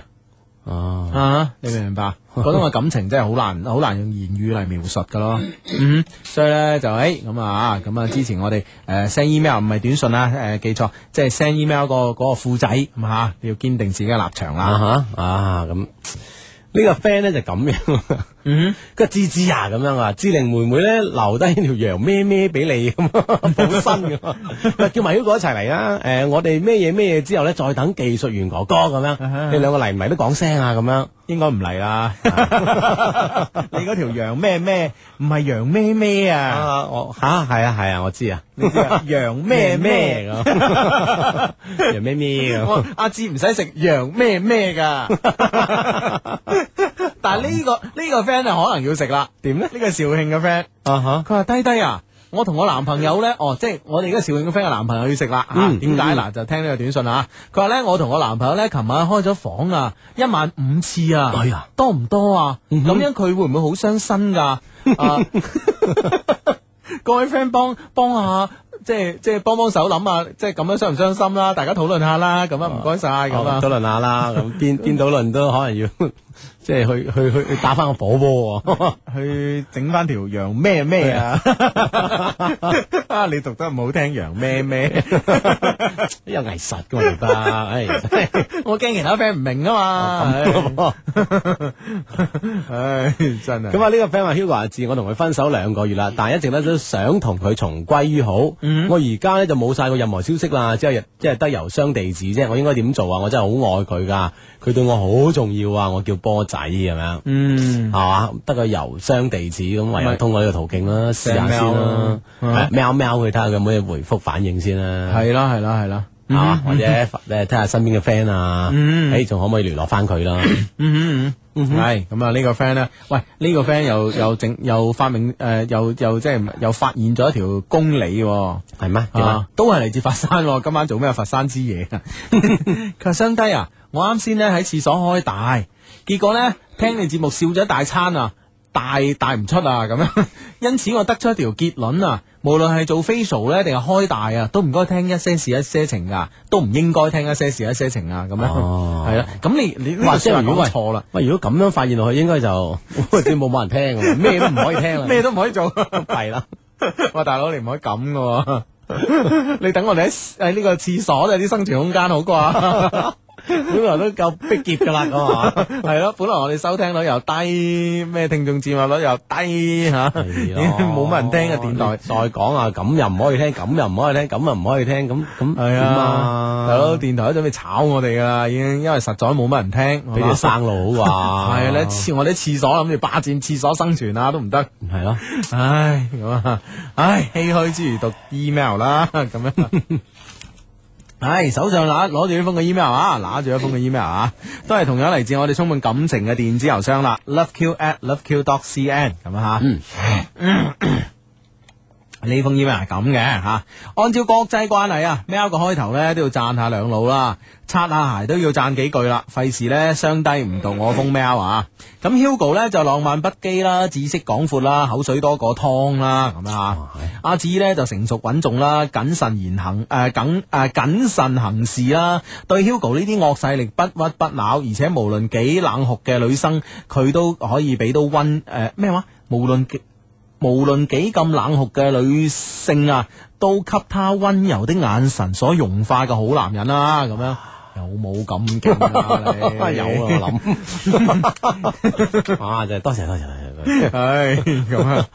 Speaker 4: 哦。
Speaker 2: 啊，你明唔明 白？嗰種嘅感情真係好難，好難用言語嚟描述噶 咯。嗯，所以咧就誒咁啊，咁啊，之前我哋誒 send email 唔係短信啊啦，誒、記錯，即係 send email 個嗰個褲仔咁嚇、你要堅定自己嘅立場啦。
Speaker 4: 啊哈啊咁。呢個 friend 咧就咁樣，
Speaker 2: 嗯，
Speaker 4: 個芝芝啊咁樣啊，志玲妹妹咧留低條羊咩咩俾你咁 啊，補身咁啊，喂叫埋 Hugo 一齊嚟啊啦。誒、我哋咩嘢咩嘢之後咧，再等技術員哥哥咁
Speaker 2: 啊哈
Speaker 4: 樣，你兩個嚟唔嚟都講聲啊咁樣。
Speaker 2: 應該唔嚟 啦。你嗰條羊咩咩？唔係羊咩咩啊？
Speaker 4: 啊，我吓係啊係啊，我知啊，
Speaker 2: 你知啊羊咩咩？
Speaker 4: 咁，羊咩 咩咁。
Speaker 2: 我阿志唔使食羊咩咩噶， 但係呢個呢個 friend 啊，可能要食啦。點咧？呢哦個肇慶嘅 friend，
Speaker 4: 啊哈
Speaker 2: 佢話低低啊。我同我男朋友咧，哦，即係我哋而家肇慶嘅 friend 嘅男朋友要食啦，嚇
Speaker 4: 嗯
Speaker 2: 點解嗱？就聽呢個短信啊，佢話咧，我同我男朋友咧，琴晚開咗房啊，一晚五次啊，
Speaker 4: 哎呀
Speaker 2: 多唔多啊？咁、
Speaker 4: 嗯哼
Speaker 2: 樣佢會唔會好傷身 㗎？啊 各位 friend 幫幫下，即係即係幫幫手諗下，即係咁樣傷唔傷心啦？大家討論下啦，咁啊唔該晒咁啊
Speaker 4: 討。論下啦，咁 邊邊討論都可能要， 即係去去去去打翻個火鍋喎。
Speaker 2: 去整翻條羊咩咩啊！ 啊，你讀得唔好聽，羊咩 咩，
Speaker 4: 有藝術噶嘛，哎而 家，唉，真係
Speaker 2: 我驚其他 friend 唔明啊
Speaker 4: 咁
Speaker 2: 嘛
Speaker 4: 咯。
Speaker 2: 唉，真係
Speaker 4: 咁啊，呢個 friend 話 Hugo 阿志，我同佢分手兩個月啦，但係一直咧都想同佢重歸於好。
Speaker 2: 嗯
Speaker 4: 我而家咧就冇晒個任何消息啦，只係即係得郵箱地址啫。我應該點做啊？我真係好愛佢噶，佢對我好重要啊！我叫波仔咁樣，係
Speaker 2: 嗯，
Speaker 4: 嘛？得個郵箱地址咁，唯
Speaker 2: 咪啊
Speaker 4: 有通過呢個途徑啦，試下
Speaker 2: send mail
Speaker 4: 先啦
Speaker 2: 啦，
Speaker 4: 係喵喵佢睇下佢有冇嘢回覆反應先啦。
Speaker 2: 係啦係啦係啦。
Speaker 4: 啊，或者誒睇下身邊嘅 friend 啊，
Speaker 2: 嗯
Speaker 4: 誒仲可唔可以聯絡翻佢啦？
Speaker 2: 嗯嗯嗯，系咁啊！呢個 friend 咧，喂，呢個 friend 又又整又發明诶，又又即係又發現咗一條公理喎。
Speaker 4: 係咩？點啊
Speaker 2: 啊？，都係嚟自佛山、喎。今晚做咩佛山之夜啊？ 佢話相低啊，我啱先咧喺廁所開大，結果咧聽你節目笑咗一大餐啊！大大唔出啊，咁樣， 因此我得出一條結論啊，無論係做 facial 咧，定係開大啊，都唔該聽一些事一些情噶，都唔應該聽一些事一些情啊，咁樣，
Speaker 4: 哦
Speaker 2: 係啦、咁你你呢
Speaker 4: 哇
Speaker 2: 個
Speaker 4: 即係
Speaker 2: 說話
Speaker 4: 如果
Speaker 2: 講
Speaker 4: 喂
Speaker 2: 錯啦，
Speaker 4: 喂，如果咁樣發現落去，應該就 即冇冇人聽㗎嘛 咩都唔可以聽啦，
Speaker 2: 咩都唔可以做。
Speaker 4: 弊啦。
Speaker 2: 喂，大佬你唔可以咁噶喎！你等我哋喺喺呢個廁所都有啲生存空間好啩？
Speaker 4: 本來都夠逼傑㗎啦，咁啊，
Speaker 2: 係咯，本來我哋收聽率又低，咩聽眾佔有率又低吓，
Speaker 4: 係咯
Speaker 2: 冇乜人聽嘅電台。
Speaker 4: 再講啊，咁又唔可以聽，咁又唔可以聽，咁又唔可以聽，咁
Speaker 2: 係
Speaker 4: 咁點
Speaker 2: 啊，
Speaker 4: 啊？
Speaker 2: 大佬，電台都準備炒我哋噶啦，已經，因為實在冇乜人聽，
Speaker 4: 俾
Speaker 2: 係嘛
Speaker 4: 條生路好啩？
Speaker 2: 係咧，廁我哋廁所諗住霸佔廁所生存啊，都唔得。
Speaker 4: 係咯。
Speaker 2: 唉，咁啊，唉，唏噓之餘讀 email 啦， 咁樣。唉，手上拿攞住呢封嘅 email 啊，拿住一封嘅 email 啊，都係同樣嚟自我哋充滿感情嘅電子郵箱啦，loveq at loveq dot cn 咁啊吓。呢封 email 係咁嘅吓，按照國際慣例啊，mail 個開頭咧都要讚下兩老啦，擦下鞋都要讚幾句啦，費事咧相低唔到我封 mail 啊。咁 Hugo 咧就浪漫不羈啦，知識廣闊啦，口水多過湯啦，咁啊。阿志咧就成熟穩重啦，謹慎言行誒謹誒謹慎行事啦，對 Hugo 呢啲惡勢力不屈不撓，而且無論幾冷酷嘅女生，佢都可以俾到温誒咩話？無論幾無論幾咁冷酷嘅女性啊，都給她温柔的眼神所融化嘅好男人啦、咁樣有冇咁勁啊？ 你
Speaker 4: 有啊，我諗啊，真係多謝多謝 多謝。
Speaker 2: 唉，咁啊，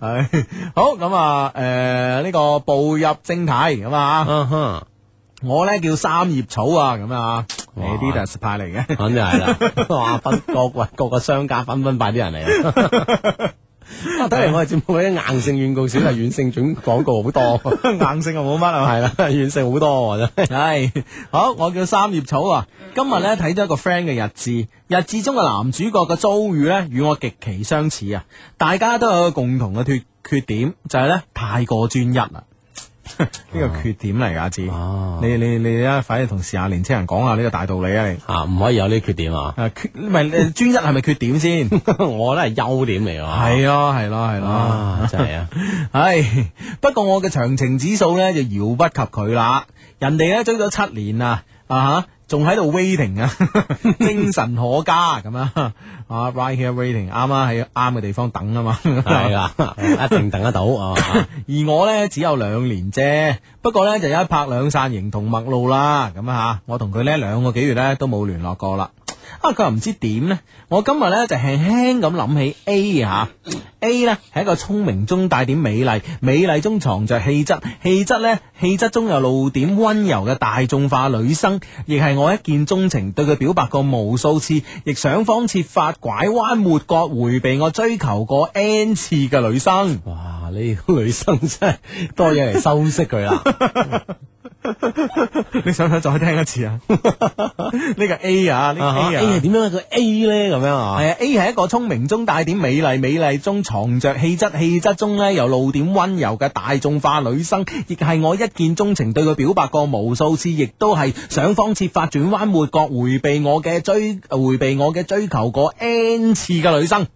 Speaker 2: 唉，好咁啊，诶、呢、個步入正題咁啊，
Speaker 4: 嗯哼，
Speaker 2: 我咧叫三葉草啊，咁啊
Speaker 4: 哇
Speaker 2: ，Adidas 派嚟 嘅，
Speaker 4: 肯定係啦。哇，分各喂各個商家紛紛派啲人嚟啊。 啊睇嚟我哋節目嗰啲硬性軟告少，係軟性準廣告好多。
Speaker 2: 硬性又冇乜啊
Speaker 4: 係啦，軟性好多喎真係。嗯
Speaker 2: 唉，好，我叫三葉草啊。今日咧睇咗一個 friend 嘅日誌，日誌中嘅男主角嘅遭遇咧，與我極其相似啊。大家都有個共同嘅缺缺點，就係呢咧太過專一啦。 呢個缺點嚟噶，阿志。
Speaker 4: 哦
Speaker 2: 你你你啊，快啲同時下年青人講下呢個大道理啊！你
Speaker 4: 啊，唔可以有呢啲缺點啊！
Speaker 2: 啊，缺唔係誒專一係咪缺點先？係
Speaker 4: 我覺得係優點嚟㗎。
Speaker 2: 咯，係咯，係咯。
Speaker 4: 啊，真係啊！
Speaker 2: 唉，不過我嘅長情指數呢就遙不及佢啦。人哋呢追咗七年啊，啊哈仲喺度 waiting 啊，精神可嘉咁啊！啊，right here waiting，啱啱喺啱嘅地方等啊嘛。
Speaker 4: 係啦，一定等得到 啊！
Speaker 2: 而我呢，只有兩年啫，不過呢，就有一拍兩散，形同陌路啦。咁啊，我同佢呢兩個幾月呢都冇聯絡過啦。啊，佢又唔知點呢。我今日呢，就輕輕咁諗起 A 啊，A 呢係一個聰明中帶點美麗，美麗中藏着氣質，氣質呢，氣質中有露點温柔嘅大眾化女生，亦係我一見鍾情，對佢表白過無數次，亦想方設法拐彎抹角迴避我追求過 N 次嘅女生。
Speaker 4: 哇，呢個女生真係多嘢嚟修飾佢啦。
Speaker 2: 你想唔想再聽一次 啊？呢個 A 啊，呢個
Speaker 4: 啊
Speaker 2: A
Speaker 4: A 係
Speaker 2: 啊。
Speaker 4: 點樣？佢 A 咧咁樣啊？
Speaker 2: 係啊，A 係一個聰明中帶點美麗，美麗中藏着氣質，氣質中呢有露點温柔嘅大眾化女生，亦係我一見鍾情，對佢表白過無數次，亦都係想方設法轉彎抹角，迴避我嘅追，迴避我嘅追求過 N 次嘅女生。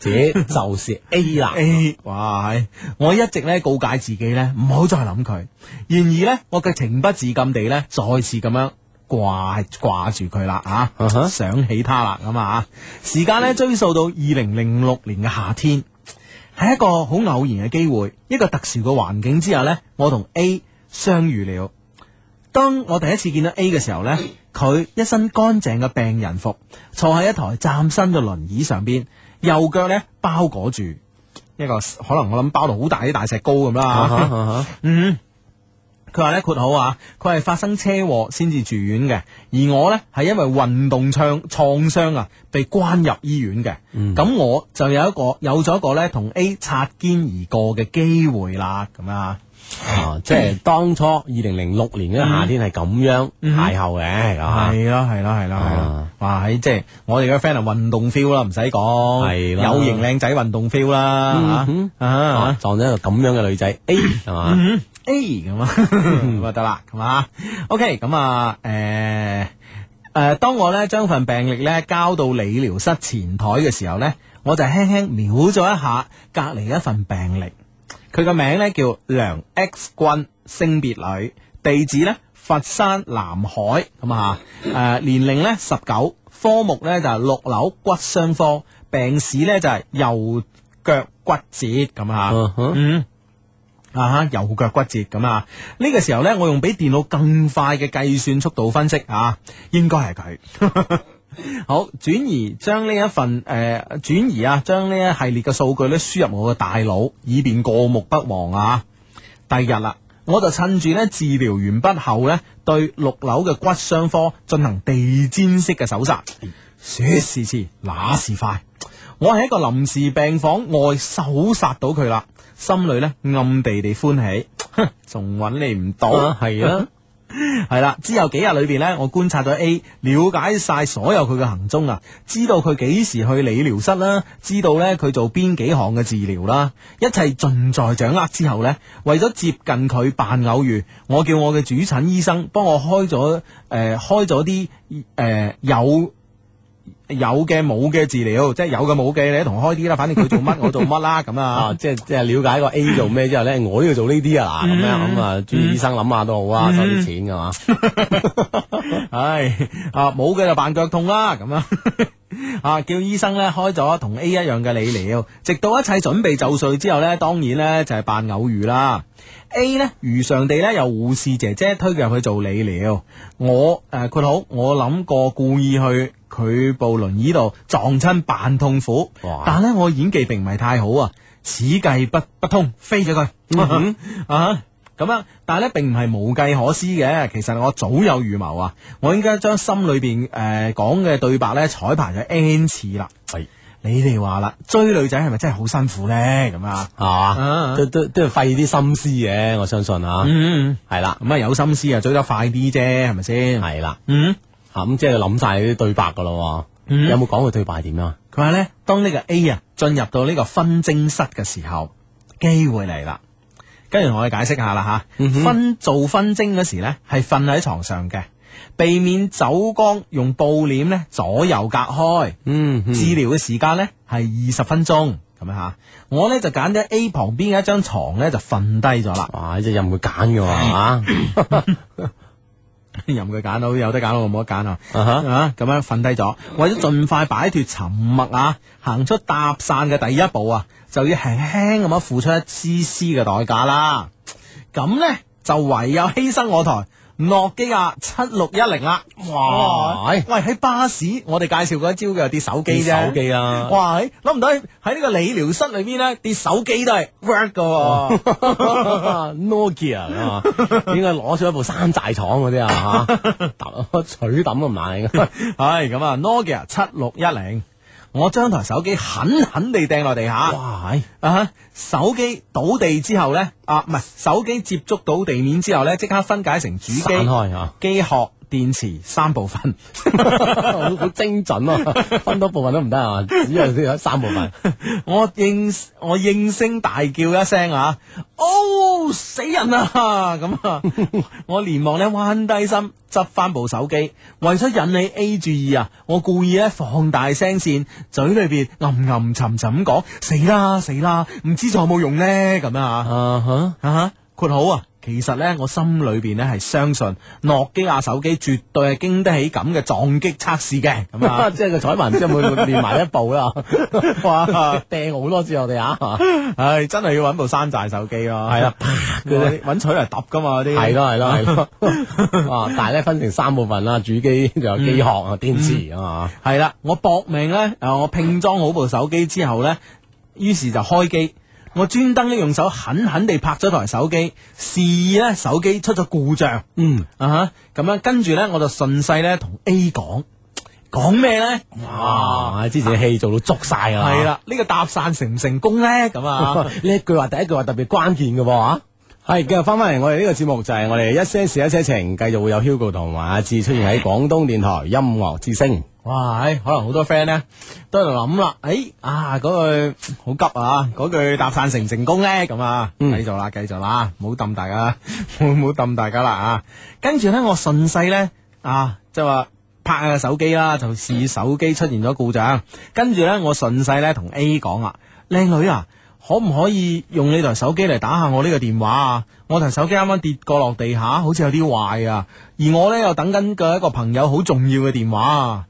Speaker 4: 這就是 A 啦。
Speaker 2: A，哇！係我一直咧告誡自己咧唔好再諗佢，然而咧我嘅情不自禁地咧再次咁樣掛掛住佢啦啊
Speaker 4: 啊哈
Speaker 2: 想起他啦咁啊！時間
Speaker 4: 嗯
Speaker 2: 咧追溯到二零零六年嘅夏天，係一個好偶然嘅機會，一個特殊嘅環境之下咧，我同 A 相遇了。當我第一次見到 A 嘅時候 呢，佢一身乾淨嘅病人服，坐喺一台嶄新嘅輪椅上邊，右腳呢包裹住一個可能我諗包到好大啲大石膏咁
Speaker 4: 啊哈
Speaker 2: 啦。
Speaker 4: 啊
Speaker 2: 嗯，佢話呢，括號啊，佢係發生車禍先至住院嘅，而我呢係因為運動創創傷啊，被關入醫院嘅。
Speaker 4: 嗯
Speaker 2: 咁、我就有一個有咗一個呢同 A 擦肩而過嘅機會啦，咁啊。
Speaker 4: 啊，即係當初二零零六年嘅夏天係咁樣
Speaker 2: 嗯
Speaker 4: 邂逅嘅，啊
Speaker 2: 系咯系咯系咯系咯
Speaker 4: 啊，
Speaker 2: 哇！喺即系我哋嘅 friend 係运动 feel 啦，唔使講，
Speaker 4: 係啦
Speaker 2: 有型靚仔運動 feel 啦
Speaker 4: 嗯，
Speaker 2: 嚇啊
Speaker 4: 啊撞咗一個咁樣嘅女仔 A 係嘛，
Speaker 2: 嗯 A 咁啊，咁啊得啦，咁啊，OK，咁啊，诶、诶、當我咧將份病歷咧交到理療室前台嘅時候咧，我就輕輕瞄咗一下隔離一份病歷，佢個名咧叫梁 X 君，性別女，地址咧佛山南海咁啊，诶、年齡咧十九，科目咧就係六樓骨傷科，病史咧就係右腳骨折咁啊，
Speaker 4: 嗯哼
Speaker 2: 嗯啊哈，右腳骨折咁啊！呢、個時候呢，我用比電腦更快嘅計算速度分析啊，應該係佢。 好，轉移將呢一份诶、呃，轉移啊，將呢一系列嘅數據呢輸入我嘅大腦，以便過目不忘啊！第二日啦，我就趁住呢治療完畢後呢，對六樓嘅骨傷科進行地氈式嘅搜查。說時遲，那時快，我喺一個臨時病房外搜殺到佢啦，心裏呢暗地地歡喜， 哼仲揾你唔到。
Speaker 4: 啊係啊。
Speaker 2: 系啦，之後幾日裏边呢，我觀察咗 A，了解晒所有佢嘅行蹤啊，知道佢幾時去理療室啦，知道呢佢做邊幾項嘅治療啦，一切盡在掌握之後呢，為咗接近佢扮偶遇，我叫我嘅主診醫生幫我開咗诶、呃、开咗啲诶有。有嘅冇嘅治療，即係有嘅冇嘅，你一同開啲啦。反正佢做乜我做乜啦，咁啊
Speaker 4: 啊，。即係即係了解個 A 做咩之後咧，我都要做呢啲啊，
Speaker 2: 嗯
Speaker 4: 嗱咁樣咁啊，專業醫生諗下都好啊，收啲錢噶嘛，
Speaker 2: 唉，啊冇嘅就扮腳痛啦，咁啊。 啊！叫醫生咧開咗同 A 一樣嘅理療，直到一切準備就緒之後呢，當然呢就係、扮偶遇啦。A 呢，如常地呢，由護士姐姐推佢入去做理療。我誒佢、好，我諗過故意去佢部輪椅度撞親扮痛苦
Speaker 4: 哇，
Speaker 2: 但呢，我演技並唔係太好啊，此計不不通，飛咗佢、 啊！咁啊，但係咧並唔係無計可施嘅，其實我早有預謀啊！我應該將心裏邊誒講嘅對白咧彩排咗 N 次啦。
Speaker 4: 係
Speaker 2: 你哋話啦，追女仔係咪真係好辛苦咧？咁啊，
Speaker 4: 係嘛，
Speaker 2: 啊
Speaker 4: 都都都要費啲心思嘅，我相信啊，
Speaker 2: 嗯，
Speaker 4: 係啦，
Speaker 2: 咁啊有心思啊，追得快啲啫，係咪先？
Speaker 4: 係啦，
Speaker 2: 嗯，
Speaker 4: 啊咁即係諗晒啲對白噶咯喎，
Speaker 2: 嗯
Speaker 4: 有冇講佢對白係點樣啊？
Speaker 2: 佢話咧，當呢個 A 啊進入到呢個分蒸室嘅時候，機會嚟啦。跟住我哋解釋下啦吓，分做分蒸嗰時呢，係瞓喺床上嘅，避免走光，用布簾呢左右隔開。
Speaker 4: 嗯。
Speaker 2: 治療嘅時間呢係二十分鐘咁樣吓。我呢就揀咗 A 旁邊嘅一張床呢，就瞓低咗啦
Speaker 4: 哇！即係任佢揀 嘅喎，啊
Speaker 2: 任佢揀到，有得揀我冇得揀啊！
Speaker 4: 哈
Speaker 2: 啊，咁樣瞓低咗，為咗盡快擺脱沉默啊，行出搭散嘅第一步啊，就要輕輕咁樣付出一絲絲嘅代價啦。咁呢，就唯有犧牲我台諾基亞七六一零啦。
Speaker 4: 哇
Speaker 2: 喂喺巴士我哋介紹嗰一招嘅跌手機啫，
Speaker 4: 手機啊，
Speaker 2: 哇！喺諗唔到喺喺呢個理療室裏邊咧，啲手機都係 work 噶、喎。
Speaker 4: Nokia 啊，應該攞咗一部山寨廠嗰啲啊嚇，揼 取抌咁難 應該
Speaker 2: 係咁啊，Nokia 七六一零，我將台手機狠狠地掟落地下。
Speaker 4: 哇！哎係
Speaker 2: 啊哈！手機倒地之後呢，啊唔係手機接觸到地面之後呢，即刻分解成主機、
Speaker 4: 散開啊！
Speaker 2: 機殼、電池三部分。
Speaker 4: 好好精準啊！分多部分都唔得啊，只有只有三部分。
Speaker 2: 我應我應聲大叫一聲啊！哦，死人啊！ 咁啊，我連忙咧彎低身執翻部手機，為咗引起 A 注意啊，我故意咧放大聲線，嘴裏邊吟吟沉沉咁講：死啦死啦，唔知仲有冇用呢？咁樣啊！
Speaker 4: 啊哈！
Speaker 2: 啊哈，括號啊，其實呢，我心裏邊呢係相信諾基亞手機絕對係經得起咁嘅撞擊測試嘅，咁 啊，
Speaker 4: 即係個彩文，即係每每連埋一部 啦，
Speaker 2: 哇！
Speaker 4: 掟好多次我哋啊，
Speaker 2: 唉，真係要揾部山寨手機咯，
Speaker 4: 係啦，
Speaker 2: 嗰啲揾錘嚟揼噶嘛嗰啲，
Speaker 4: 係咯係咯係咯， 啊！但係咧分成三部分啦，主機仲有機殼啊、電池啊
Speaker 2: 係啦，我搏命呢，誒我拼裝好部手機之後呢，於是就開機。我專登呢用手狠狠地拍咗台手機，示意呢手機出咗故障。
Speaker 4: 嗯，
Speaker 2: 啊哈，咁樣跟住呢，我就順勢呢同 A 講，講咩呢？
Speaker 4: 嘛，哇！之前戲做到捉晒㗎 啦，
Speaker 2: 系啦，呢、個搭讪成唔成功咧？咁啊，
Speaker 4: 呢一句話第一句話特別關鍵嘅喎啊系，繼續翻翻嚟我哋呢個節目就係我哋一些事一些情，繼續會有 Hugo 同埋阿志出現喺廣東電台音樂之聲。
Speaker 2: 哇！唉可能好多 friend 咧都喺度諗啦，诶、啊嗰句好急啊，嗰句搭讪成唔成功咧？咁啊，繼
Speaker 4: 嗯
Speaker 2: 續啦，繼續啦，唔好氹大家， 唔好氹大家啦啊！跟住咧，我順勢咧啊，即係話拍下個手機啦，就試手機出現咗故障，跟住咧我順勢咧同 A 講啊，靚女啊！可唔可以用你台手機嚟打下我呢個電話啊？我台手機啱啱跌過落地下，好似有啲壞啊！而我咧又等緊嘅一個朋友好重要嘅電話啊！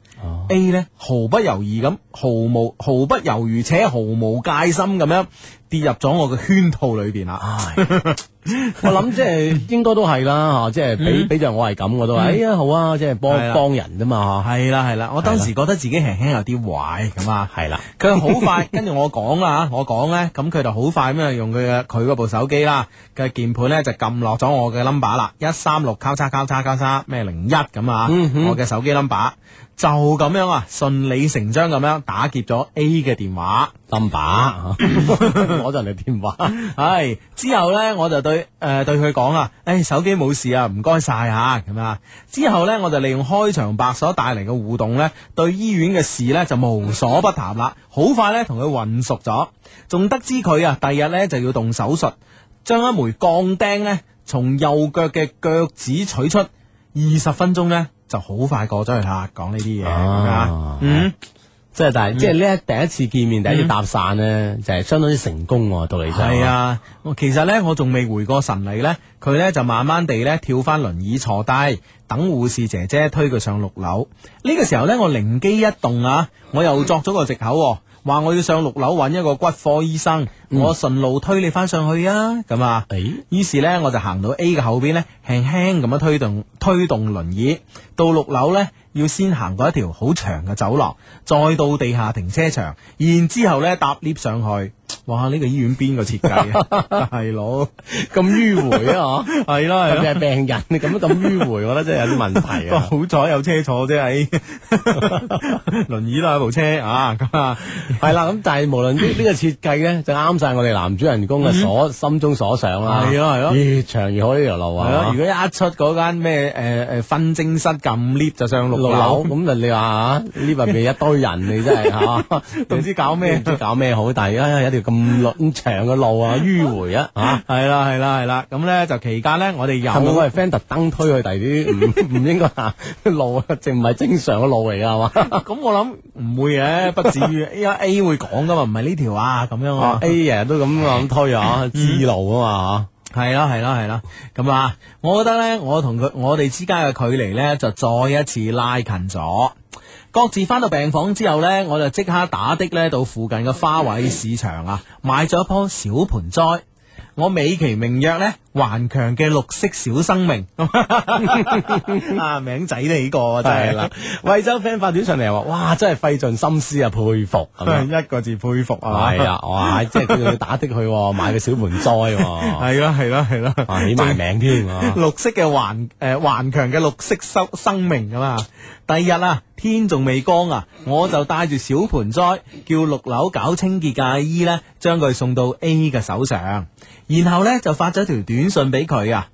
Speaker 2: A 呢，毫不猶豫咁，毫無毫不猶豫且毫無戒心咁樣跌入咗我嘅圈套裏邊啦。
Speaker 4: 唉 我諗即係應該都係啦，啊吓，即係俾俾着我係咁，我都話，哎呀好啊，嗯即係幫
Speaker 2: 係啦
Speaker 4: 幫人啫嘛，啊吓，
Speaker 2: 哦係啦係啦，我當時覺得自己輕輕有啲壞咁啊。
Speaker 4: 係啦，
Speaker 2: 佢好快，跟住我講啦，我講呢，咁佢就好快咁樣用佢嘅佢嗰部手機啦嘅鍵盤呢，就撳落咗我嘅 number 啦，一三六交叉交叉交叉咩零一咁啊，
Speaker 4: 嗯哼
Speaker 2: 我嘅手機 number 就咁樣啊，順理成章咁樣打劫咗 A 嘅電話。
Speaker 4: 冧 把，攞咗人哋電話，
Speaker 2: 系之後呢，我就對诶、呃对佢講啊，诶、手機冇事啊，唔該晒吓咁啊。之後呢，我就利用開場白所帶嚟嘅互動呢，對醫院嘅事呢就無所不談啦。好快呢，同佢混熟咗，仲得知佢啊，第日呢就要動手術，將一枚鋼釘呢從右腳嘅腳趾取出，二十分鐘呢就好快過咗去啦。講呢啲嘢，
Speaker 4: 啊
Speaker 2: 嗯，
Speaker 4: 即係但係即係呢一第一次見面，第一次搭訕咧，就係相當之成功喎，道理上
Speaker 2: 系，啊，我其實呢，我仲未回過神嚟呢，佢呢就慢慢地呢跳翻輪椅坐低，等護士姐姐推佢上六樓。呢、個時候呢，我靈機一動啊，我又作咗個藉口、喎，話我要上六樓揾一個骨科醫生，我順路推你翻上去啊，咁啊。
Speaker 4: 誒。
Speaker 2: 於是呢，我就行到 A 嘅後邊呢，輕輕咁樣推動推動輪椅到六樓呢，要先行過一條好長嘅走廊，再到地下停車場，然之後呢，搭 lift 上去。哇！呢、個醫院邊個設計啊？ 係佬
Speaker 4: 咁迂回 啊！嗬
Speaker 2: 係啦係啦
Speaker 4: 特別係病人，你咁咁迂回，我覺得真係有啲問 題
Speaker 2: 哇！
Speaker 4: 啊！
Speaker 2: 好彩有車坐啫，喺 輪椅都有部車啊！咁啊，
Speaker 4: 係啦，咁但係無論 呢呢個設計咧，就啱晒我哋男主人公嘅所心中所想啦。
Speaker 2: 係咯係咯
Speaker 4: 越長越好呢條路
Speaker 2: 係咯！
Speaker 4: 啊
Speaker 2: 如！果一出嗰間咩誒誒分蒸室撳 lift 就上六
Speaker 4: 六
Speaker 2: 樓
Speaker 4: 樓，咁就你話啊呢入面一堆人，你真係嚇，
Speaker 2: 都唔知搞咩
Speaker 4: 唔知搞咩好。但係而家有條咁路咁長嘅路啊，迂 回啊嚇！
Speaker 2: 係啦係啦係啦！咁呢，就期間呢，我哋有
Speaker 4: 係咪我哋 friend 特登推去第啲唔唔應該行嘅路啊？淨唔係正常嘅路嚟㗎係嘛？
Speaker 2: 咁我諗唔會 嘅，不至於，因為 A 會講噶嘛，唔係呢條啊咁樣
Speaker 4: 啊
Speaker 2: 啊。嗯
Speaker 4: A 日日都咁咁 推啊，知路啊嘛嚇。
Speaker 2: 係啦係啦係啦，咁啊，我覺得呢，我同佢我哋之間嘅距離呢，就再一次拉近咗。各自翻到病房之後呢，我就即刻打的呢到附近嘅花卉市場啊，買咗一棵小盆栽。我美其名曰呢，頑強嘅綠色小生命， 啊名仔都起過啊，真係
Speaker 4: 系啦，惠州 friend 發短信嚟話：，哇，真係費盡心思啊，佩服咁樣。
Speaker 2: 一個字佩服啊！
Speaker 4: 係 啊，哇，即係佢仲要打的去喎買個小盆栽 喎，
Speaker 2: 係啦係啦係啦，
Speaker 4: 啊起埋名添 啊！
Speaker 2: 绿色嘅顽诶顽强嘅绿色生生命咁啊！第二日啊，天仲未光啊，我就帶住小盆栽，叫六樓搞清潔嘅阿姨呢，將佢送到 A 嘅手上，然後呢，就發咗條短信俾佢啊，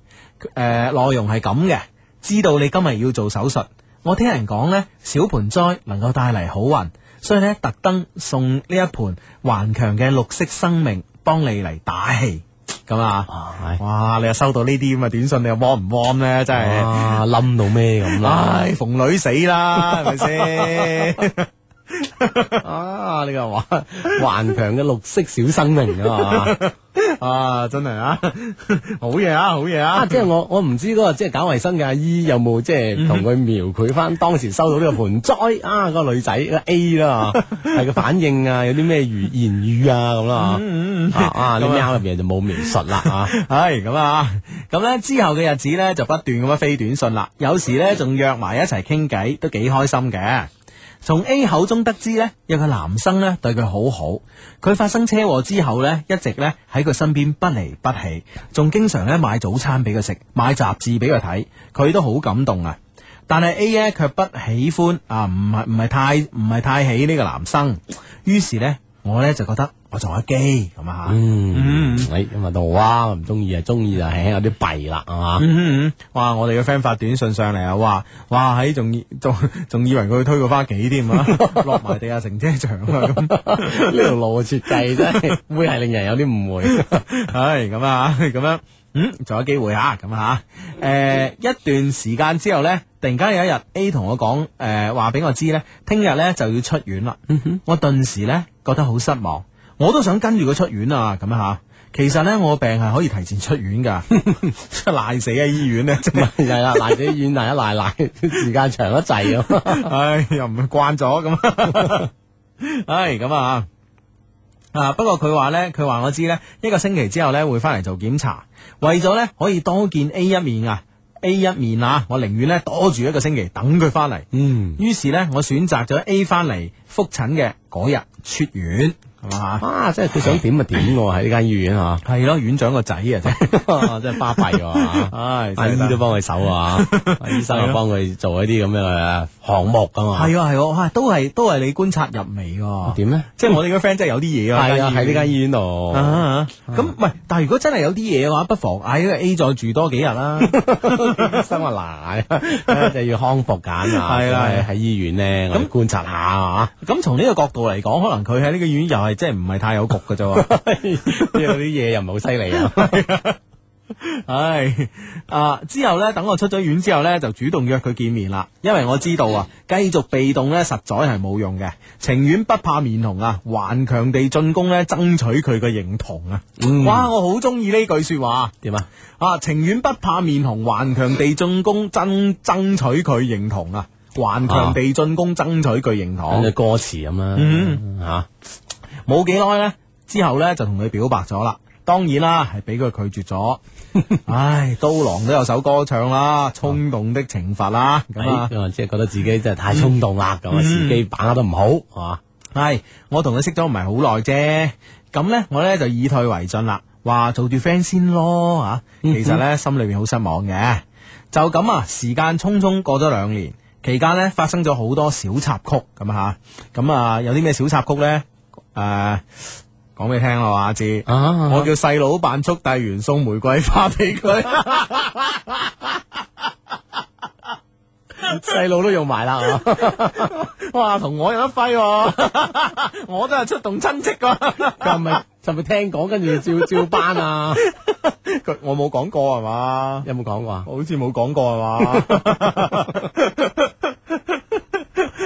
Speaker 2: 诶、內容係咁嘅，知道你今日要做手術，我聽人講呢，小盆栽能夠帶嚟好運，所以呢，特登送呢一盆頑強嘅綠色生命幫你嚟打氣咁啊！
Speaker 4: 啊，
Speaker 2: 哇！你又收到呢啲咁嘅短信，你又 warm 唔 warm 咧？真
Speaker 4: 係
Speaker 2: 係，
Speaker 4: 啊，冧到咩咁啦？
Speaker 2: 唉，逢女死啦，係咪先？
Speaker 4: 啊，你又話頑強嘅綠色小生命啊嘛！
Speaker 2: 啊，真係啊，好嘢啊，好嘢啊
Speaker 4: 啊，！即係我我唔知嗰個即係搞衞生嘅阿姨有冇即
Speaker 2: 嗯
Speaker 4: 係同佢描繪翻當時收到呢個盆栽啊，嗰個女仔個 A 啦，係個反應啊，有啲咩語言語啊咁啦
Speaker 2: 嗯嗯
Speaker 4: 啊 啊，呢喵入邊就冇描述啦啊！
Speaker 2: 係咁啊，咁呢之後嘅日子呢，就不斷咁樣飛短信啦，有時呢，仲約埋一齊傾偈，都幾開心嘅。從 A 口中得知呢，有個男生呢對佢好好，佢發生車禍之後呢，一直呢喺佢身邊不離不棄，仲經常呢買早餐俾佢食，買雜誌俾佢睇，佢都好感動啊！但係 A 呢卻不喜歡啊，唔係唔係太唔係太喜呢個男生，於是呢，我呢就覺得，喂，我做下機咁啊吓。
Speaker 4: 嗯，诶咁啊到啊，唔中意啊，中意就輕輕有啲弊啦，係 嘛？
Speaker 2: 嗯嗯嗯，哇！我哋嘅 friend 發短信上嚟啊，哇哇喺仲以 仲仲以為佢推個花幾添啊， 落埋地下停車場啊咁，
Speaker 4: 呢條路嘅設計真係會係令人有啲誤會。
Speaker 2: 唉咁啊咁樣，嗯，仲有機會啊咁啊诶、一段時間之後咧，突然間有一日 A 同我講诶話俾我知咧，聽日咧就要出院啦，我頓時咧覺得好失望，我都想跟住佢出院啊咁啊吓，其實咧我病係可以提前出院㗎， 賴死喺醫院咧真係。
Speaker 4: 系啦，赖啲院賴一賴賴，時間長得滯咁。
Speaker 2: 唉，又唔係慣咗咁， 唉咁啊。啊！不過佢話呢，佢話我知呢，一個星期之後呢會翻嚟做檢查，為咗呢可以多見 A 一面啊，A 一面啊，我寧願呢多住一個星期等佢翻嚟。
Speaker 4: 嗯，
Speaker 2: 於是呢，我選擇咗 A 翻嚟復診嘅嗰日出院，係嘛嚇？
Speaker 4: 啊，即係佢想點就點喎，喺呢間醫院吓，
Speaker 2: 係咯，院長個仔啊， 真係，
Speaker 4: 真係巴閉 喎。
Speaker 2: 唉，真
Speaker 4: 阿
Speaker 2: 係
Speaker 4: 姨
Speaker 2: 得
Speaker 4: 都幫佢手啊，阿 醫生又幫佢做一啲咁樣嘅項目噶嘛。
Speaker 2: 係啊係啊，哇，都係都係你觀察入微喎。
Speaker 4: 點咧？
Speaker 2: 即係我哋個 friend 真係有啲嘢啊！
Speaker 4: 係啊，喺呢啊間醫院度。
Speaker 2: 啊咁唔係，但係如果真係有啲嘢嘅話，不妨喺呢個 A 再住多幾日 啦。
Speaker 4: 生話 嗱，就要康復緊 啊，
Speaker 2: 係啦
Speaker 4: 所以喺醫院咧，我哋觀察下啊，
Speaker 2: 咁從呢個角度嚟講，可能佢喺呢個醫院又係真係唔係太有局嘅啫 喎。
Speaker 4: 有啲嘢又唔係好犀利 啊，
Speaker 2: 唉，啊之後呢，等我出咗院之後呢，就主動約佢見面啦。因為我知道啊，繼續被動呢，實在係冇用嘅，情願不怕面紅啊，頑強地進攻呢，爭取佢嘅認同啊。
Speaker 4: 嗯
Speaker 2: 哇，我好中意呢句说話。
Speaker 4: 點啊？
Speaker 2: 啊，情願不怕面紅，頑強地進攻，爭爭取佢認同啊！頑強地進攻，爭取佢認
Speaker 4: 講
Speaker 2: 同
Speaker 4: 嘅。歌詞咁啦，啊
Speaker 2: 嗯
Speaker 4: 嚇，
Speaker 2: 冇幾耐呢，之後呢，就同佢表白咗啦。當然啦，係俾佢拒絕 咗。唉，刀郎都有首歌唱啦，《衝動的懲罰》啦，咁啊。
Speaker 4: 咁啊，即係覺得自己真係太衝動啦，咁啊，時機把握得唔好，啊係嘛？
Speaker 2: 系，我同佢識咗唔係好耐啫。咁呢，我呢就以退為進啦，話做住 friend 先咯吓。其實呢，心裏面好失望嘅。就咁啊，時間匆匆過咗兩年，期間呢發生咗好多小插曲咁吓。咁啊，有啲咩小插曲呢？诶、講俾你聽啦，阿志。
Speaker 4: 啊
Speaker 2: 我叫細佬扮速遞員送玫瑰花俾佢，
Speaker 4: 細路都用埋啦，
Speaker 2: 啊哇，同我有得揮喎、我都係出動親戚㗎。
Speaker 4: 係咪？就咪聽講，跟住照照班啊？
Speaker 2: 佢我冇講過係嘛？
Speaker 4: 有冇講過啊？
Speaker 2: 好似冇講過係嘛？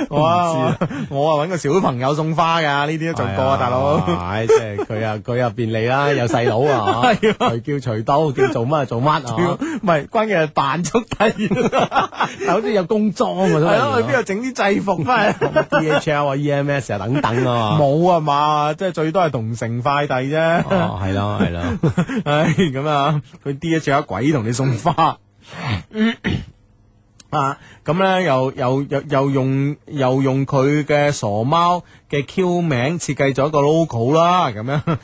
Speaker 2: 我啊，我啊揾個小朋友送花㗎，呢啲都做過啊，大佬。
Speaker 4: 係即係佢啊，佢啊便 利啦，有細佬啊，
Speaker 2: 係啊
Speaker 4: 隨叫隨兜，叫 做乜就做乜啊，
Speaker 2: 唔係，關鍵係扮速遞員，
Speaker 4: 但好似有工裝啊，都
Speaker 2: 係咯，去邊度整啲制服 翻嚟？
Speaker 4: DHL 啊、EMS 啊等等 啊嘛。
Speaker 2: 冇啊嘛，即係最多係同城快遞啫。
Speaker 4: 哦，系咯，系咯，
Speaker 2: 唉，咁啊，佢 D H 有鬼同你送花。啊，咁咧又又又又用又用佢嘅傻貓嘅 Q 名設計咗一個 logo 啦，咁樣。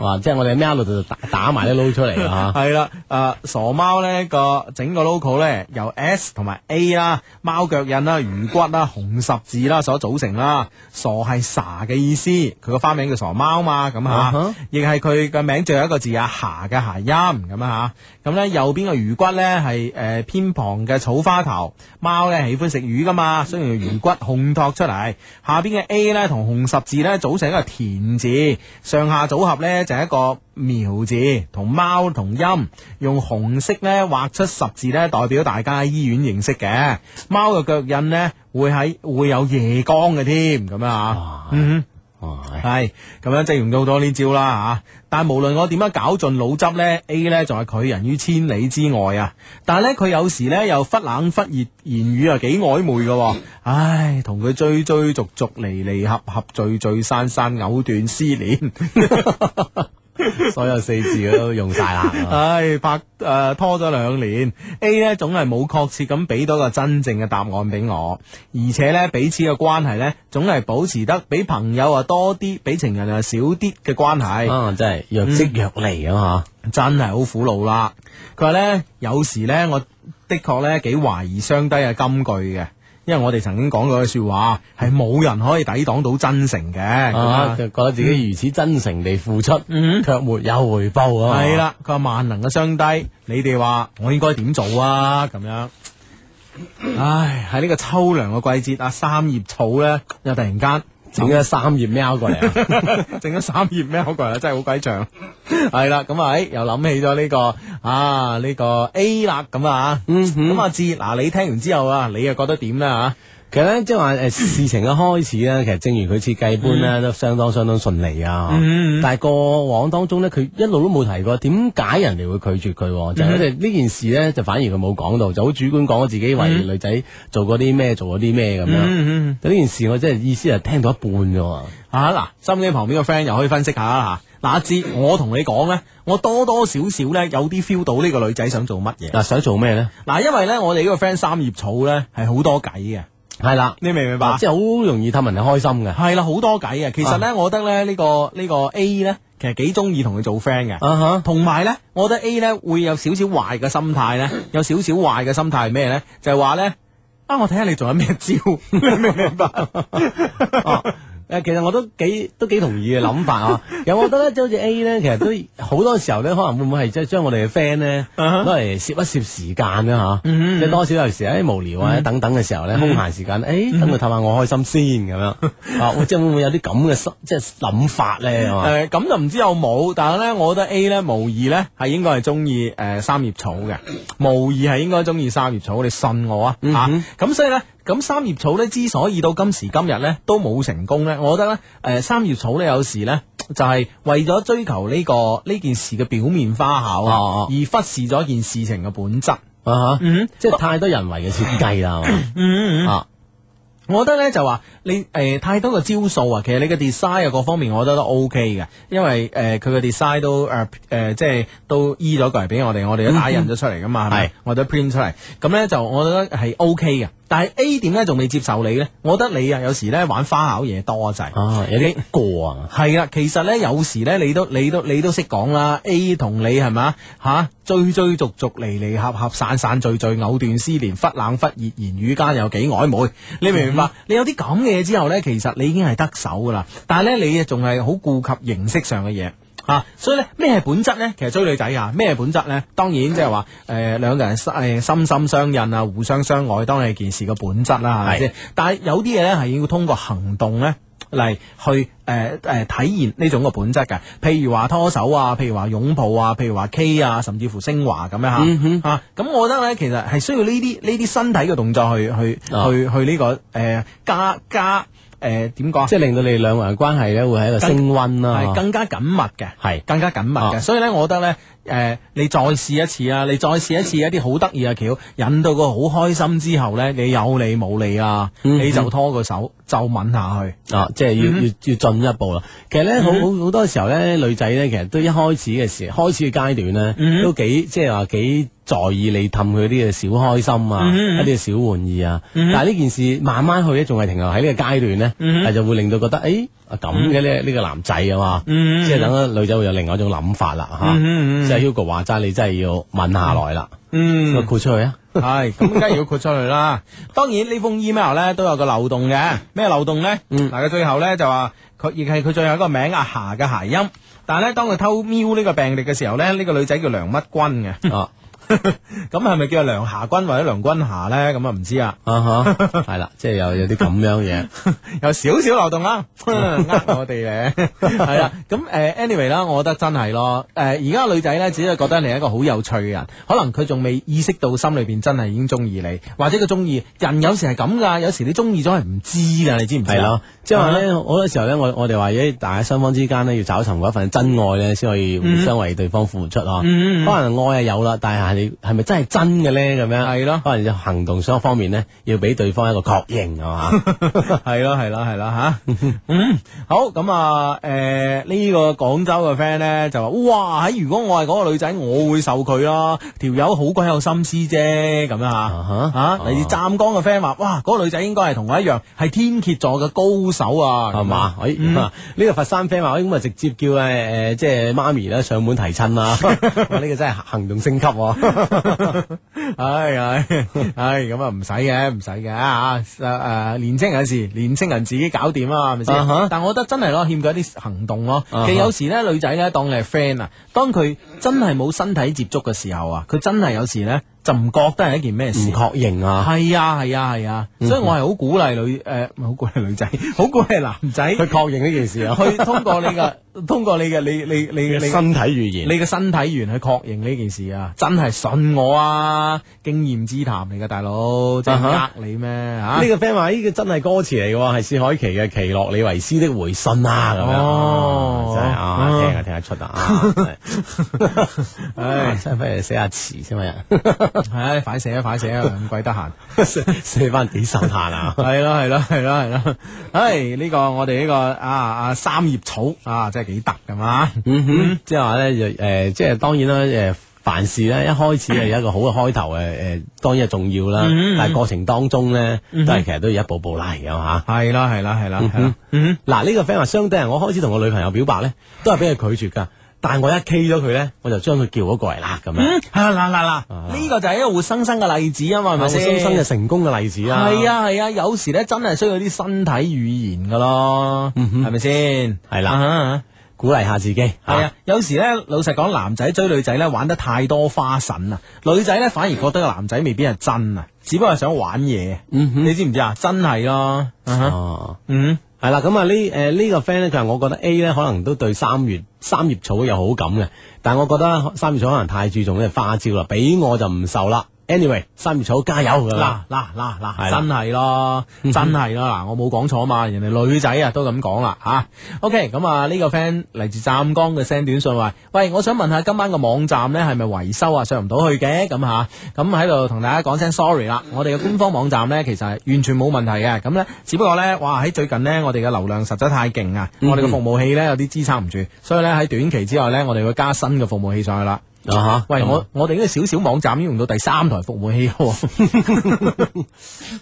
Speaker 4: 哇！即系我哋喵度就打打埋啲撈出嚟 啊！
Speaker 2: 系啦，诶、傻貓呢個整個 logo 呢，由 S 同埋 A 啦、貓腳印啦、魚骨啦、紅十字啦所組成啦。傻係傻嘅意思，佢個花名叫傻貓嘛，咁
Speaker 4: 啊哈
Speaker 2: 吓，亦係佢嘅名最後一個字啊，霞嘅諧音咁啊吓。咁呢，右邊嘅魚骨呢，係诶偏旁嘅草花頭，貓呢喜歡食魚噶嘛，所以用魚骨烘托出嚟。下邊嘅 A 呢，同紅十字呢，組成一個田字，上下組合呢，就係一個。苗字同貓同音，用紅色咧畫出十字咧，代表大家喺醫院認識嘅。貓嘅腳印咧會喺會有夜光嘅添，咁樣啊
Speaker 4: 哇，
Speaker 2: 嗯
Speaker 4: 哇
Speaker 2: 哼，係咁樣即係用咗好多呢招啦吓。但係無論我點樣搞盡腦汁咧，A 咧仲係拒人於千里之外啊。但係咧佢有時咧又忽冷忽熱，言語啊幾曖昧嘅喎。唉，同佢追追逐逐，離離合合，聚聚散散，藕斷絲連。
Speaker 4: 所有四字都用晒啦。
Speaker 2: 唉，拍诶、呃拖咗兩年，A 呢總係冇確切咁俾到個真正嘅答案俾我，而且呢，彼此嘅關係呢，總係保持得比朋友啊多啲，比情人啊少啲嘅關係。
Speaker 4: 啊，真系若即若離啊！
Speaker 2: 真係好苦惱啦。佢話呢，有時呢，我的確呢幾懷疑雙低嘅金句嘅。因為我哋曾經講過嘅说話係冇人可以抵擋到真誠嘅。咁
Speaker 4: 啊，
Speaker 2: 啊
Speaker 4: 就覺得自己如此真誠地付出，
Speaker 2: 嗯
Speaker 4: 卻沒有回報啊！
Speaker 2: 系，啦，佢話萬能嘅雙低，你哋話我應該點做啊？咁樣，唉，喺呢個秋涼嘅季節，啊三葉草咧又突然間
Speaker 4: 整咗三頁喵過嚟啊！
Speaker 2: 整咗三葉咩？嗰個人真係好鬼長。係啦，咁啊，哎又諗起咗呢、個啊呢、個 A 啦，咁啊，
Speaker 4: 嗯哼
Speaker 2: 咁阿志，嗱你聽完之後啊，你又覺得點咧吓？
Speaker 4: 其實咧，即係話诶，事情嘅開始咧，其實正如佢設計般咧，都相當相當順利啊。
Speaker 2: 嗯嗯嗯嗯
Speaker 4: 但係過往當中咧，佢一路都冇提過點解人哋會拒絕佢
Speaker 2: 嗯
Speaker 4: 喎，就係因為呢件事咧，就反而佢冇講到，就好主觀講咗自己為女仔做過啲咩，做過啲咩咁樣。
Speaker 2: 嗯嗯。
Speaker 4: 但呢件事我真係意思係聽到一半啫喎。
Speaker 2: 啊嗱，心機旁邊個 friend 又可以分析下啦嗱，阿志，我同你講咧，我多多少少咧有啲 feel 到呢個女仔想做乜嘢。
Speaker 4: 嗱，想做咩咧？
Speaker 2: 嗱，因為咧，我哋呢個 friend 三葉草咧係好多計嘅，
Speaker 4: 係啦，
Speaker 2: 你明唔明白？
Speaker 4: 哦即係啊好容易氹人哋開心嘅。
Speaker 2: 係啦，好多計嘅。其實咧，我覺得咧，呢個呢個 A 咧，其實幾中意同佢做 friend 嘅。
Speaker 4: 啊哈，
Speaker 2: 同埋咧，我覺得 A 咧會有少少壞嘅心態 咧，有少少壞嘅心態係咩咧？就係話咧，啊，我睇下你仲有咩招， 你明唔明白？
Speaker 4: 哦诶，其實我都幾都几同意嘅諗法 啊。有我覺得咧，即係好似 A 咧，其實都好多時候咧，可能會唔會係即係將我哋嘅 friend 咧
Speaker 2: 啊哈
Speaker 4: 攞嚟攝一攝時間啦吓，
Speaker 2: 嗯嗯嗯
Speaker 4: 即係多少有時喺無聊啊等等嘅時候咧，空閒時間，诶，等佢氹下我開心先咁 樣啊，會即係會唔會有啲咁嘅心即係諗法咧？係嘛
Speaker 2: 誒呃咁就唔知有冇，但係咧，我覺得 A 咧無疑咧係應該係中意誒三葉草嘅，無疑係應該中意三葉草，你信我啊嚇！
Speaker 4: 嗯
Speaker 2: 咁、
Speaker 4: 哼
Speaker 2: 所以咧，咁三葉草咧之所以到今時今日咧都冇成功咧，我覺得咧誒、三葉草咧有時咧就係、為咗追求呢、個呢件事嘅表面花巧啊，
Speaker 4: 哦哦
Speaker 2: 而忽視咗件事情嘅本質。
Speaker 4: 啊哈，
Speaker 2: 嗯
Speaker 4: 即係太多人為嘅設計啦，係嘛
Speaker 2: 嗯嗯
Speaker 4: 啊，
Speaker 2: 我覺得咧就話你誒、呃太多嘅招數啊，其實你嘅 design 啊各方面，我覺得都 OK 嘅，因為誒佢嘅 design 都誒誒、呃呃即係都醫咗過嚟俾我哋，我哋都打印咗出嚟噶嘛，係咪
Speaker 4: 係
Speaker 2: 我哋都 print 出嚟，咁咧就我覺得係 OK 嘅。但係 A 點解仲未接受你咧？我覺得你啊有時咧玩花巧嘢多滯。
Speaker 4: 啊，有啲過啊。
Speaker 2: 係啦，其實咧有時咧，你都你都你都識講啦。A 同你係咪吓追追逐逐，離離合合，散散聚聚，藕斷絲連，忽冷忽熱，言語間有幾曖昧。你明唔明白？你有啲咁嘅嘢之後咧，其實你已經係得手噶啦。但係咧，你啊仲係好顧及形式上嘅嘢。啊，所以咧，咩係本質咧？其實追女仔啊，咩係本質咧？當然即係話，誒、兩個人心誒心心相印啊，互相相愛，當然係件事嘅本質啦，係咪先？但係有啲嘢咧係要通過行動咧。嚟去誒誒、呃呃體現呢種嘅本質嘅，譬如話拖手啊，譬如話擁抱啊，譬如話 K 啊，甚至乎升華咁樣嚇、
Speaker 4: 嗯哼
Speaker 2: 啊，咁我覺得咧，其實係需要呢啲呢啲身體嘅動作去去、
Speaker 4: 啊
Speaker 2: 去去呢、個誒、呃加加誒點講啊？
Speaker 4: 即係令到你哋兩個人關係咧會喺度升温啦，
Speaker 2: 係
Speaker 4: 係嘛
Speaker 2: 更加緊密嘅，
Speaker 4: 係
Speaker 2: 更加緊密嘅。
Speaker 4: 啊
Speaker 2: 所以咧，我覺得咧，誒、你再試一次啊，你再試一次一啲好得意嘅橋，引到佢好開心之後咧，你有理冇理啊，
Speaker 4: 嗯
Speaker 2: 你就拖個手就吻下去。
Speaker 4: 啊，即係要、
Speaker 2: 嗯
Speaker 4: 要要進一步啦。其實咧，好好好多時候咧，女仔咧，其實都一開始嘅時，開始嘅階段咧，
Speaker 2: 嗯
Speaker 4: 都幾即係話幾在意你氹佢啲嘅小開心啊，
Speaker 2: 嗯
Speaker 4: 一啲嘅小玩意啊。
Speaker 2: 嗯
Speaker 4: 但係呢件事慢慢去咧，仲係停留喺呢個階段咧，
Speaker 2: 嗯
Speaker 4: 但係就會令到覺得誒啊咁嘅呢呢個男仔啊嘛，
Speaker 2: 嗯
Speaker 4: 即係等咗女仔會有另外一種諗法啦嚇。
Speaker 2: 嗯嗯嗯
Speaker 4: 即係 Hugo 話齋，你真係要吻下來啦，
Speaker 2: 嗯
Speaker 4: 咁啊豁出去啊！
Speaker 2: 系，咁梗係要豁出去啦。當然呢封 email 咧都有個漏洞嘅，咩漏洞咧？
Speaker 4: 嗯
Speaker 2: 嗱，佢最後咧就話佢亦係佢最後一個名阿霞嘅諧音，但係咧當佢偷瞄呢個病歷嘅時候咧，呢、個女仔叫梁乜君嘅，
Speaker 4: 啊
Speaker 2: 咁係咪叫梁霞君或者梁君霞咧？咁啊唔知啊，
Speaker 4: 啊哈，係啦，即係有有啲咁樣嘢。
Speaker 2: 有少少漏洞啦， 呃我哋嘅係啦。咁诶、a n y w a y 啦，我覺得真係咯。诶、而家女仔咧，只係覺得你係一個好有趣嘅人，可能佢仲未意識到心裏边真係已經中意你，或者佢中意人有時係咁㗎，有時你中意咗係唔知㗎，你知 唔知
Speaker 4: 系
Speaker 2: 啊？
Speaker 4: 咯，即系话咧，好多時候咧，我我哋話咦，大家雙方之間咧要找尋嗰一份真愛咧，先可以互相為對方付出啊。
Speaker 2: 嗯嗯嗯嗯
Speaker 4: 可能愛係有啦，但係你係咪真係真嘅咧？咁樣
Speaker 2: 係咯
Speaker 4: 可能就行動上方面咧，要俾對方一個確認 啊嘛。
Speaker 2: 係咯，係咯，係咯吓。嗯，好咁啊，诶、呢、個廣州嘅 friend 咧就話：，哇，喺如果我係嗰個女仔，我會受佢啦。條友好鬼有心思啫，咁樣
Speaker 4: 啊
Speaker 2: 啊
Speaker 4: 哈
Speaker 2: 吓。嚟自湛江嘅 friend 話：，哇，嗰、個女仔應該係同我一樣，係天蝎座嘅高手啊，
Speaker 4: 係嘛？哎，
Speaker 2: 嗯
Speaker 4: 呢個佛山 friend 話，哎咁啊直接叫誒誒，即係媽咪咧上門提親啦。哇呢個真係行動升級喎。
Speaker 2: 唉唉唉，咁啊唔使嘅，唔使嘅啊！诶、啊年青人事，年青人自己搞掂啊，係咪先
Speaker 4: 啊哈
Speaker 2: 但我覺得真係咯，欠佢一啲行動咯。
Speaker 4: 啊哈
Speaker 2: 其實有時咧，女仔咧當你係 friend 啊，當佢真係冇身體接觸嘅時候啊，佢真係有時咧就唔覺得係一件咩
Speaker 4: 唔
Speaker 2: 事。
Speaker 4: 確認啊，嗯
Speaker 2: 係啊係啊係啊，所以我係好鼓勵女诶，唔係好鼓勵女仔， 好鼓勵男仔
Speaker 4: 佢確認呢件事啊，
Speaker 2: 去通過你 嘅，通過你嘅你你你你
Speaker 4: 身體語言。
Speaker 2: 你嘅身體語言去確認呢件事啊，真係信我啊！經驗之談嚟嘅大佬，真係呃你咩嚇？
Speaker 4: 啊呢個 friend 話：呢個真係歌詞嚟嘅喎，係薛凱琪嘅《奇洛李維斯的回信》啊，咁樣
Speaker 2: 哦
Speaker 4: 真係啊，
Speaker 2: 哦
Speaker 4: 聽啊聽得出 啊，唉，真係不如寫下詞先嘛，
Speaker 2: 唉，快寫啊，快寫 啊，咁鬼得閒。
Speaker 4: 寫寫翻幾首嘆 啊，
Speaker 2: 係咯，係咯，係咯，係咯。唉，呢個我哋呢個啊啊三葉草啊，真係幾得㗎嘛。
Speaker 4: 嗯哼，即係話咧就誒，即係當然啦誒。凡事咧，一開始係有一個好嘅開頭，誒誒，當然係重要
Speaker 2: 嗯
Speaker 4: 啦。但係過程當中咧，都係其實都要一步步嚟嘅嚇。
Speaker 2: 係啦，係啦，係啦，係啦。嗯
Speaker 4: 嗱，呢個 friend 話相對人，我開始同我女朋友表白咧，都係俾佢拒絕㗎。但係我一 K 咗佢咧，我就將佢叫咗過嚟啦，咁樣。
Speaker 2: 嗯，啊嗱嗱嗱，呢個就係一個活生生嘅例子啊嘛，係咪
Speaker 4: 活
Speaker 2: 先？
Speaker 4: 生生嘅成功嘅例子啊！
Speaker 2: 係，啊係啊，有時咧真係需要啲身體語言㗎咯，係咪先？
Speaker 4: 嗯係啦
Speaker 2: 啊啊
Speaker 4: 鼓勵下自己。系
Speaker 2: 系啊，，有時咧，老實講，男仔追女仔咧玩得太多花神啦，女仔咧反而覺得個男仔未必係真啊，只不過係想玩嘢。你知唔知啊？真係咯，嗯哼
Speaker 4: 嗯哦，
Speaker 2: 嗯
Speaker 4: 係啦，咁啊呢诶呢個 friend 咧，佢話我覺得 A 咧可能都對三月三葉草有好感嘅，但我覺得三葉草可能太注重呢個花招啦，俾我就唔受啦。Anyway，三葉草加油㗎
Speaker 2: 嗱
Speaker 4: 啦，
Speaker 2: 嗱嗱
Speaker 4: 係啦
Speaker 2: 嗱，
Speaker 4: 嗯
Speaker 2: 真係咯，真係咯，嗱，我冇講錯嘛，人哋女仔啊都咁講啦吓。OK，咁啊呢個 friend 嚟自湛江嘅 send 短信話：，喂，我想問下今晚個網站咧係咪維修啊上唔到去嘅咁吓？咁喺度同大家講聲 sorry 啦，我哋嘅官方網站咧其實係完全冇問題嘅，咁咧只不過咧，哇喺最近咧我哋嘅流量實在太勁啊，我哋嘅服務器咧有啲支撐唔住，所以咧喺短期之內咧我哋會加新嘅服務器上去啦。
Speaker 4: 啊吓，
Speaker 2: 喂，我我哋呢個小小網站已經用到第三台服務器喎。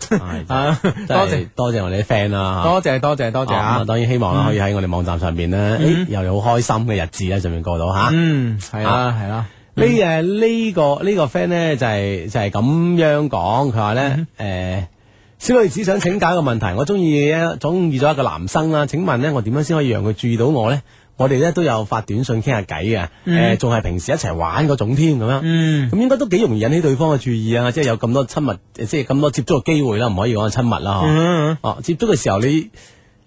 Speaker 4: 係
Speaker 2: 啊，
Speaker 4: 真
Speaker 2: 多
Speaker 4: 係
Speaker 2: 謝
Speaker 4: 多謝我哋啲 friend 啦。嚇
Speaker 2: 多謝多謝多謝
Speaker 4: 啊咁
Speaker 2: 啊
Speaker 4: 啊！！當然希望啦，可以喺我哋網站上邊咧，誒又有好開心嘅日子咧，上面過到嚇。
Speaker 2: 嗯，係啦
Speaker 4: 啊
Speaker 2: 係啦，
Speaker 4: 呢誒呢個呢個 friend 咧就係就係咁樣講，佢話咧
Speaker 2: 嗯
Speaker 4: 誒。小女子想請教一個問題，我中意一中意咗一個男生啦，請問咧我點樣先可以讓佢注意到我咧？我哋咧都有發短信傾下偈嘅，誒仲係平時一齊玩嗰種添咁樣，
Speaker 2: 嗯
Speaker 4: 咁應該都幾容易引起對方嘅注意啊！即係有咁多親密，即係咁多接觸嘅機會啦，唔可以講係親密啦，嗬
Speaker 2: 嗯
Speaker 4: 哦、接觸嘅時候你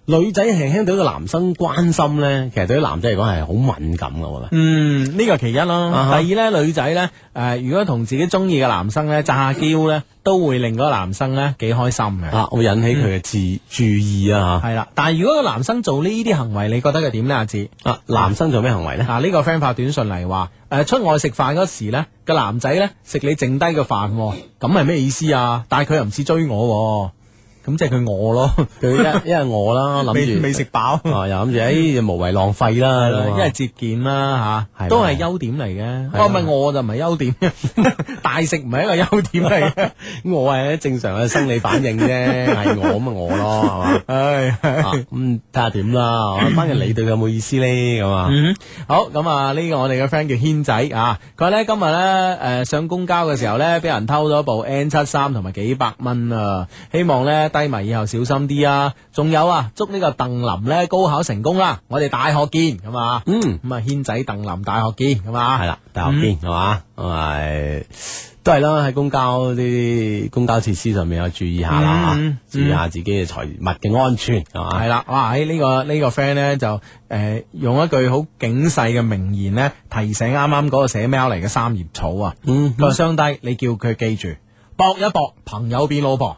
Speaker 4: 女仔輕輕對一個男生關心咧，其實對於男仔嚟講係好敏感嘅，我覺得。
Speaker 2: 嗯，呢個其一
Speaker 4: 啊
Speaker 2: 啦。
Speaker 4: 哈
Speaker 2: 第二咧，女仔咧，誒，如果同自己中意嘅男生咧詐嬌咧，都會令嗰個男生咧幾開心嘅。
Speaker 4: 啊，會引起佢嘅
Speaker 2: 嗯
Speaker 4: 注注意啊
Speaker 2: 係啦，但係如果個男生做呢啲行為，你覺得佢點咧？阿志
Speaker 4: 吓。啊，男生做咩行 為咧？
Speaker 2: 啊嗱，呢個 friend 發短信嚟話，誒出外食飯嗰時咧，個男仔咧食你剩低嘅飯喎，咁係咩意思啊？但係佢又唔似追我喎，咁即係佢餓咯，
Speaker 4: 佢一因為我啦，諗
Speaker 2: 未
Speaker 4: 住
Speaker 2: 未食飽。
Speaker 4: 啊，又諗 住诶，無謂浪費啦，咁啊
Speaker 2: 因為節儉啦吓，
Speaker 4: 係啦
Speaker 2: 都係優點嚟
Speaker 4: 係
Speaker 2: 嘅。
Speaker 4: 啦
Speaker 2: 哦，唔係我就唔係優 點，大食唔係一個優點嚟 嘅。
Speaker 4: 我係正常嘅生理反應啫，係我咁咪我咯，
Speaker 2: 唉，
Speaker 4: 係 嘛？啊咁睇下 點啦，
Speaker 2: 啊
Speaker 4: 係嘛關鍵你對佢有冇意思咧，咁啊，
Speaker 2: 嗯，好咁啊！呢個我哋嘅 friend 叫軒仔啊，佢話咧今日咧誒上公交嘅時候咧，俾人偷咗部 N 七三同埋幾百蚊啊！希望咧低迷以後小心啲 啊！仲有啊，祝呢個鄧林咧高考成功啦！我哋大學見咁啊！
Speaker 4: 嗯，
Speaker 2: 咁啊，軒仔鄧林大學見咁啊！
Speaker 4: 係啦，大學見係嘛，咁啊都係啦，喺公交呢啲公交設施上面有注意下啦，
Speaker 2: 嗯
Speaker 4: 嚇注意下自己嘅財物嘅安全係嘛
Speaker 2: 系。啦，哇！喺、呢、個呢、個 friend 咧就诶、用一句好警世嘅名言咧提醒啱啱嗰個寫 mail 嚟嘅三葉草啊，
Speaker 4: 嗯
Speaker 2: 個相低你叫佢記住搏一搏，朋友變老 婆，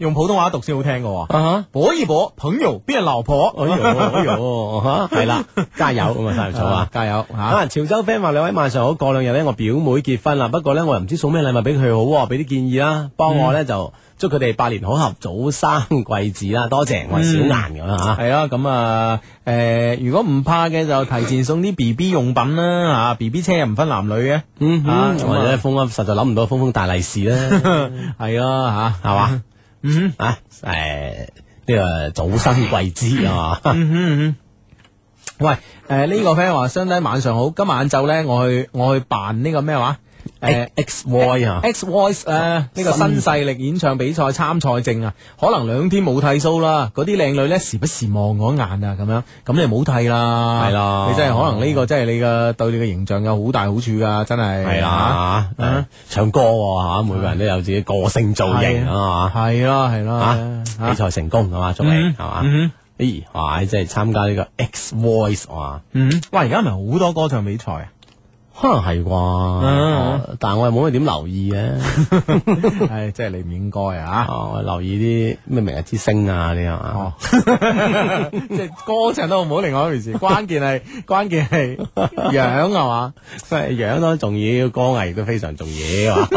Speaker 2: 用普通話讀先好聽嘅喎。
Speaker 4: 啊
Speaker 2: 搏一搏，朋友變老婆。
Speaker 4: 哎呦，哎呦，吓系啦，加油咁啊，三條草啊！
Speaker 2: 加油吓！
Speaker 4: 啊！潮州 friend 話兩位晚上好，過兩日咧我表妹結婚啦，不過咧我又唔知送咩禮物俾佢好喎，俾啲建議啦，幫我咧就祝佢哋百年好合，早生貴子啦，多謝我係小顏咁啦吓。
Speaker 2: 系啦，咁啊，诶、
Speaker 4: 嗯
Speaker 2: 如果唔怕嘅就提前送啲 B B 用品啦，吓 B B 車又唔分男女嘅，
Speaker 4: 嗯
Speaker 2: 啊
Speaker 4: 哼，
Speaker 2: 咁啊
Speaker 4: 或者封啊，實在諗唔到封封大 利是啦，
Speaker 2: 係啦吓，
Speaker 4: 係嘛？
Speaker 2: 嗯
Speaker 4: 啊，诶，呢個早生貴子啊嘛，
Speaker 2: 嗯哼嗯哼 喂，诶、呢、個个 friend 話，相低晚上好，今晚晏晝咧，我去我去辦呢個咩話？诶
Speaker 4: X Y 啊，
Speaker 2: X Voice 咧呢個新勢力演唱比賽參賽證啊，可能兩天冇剃須啦，嗰啲靚女咧時不時望我一眼啊，咁樣咁你唔好剃啦，
Speaker 4: 係啦
Speaker 2: 你真係可能呢個真係你嘅對你嘅形象有好大好處噶，真係啊
Speaker 4: 系啦吓，誒啊唱歌吓，每個人都有自己個性造型啊嘛，啊
Speaker 2: 係啦係啦
Speaker 4: 吓比賽成功係嘛，祝你
Speaker 2: 嗯
Speaker 4: 係嘛，
Speaker 2: 嗯
Speaker 4: 咦，哇，即係參加呢個 X Voice 哇，
Speaker 2: 嗯，哇！而家咪好多歌唱比賽啊，
Speaker 4: 可能係啩
Speaker 2: 嗯，
Speaker 4: 但係我又冇乜點留意嘅，
Speaker 2: 係真係你唔應該啊，
Speaker 4: 哦我留意啲咩明日之星啊啲係嘛
Speaker 2: 哦。 即係歌唱都好唔好，另外一回 事，關鍵係關鍵係樣係嘛。
Speaker 4: 样都重要，歌藝都非常重要。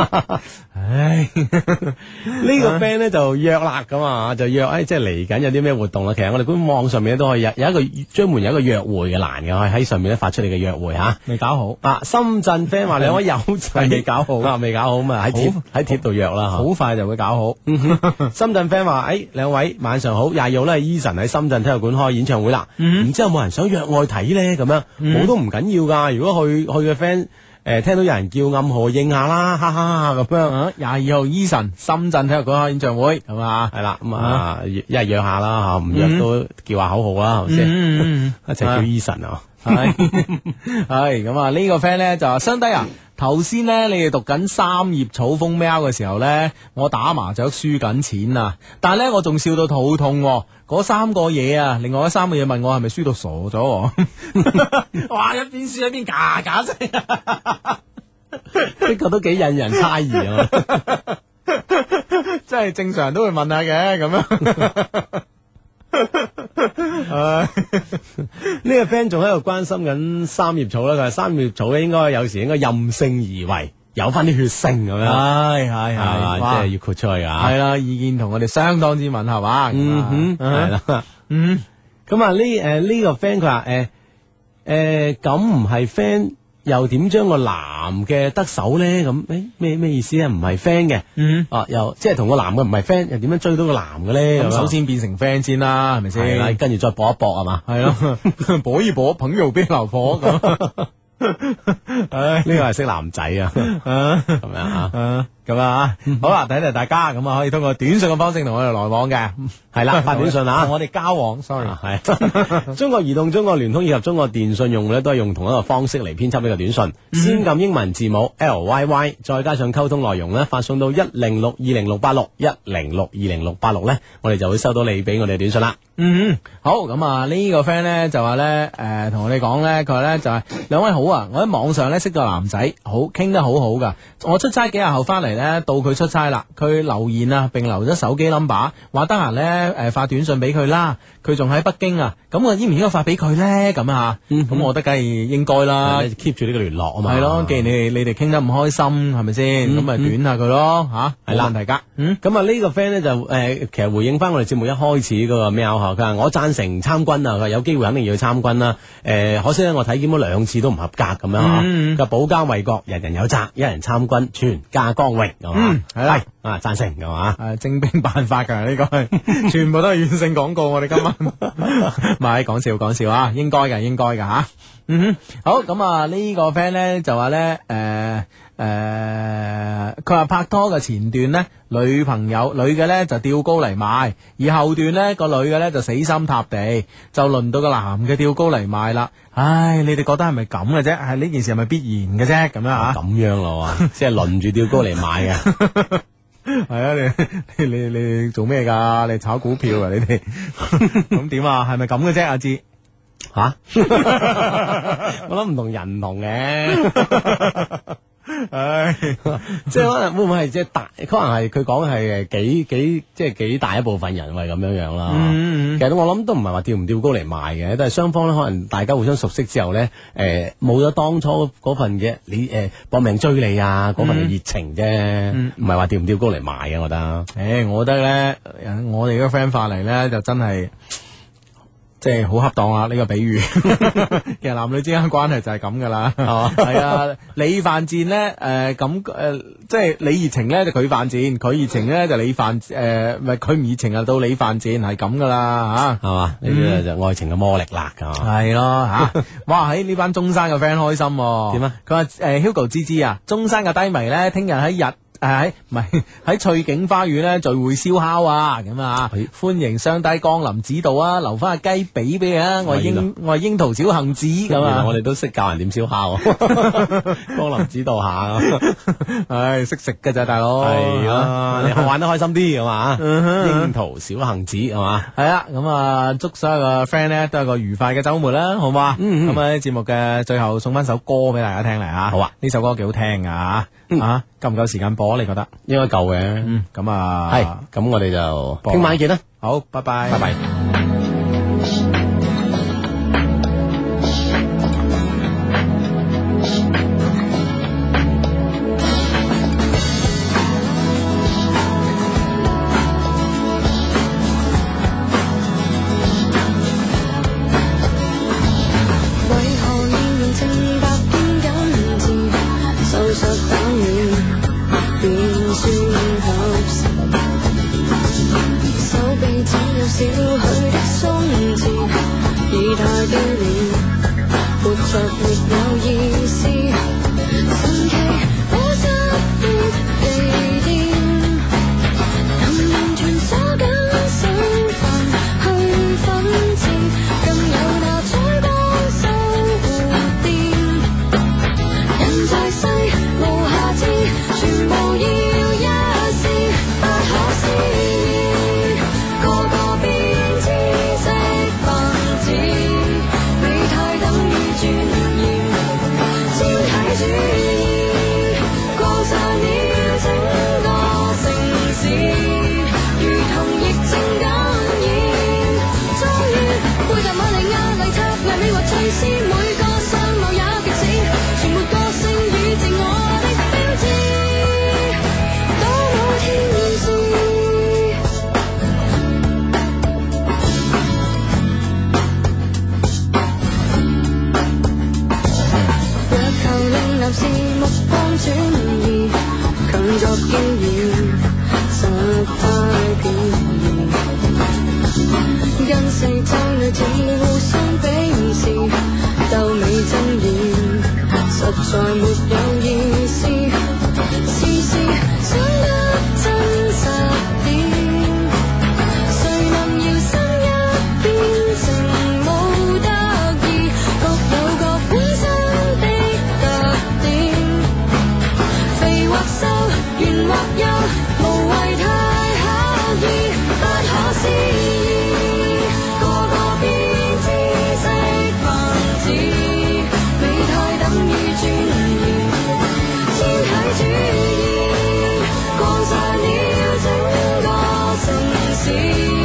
Speaker 4: 唉，呢個 friend 咧就約啦咁啊，就約诶，即係嚟緊有啲咩活動啦。啊其實我哋官網上面咧都可以有有一個專門有一個約會嘅欄嘅，可以喺上面咧發出你嘅約會吓。
Speaker 2: 未搞好，
Speaker 4: 啊，深圳 friend 話兩 位友仔
Speaker 2: 未搞好
Speaker 4: 啊，未搞好嘛，喺貼喺貼度約啦
Speaker 2: 好
Speaker 4: 吓。
Speaker 2: 快就會搞好。
Speaker 4: 深圳 friend 話：，诶，兩位晚上好，廿二號咧，Eason 喺深圳體育館開演唱會啦。
Speaker 2: 嗯
Speaker 4: 然之後冇人想約我去睇咧，咁樣冇都唔緊要噶。如果去去嘅 friend 诶聽到有人叫暗號應下啦， 哈哈哈咁樣。
Speaker 2: 啊廿二號 Eason 深圳體育館開演唱會係嘛？
Speaker 4: 係啦，咁啊，一係約下啦吓，唔約都叫下口號啦，係咪先？
Speaker 2: 嗯，
Speaker 4: 一齊叫 Eason 啊，
Speaker 2: 係係咁啊！呢個 friend 咧就話：相低啊！頭先咧，你哋讀緊三葉草風喵嘅時候咧，我打麻雀輸緊錢啊！但係咧，我仲笑到肚痛、喎。嗰三個嘢啊，另外嗰三個嘢問我係咪輸到傻咗喎？ 哇！一邊輸一邊嘎嘎 聲，
Speaker 4: 的確都幾引人猜疑啊。
Speaker 2: 真係正常人都會問下嘅咁樣。
Speaker 4: 呢個 friend 仲喺度關心緊三葉草啦，佢話三葉草咧應該有時應該任性而為，有翻啲血性咁樣，
Speaker 2: 係係係，
Speaker 4: 啊，即
Speaker 2: 哇
Speaker 4: 係要豁出去啊
Speaker 2: 系。啦，意見同我哋相當之吻合啊！
Speaker 4: 嗯哼，係
Speaker 2: 啦，
Speaker 4: 啦。
Speaker 2: 嗯，
Speaker 4: 咁啊呢诶呢個 friend 佢話诶诶咁唔係 friend 又點將個男嘅得手咧？咁诶咩咩意思咧？唔係 friend 嘅，
Speaker 2: 嗯，
Speaker 4: 啊又即係同個男嘅唔係 friend，又點樣追到個男嘅咧？
Speaker 2: 咁
Speaker 4: 樣
Speaker 2: 首先變成 friend 先啦，係咪
Speaker 4: 係啦，
Speaker 2: 先？
Speaker 4: 跟住再搏一搏係嘛？
Speaker 2: 係 咯，搏一搏，朋友必流火咁。唉
Speaker 4: 呢個係識男仔啊，
Speaker 2: 啊
Speaker 4: 咁樣啊。
Speaker 2: 啊咁啊，
Speaker 4: 嗯
Speaker 2: 好啦，睇嚟大家咁啊，可以通過短信嘅方式同我哋來往嘅，
Speaker 4: 係啦發短信啊
Speaker 2: 同我哋交往，sorry，
Speaker 4: 系 中國移動、中國聯通以及中國電信用戶咧，都係用同一個方式嚟編輯呢個短信，
Speaker 2: 嗯
Speaker 4: 先撳英文字母 L Y Y，再加上溝通內容咧，發送到一零六二零六八六一零六二零六八六咧，我哋就會收到你俾我哋嘅短信啦。
Speaker 2: 嗯，好咁啊！呢個 friend 咧就話咧，誒同我哋講咧，佢話咧就係兩位好啊！我喺網上咧識個男仔，好傾得好好噶。我出差幾日後翻嚟咧，到佢出差啦，佢留言啊，並留咗手機 number，話得閒咧誒發短信俾佢啦。佢仲喺北京啊，咁我應唔應該發俾佢咧？咁啊，
Speaker 4: 嗯
Speaker 2: 咁、我覺得梗係應該啦。
Speaker 4: keep 住呢個聯絡啊嘛。嗯
Speaker 2: 係咯，既然你哋你哋傾得唔開心，係咪先？咁咪短下佢咯，吓
Speaker 4: 係
Speaker 2: 冇
Speaker 4: 啦
Speaker 2: 問題㗎。嗯，
Speaker 4: 咁啊，呢個 friend 咧就诶，其實回應翻我哋節目一開始嗰個喵吓，佢話我贊成參軍啊，佢話有機會肯定要去參軍啦。诶，可惜咧，我體檢咗兩次都唔合格咁樣吓。
Speaker 2: 嗯
Speaker 4: 佢話保家衛國，人人有責，一人參軍，全家光榮，係嘛
Speaker 2: 嗯？係啦
Speaker 4: 係啊，贊成係 嘛？
Speaker 2: 诶，征兵辦法㗎呢個 係，全部都係軟性廣告。我哋今晚唔係講笑講笑啊，應該嘅應該嘅吓。嗯哼，好咁啊，呢個 friend 咧就話咧，诶诶，佢話拍拖嘅前段咧，女朋友女嘅咧就吊高嚟賣，而後段咧個女嘅咧就死心塌地，就輪到個男嘅吊高嚟賣啦。唉，你哋覺得係咪咁嘅啫？係呢件事係咪必然嘅啫？咁樣啊？
Speaker 4: 哦咁樣咯喎，即係輪住吊高嚟啊 買嘅，
Speaker 2: 系啊，你 你你你做咩噶？你炒股票啊？你 哋咁點啊？係咪咁嘅啫？阿志，
Speaker 4: 吓？我諗唔同人唔同嘅。
Speaker 2: 唉，
Speaker 4: 即係可能會唔會係即係大，可能係佢講係誒幾幾即係幾大一部分人為咁樣樣啦。
Speaker 2: 嗯嗯
Speaker 4: 其實我諗都唔係話調唔調高嚟賣嘅，但係雙方咧可能大家互相熟悉之後咧，誒冇咗當初嗰份嘅你誒、搏命追你啊嗰份嘅熱情啫，唔係話調唔調高嚟賣嘅，我覺得。
Speaker 2: 诶，我覺得咧，人我哋嗰個 friend 發嚟咧，就真係即係好恰當啊！呢、個比喻， 其實男女之間關係就係咁噶啦， 係啊，你犯賤咧，诶咁诶，誒即係你熱情咧就佢犯賤，佢熱情咧就你犯诶，唔係佢唔熱情啊到你犯賤，係咁噶啦吓。
Speaker 4: 系嘛？呢啲就愛情嘅魔力啦，係嘛？
Speaker 2: 系咯吓， 哇！喺呢班中山嘅 friend 開心喎
Speaker 4: 點啊？
Speaker 2: 佢話诶 Hugo 芝芝啊，中山嘅低迷咧，聽日喺日。诶，喺唔係 喺翠景花園咧聚會燒烤啊，咁啊，
Speaker 4: 哎
Speaker 2: 歡迎雙低光臨指導啊，留翻個雞髀俾你啊，我係
Speaker 4: 哎
Speaker 2: 櫻我係櫻桃小杏子咁
Speaker 4: 原來
Speaker 2: 啊
Speaker 4: 我，哋都 識教人點燒烤啊，光臨指導下咁。
Speaker 2: 唉，識食㗎咋大佬，
Speaker 4: 係啊，你玩得開心啲咁啊！櫻桃小杏子係嘛？
Speaker 2: 系啦，咁啊，祝所有嘅 friend 咧都有個愉快嘅周末啦，好嘛？咁喺節目嘅最後送翻首歌俾大家聽嚟吓。
Speaker 4: 好啊，
Speaker 2: 呢首歌幾好聽噶吓，啊，夠唔夠時間播啊？你覺得？
Speaker 4: 應該夠嘅。
Speaker 2: 嗯，咁啊，
Speaker 4: 係，咁我哋就
Speaker 2: 播
Speaker 4: 聽晚見啦，
Speaker 2: 好，拜拜，
Speaker 4: 拜拜。。
Speaker 3: 為何面容淨白偏緊致，收縮膽面變酸合時。手臂總有少許的鬆弛，已太丟臉，活着沒有意思。神奇，我執的地點。能完全抓緊身份去奮戰，更有那彩光守護點。人在世無瑕疵，全部要一試，不可思議。個個變知識分子，你太等於鑽研天體主義。光晒了整個城市，如同疫症感染。終於背著瑪利亞麗塔、艾美或翠絲，每個相貌也極似，全沒個性與自我的標誌，都冇天使。若求令男士目光轉移，強作嬌豔，實太便宜。跟四周女子互相鄙視，鬥美爭豔，實在沒有意思。事事想得真實點。誰能搖身一變成冇得意？各有各本身的特點，肥或瘦，圓或幼，無謂太刻意，不可思議。個個變知識分子，美態等於鑽研。天體主義，光晒了整個城市，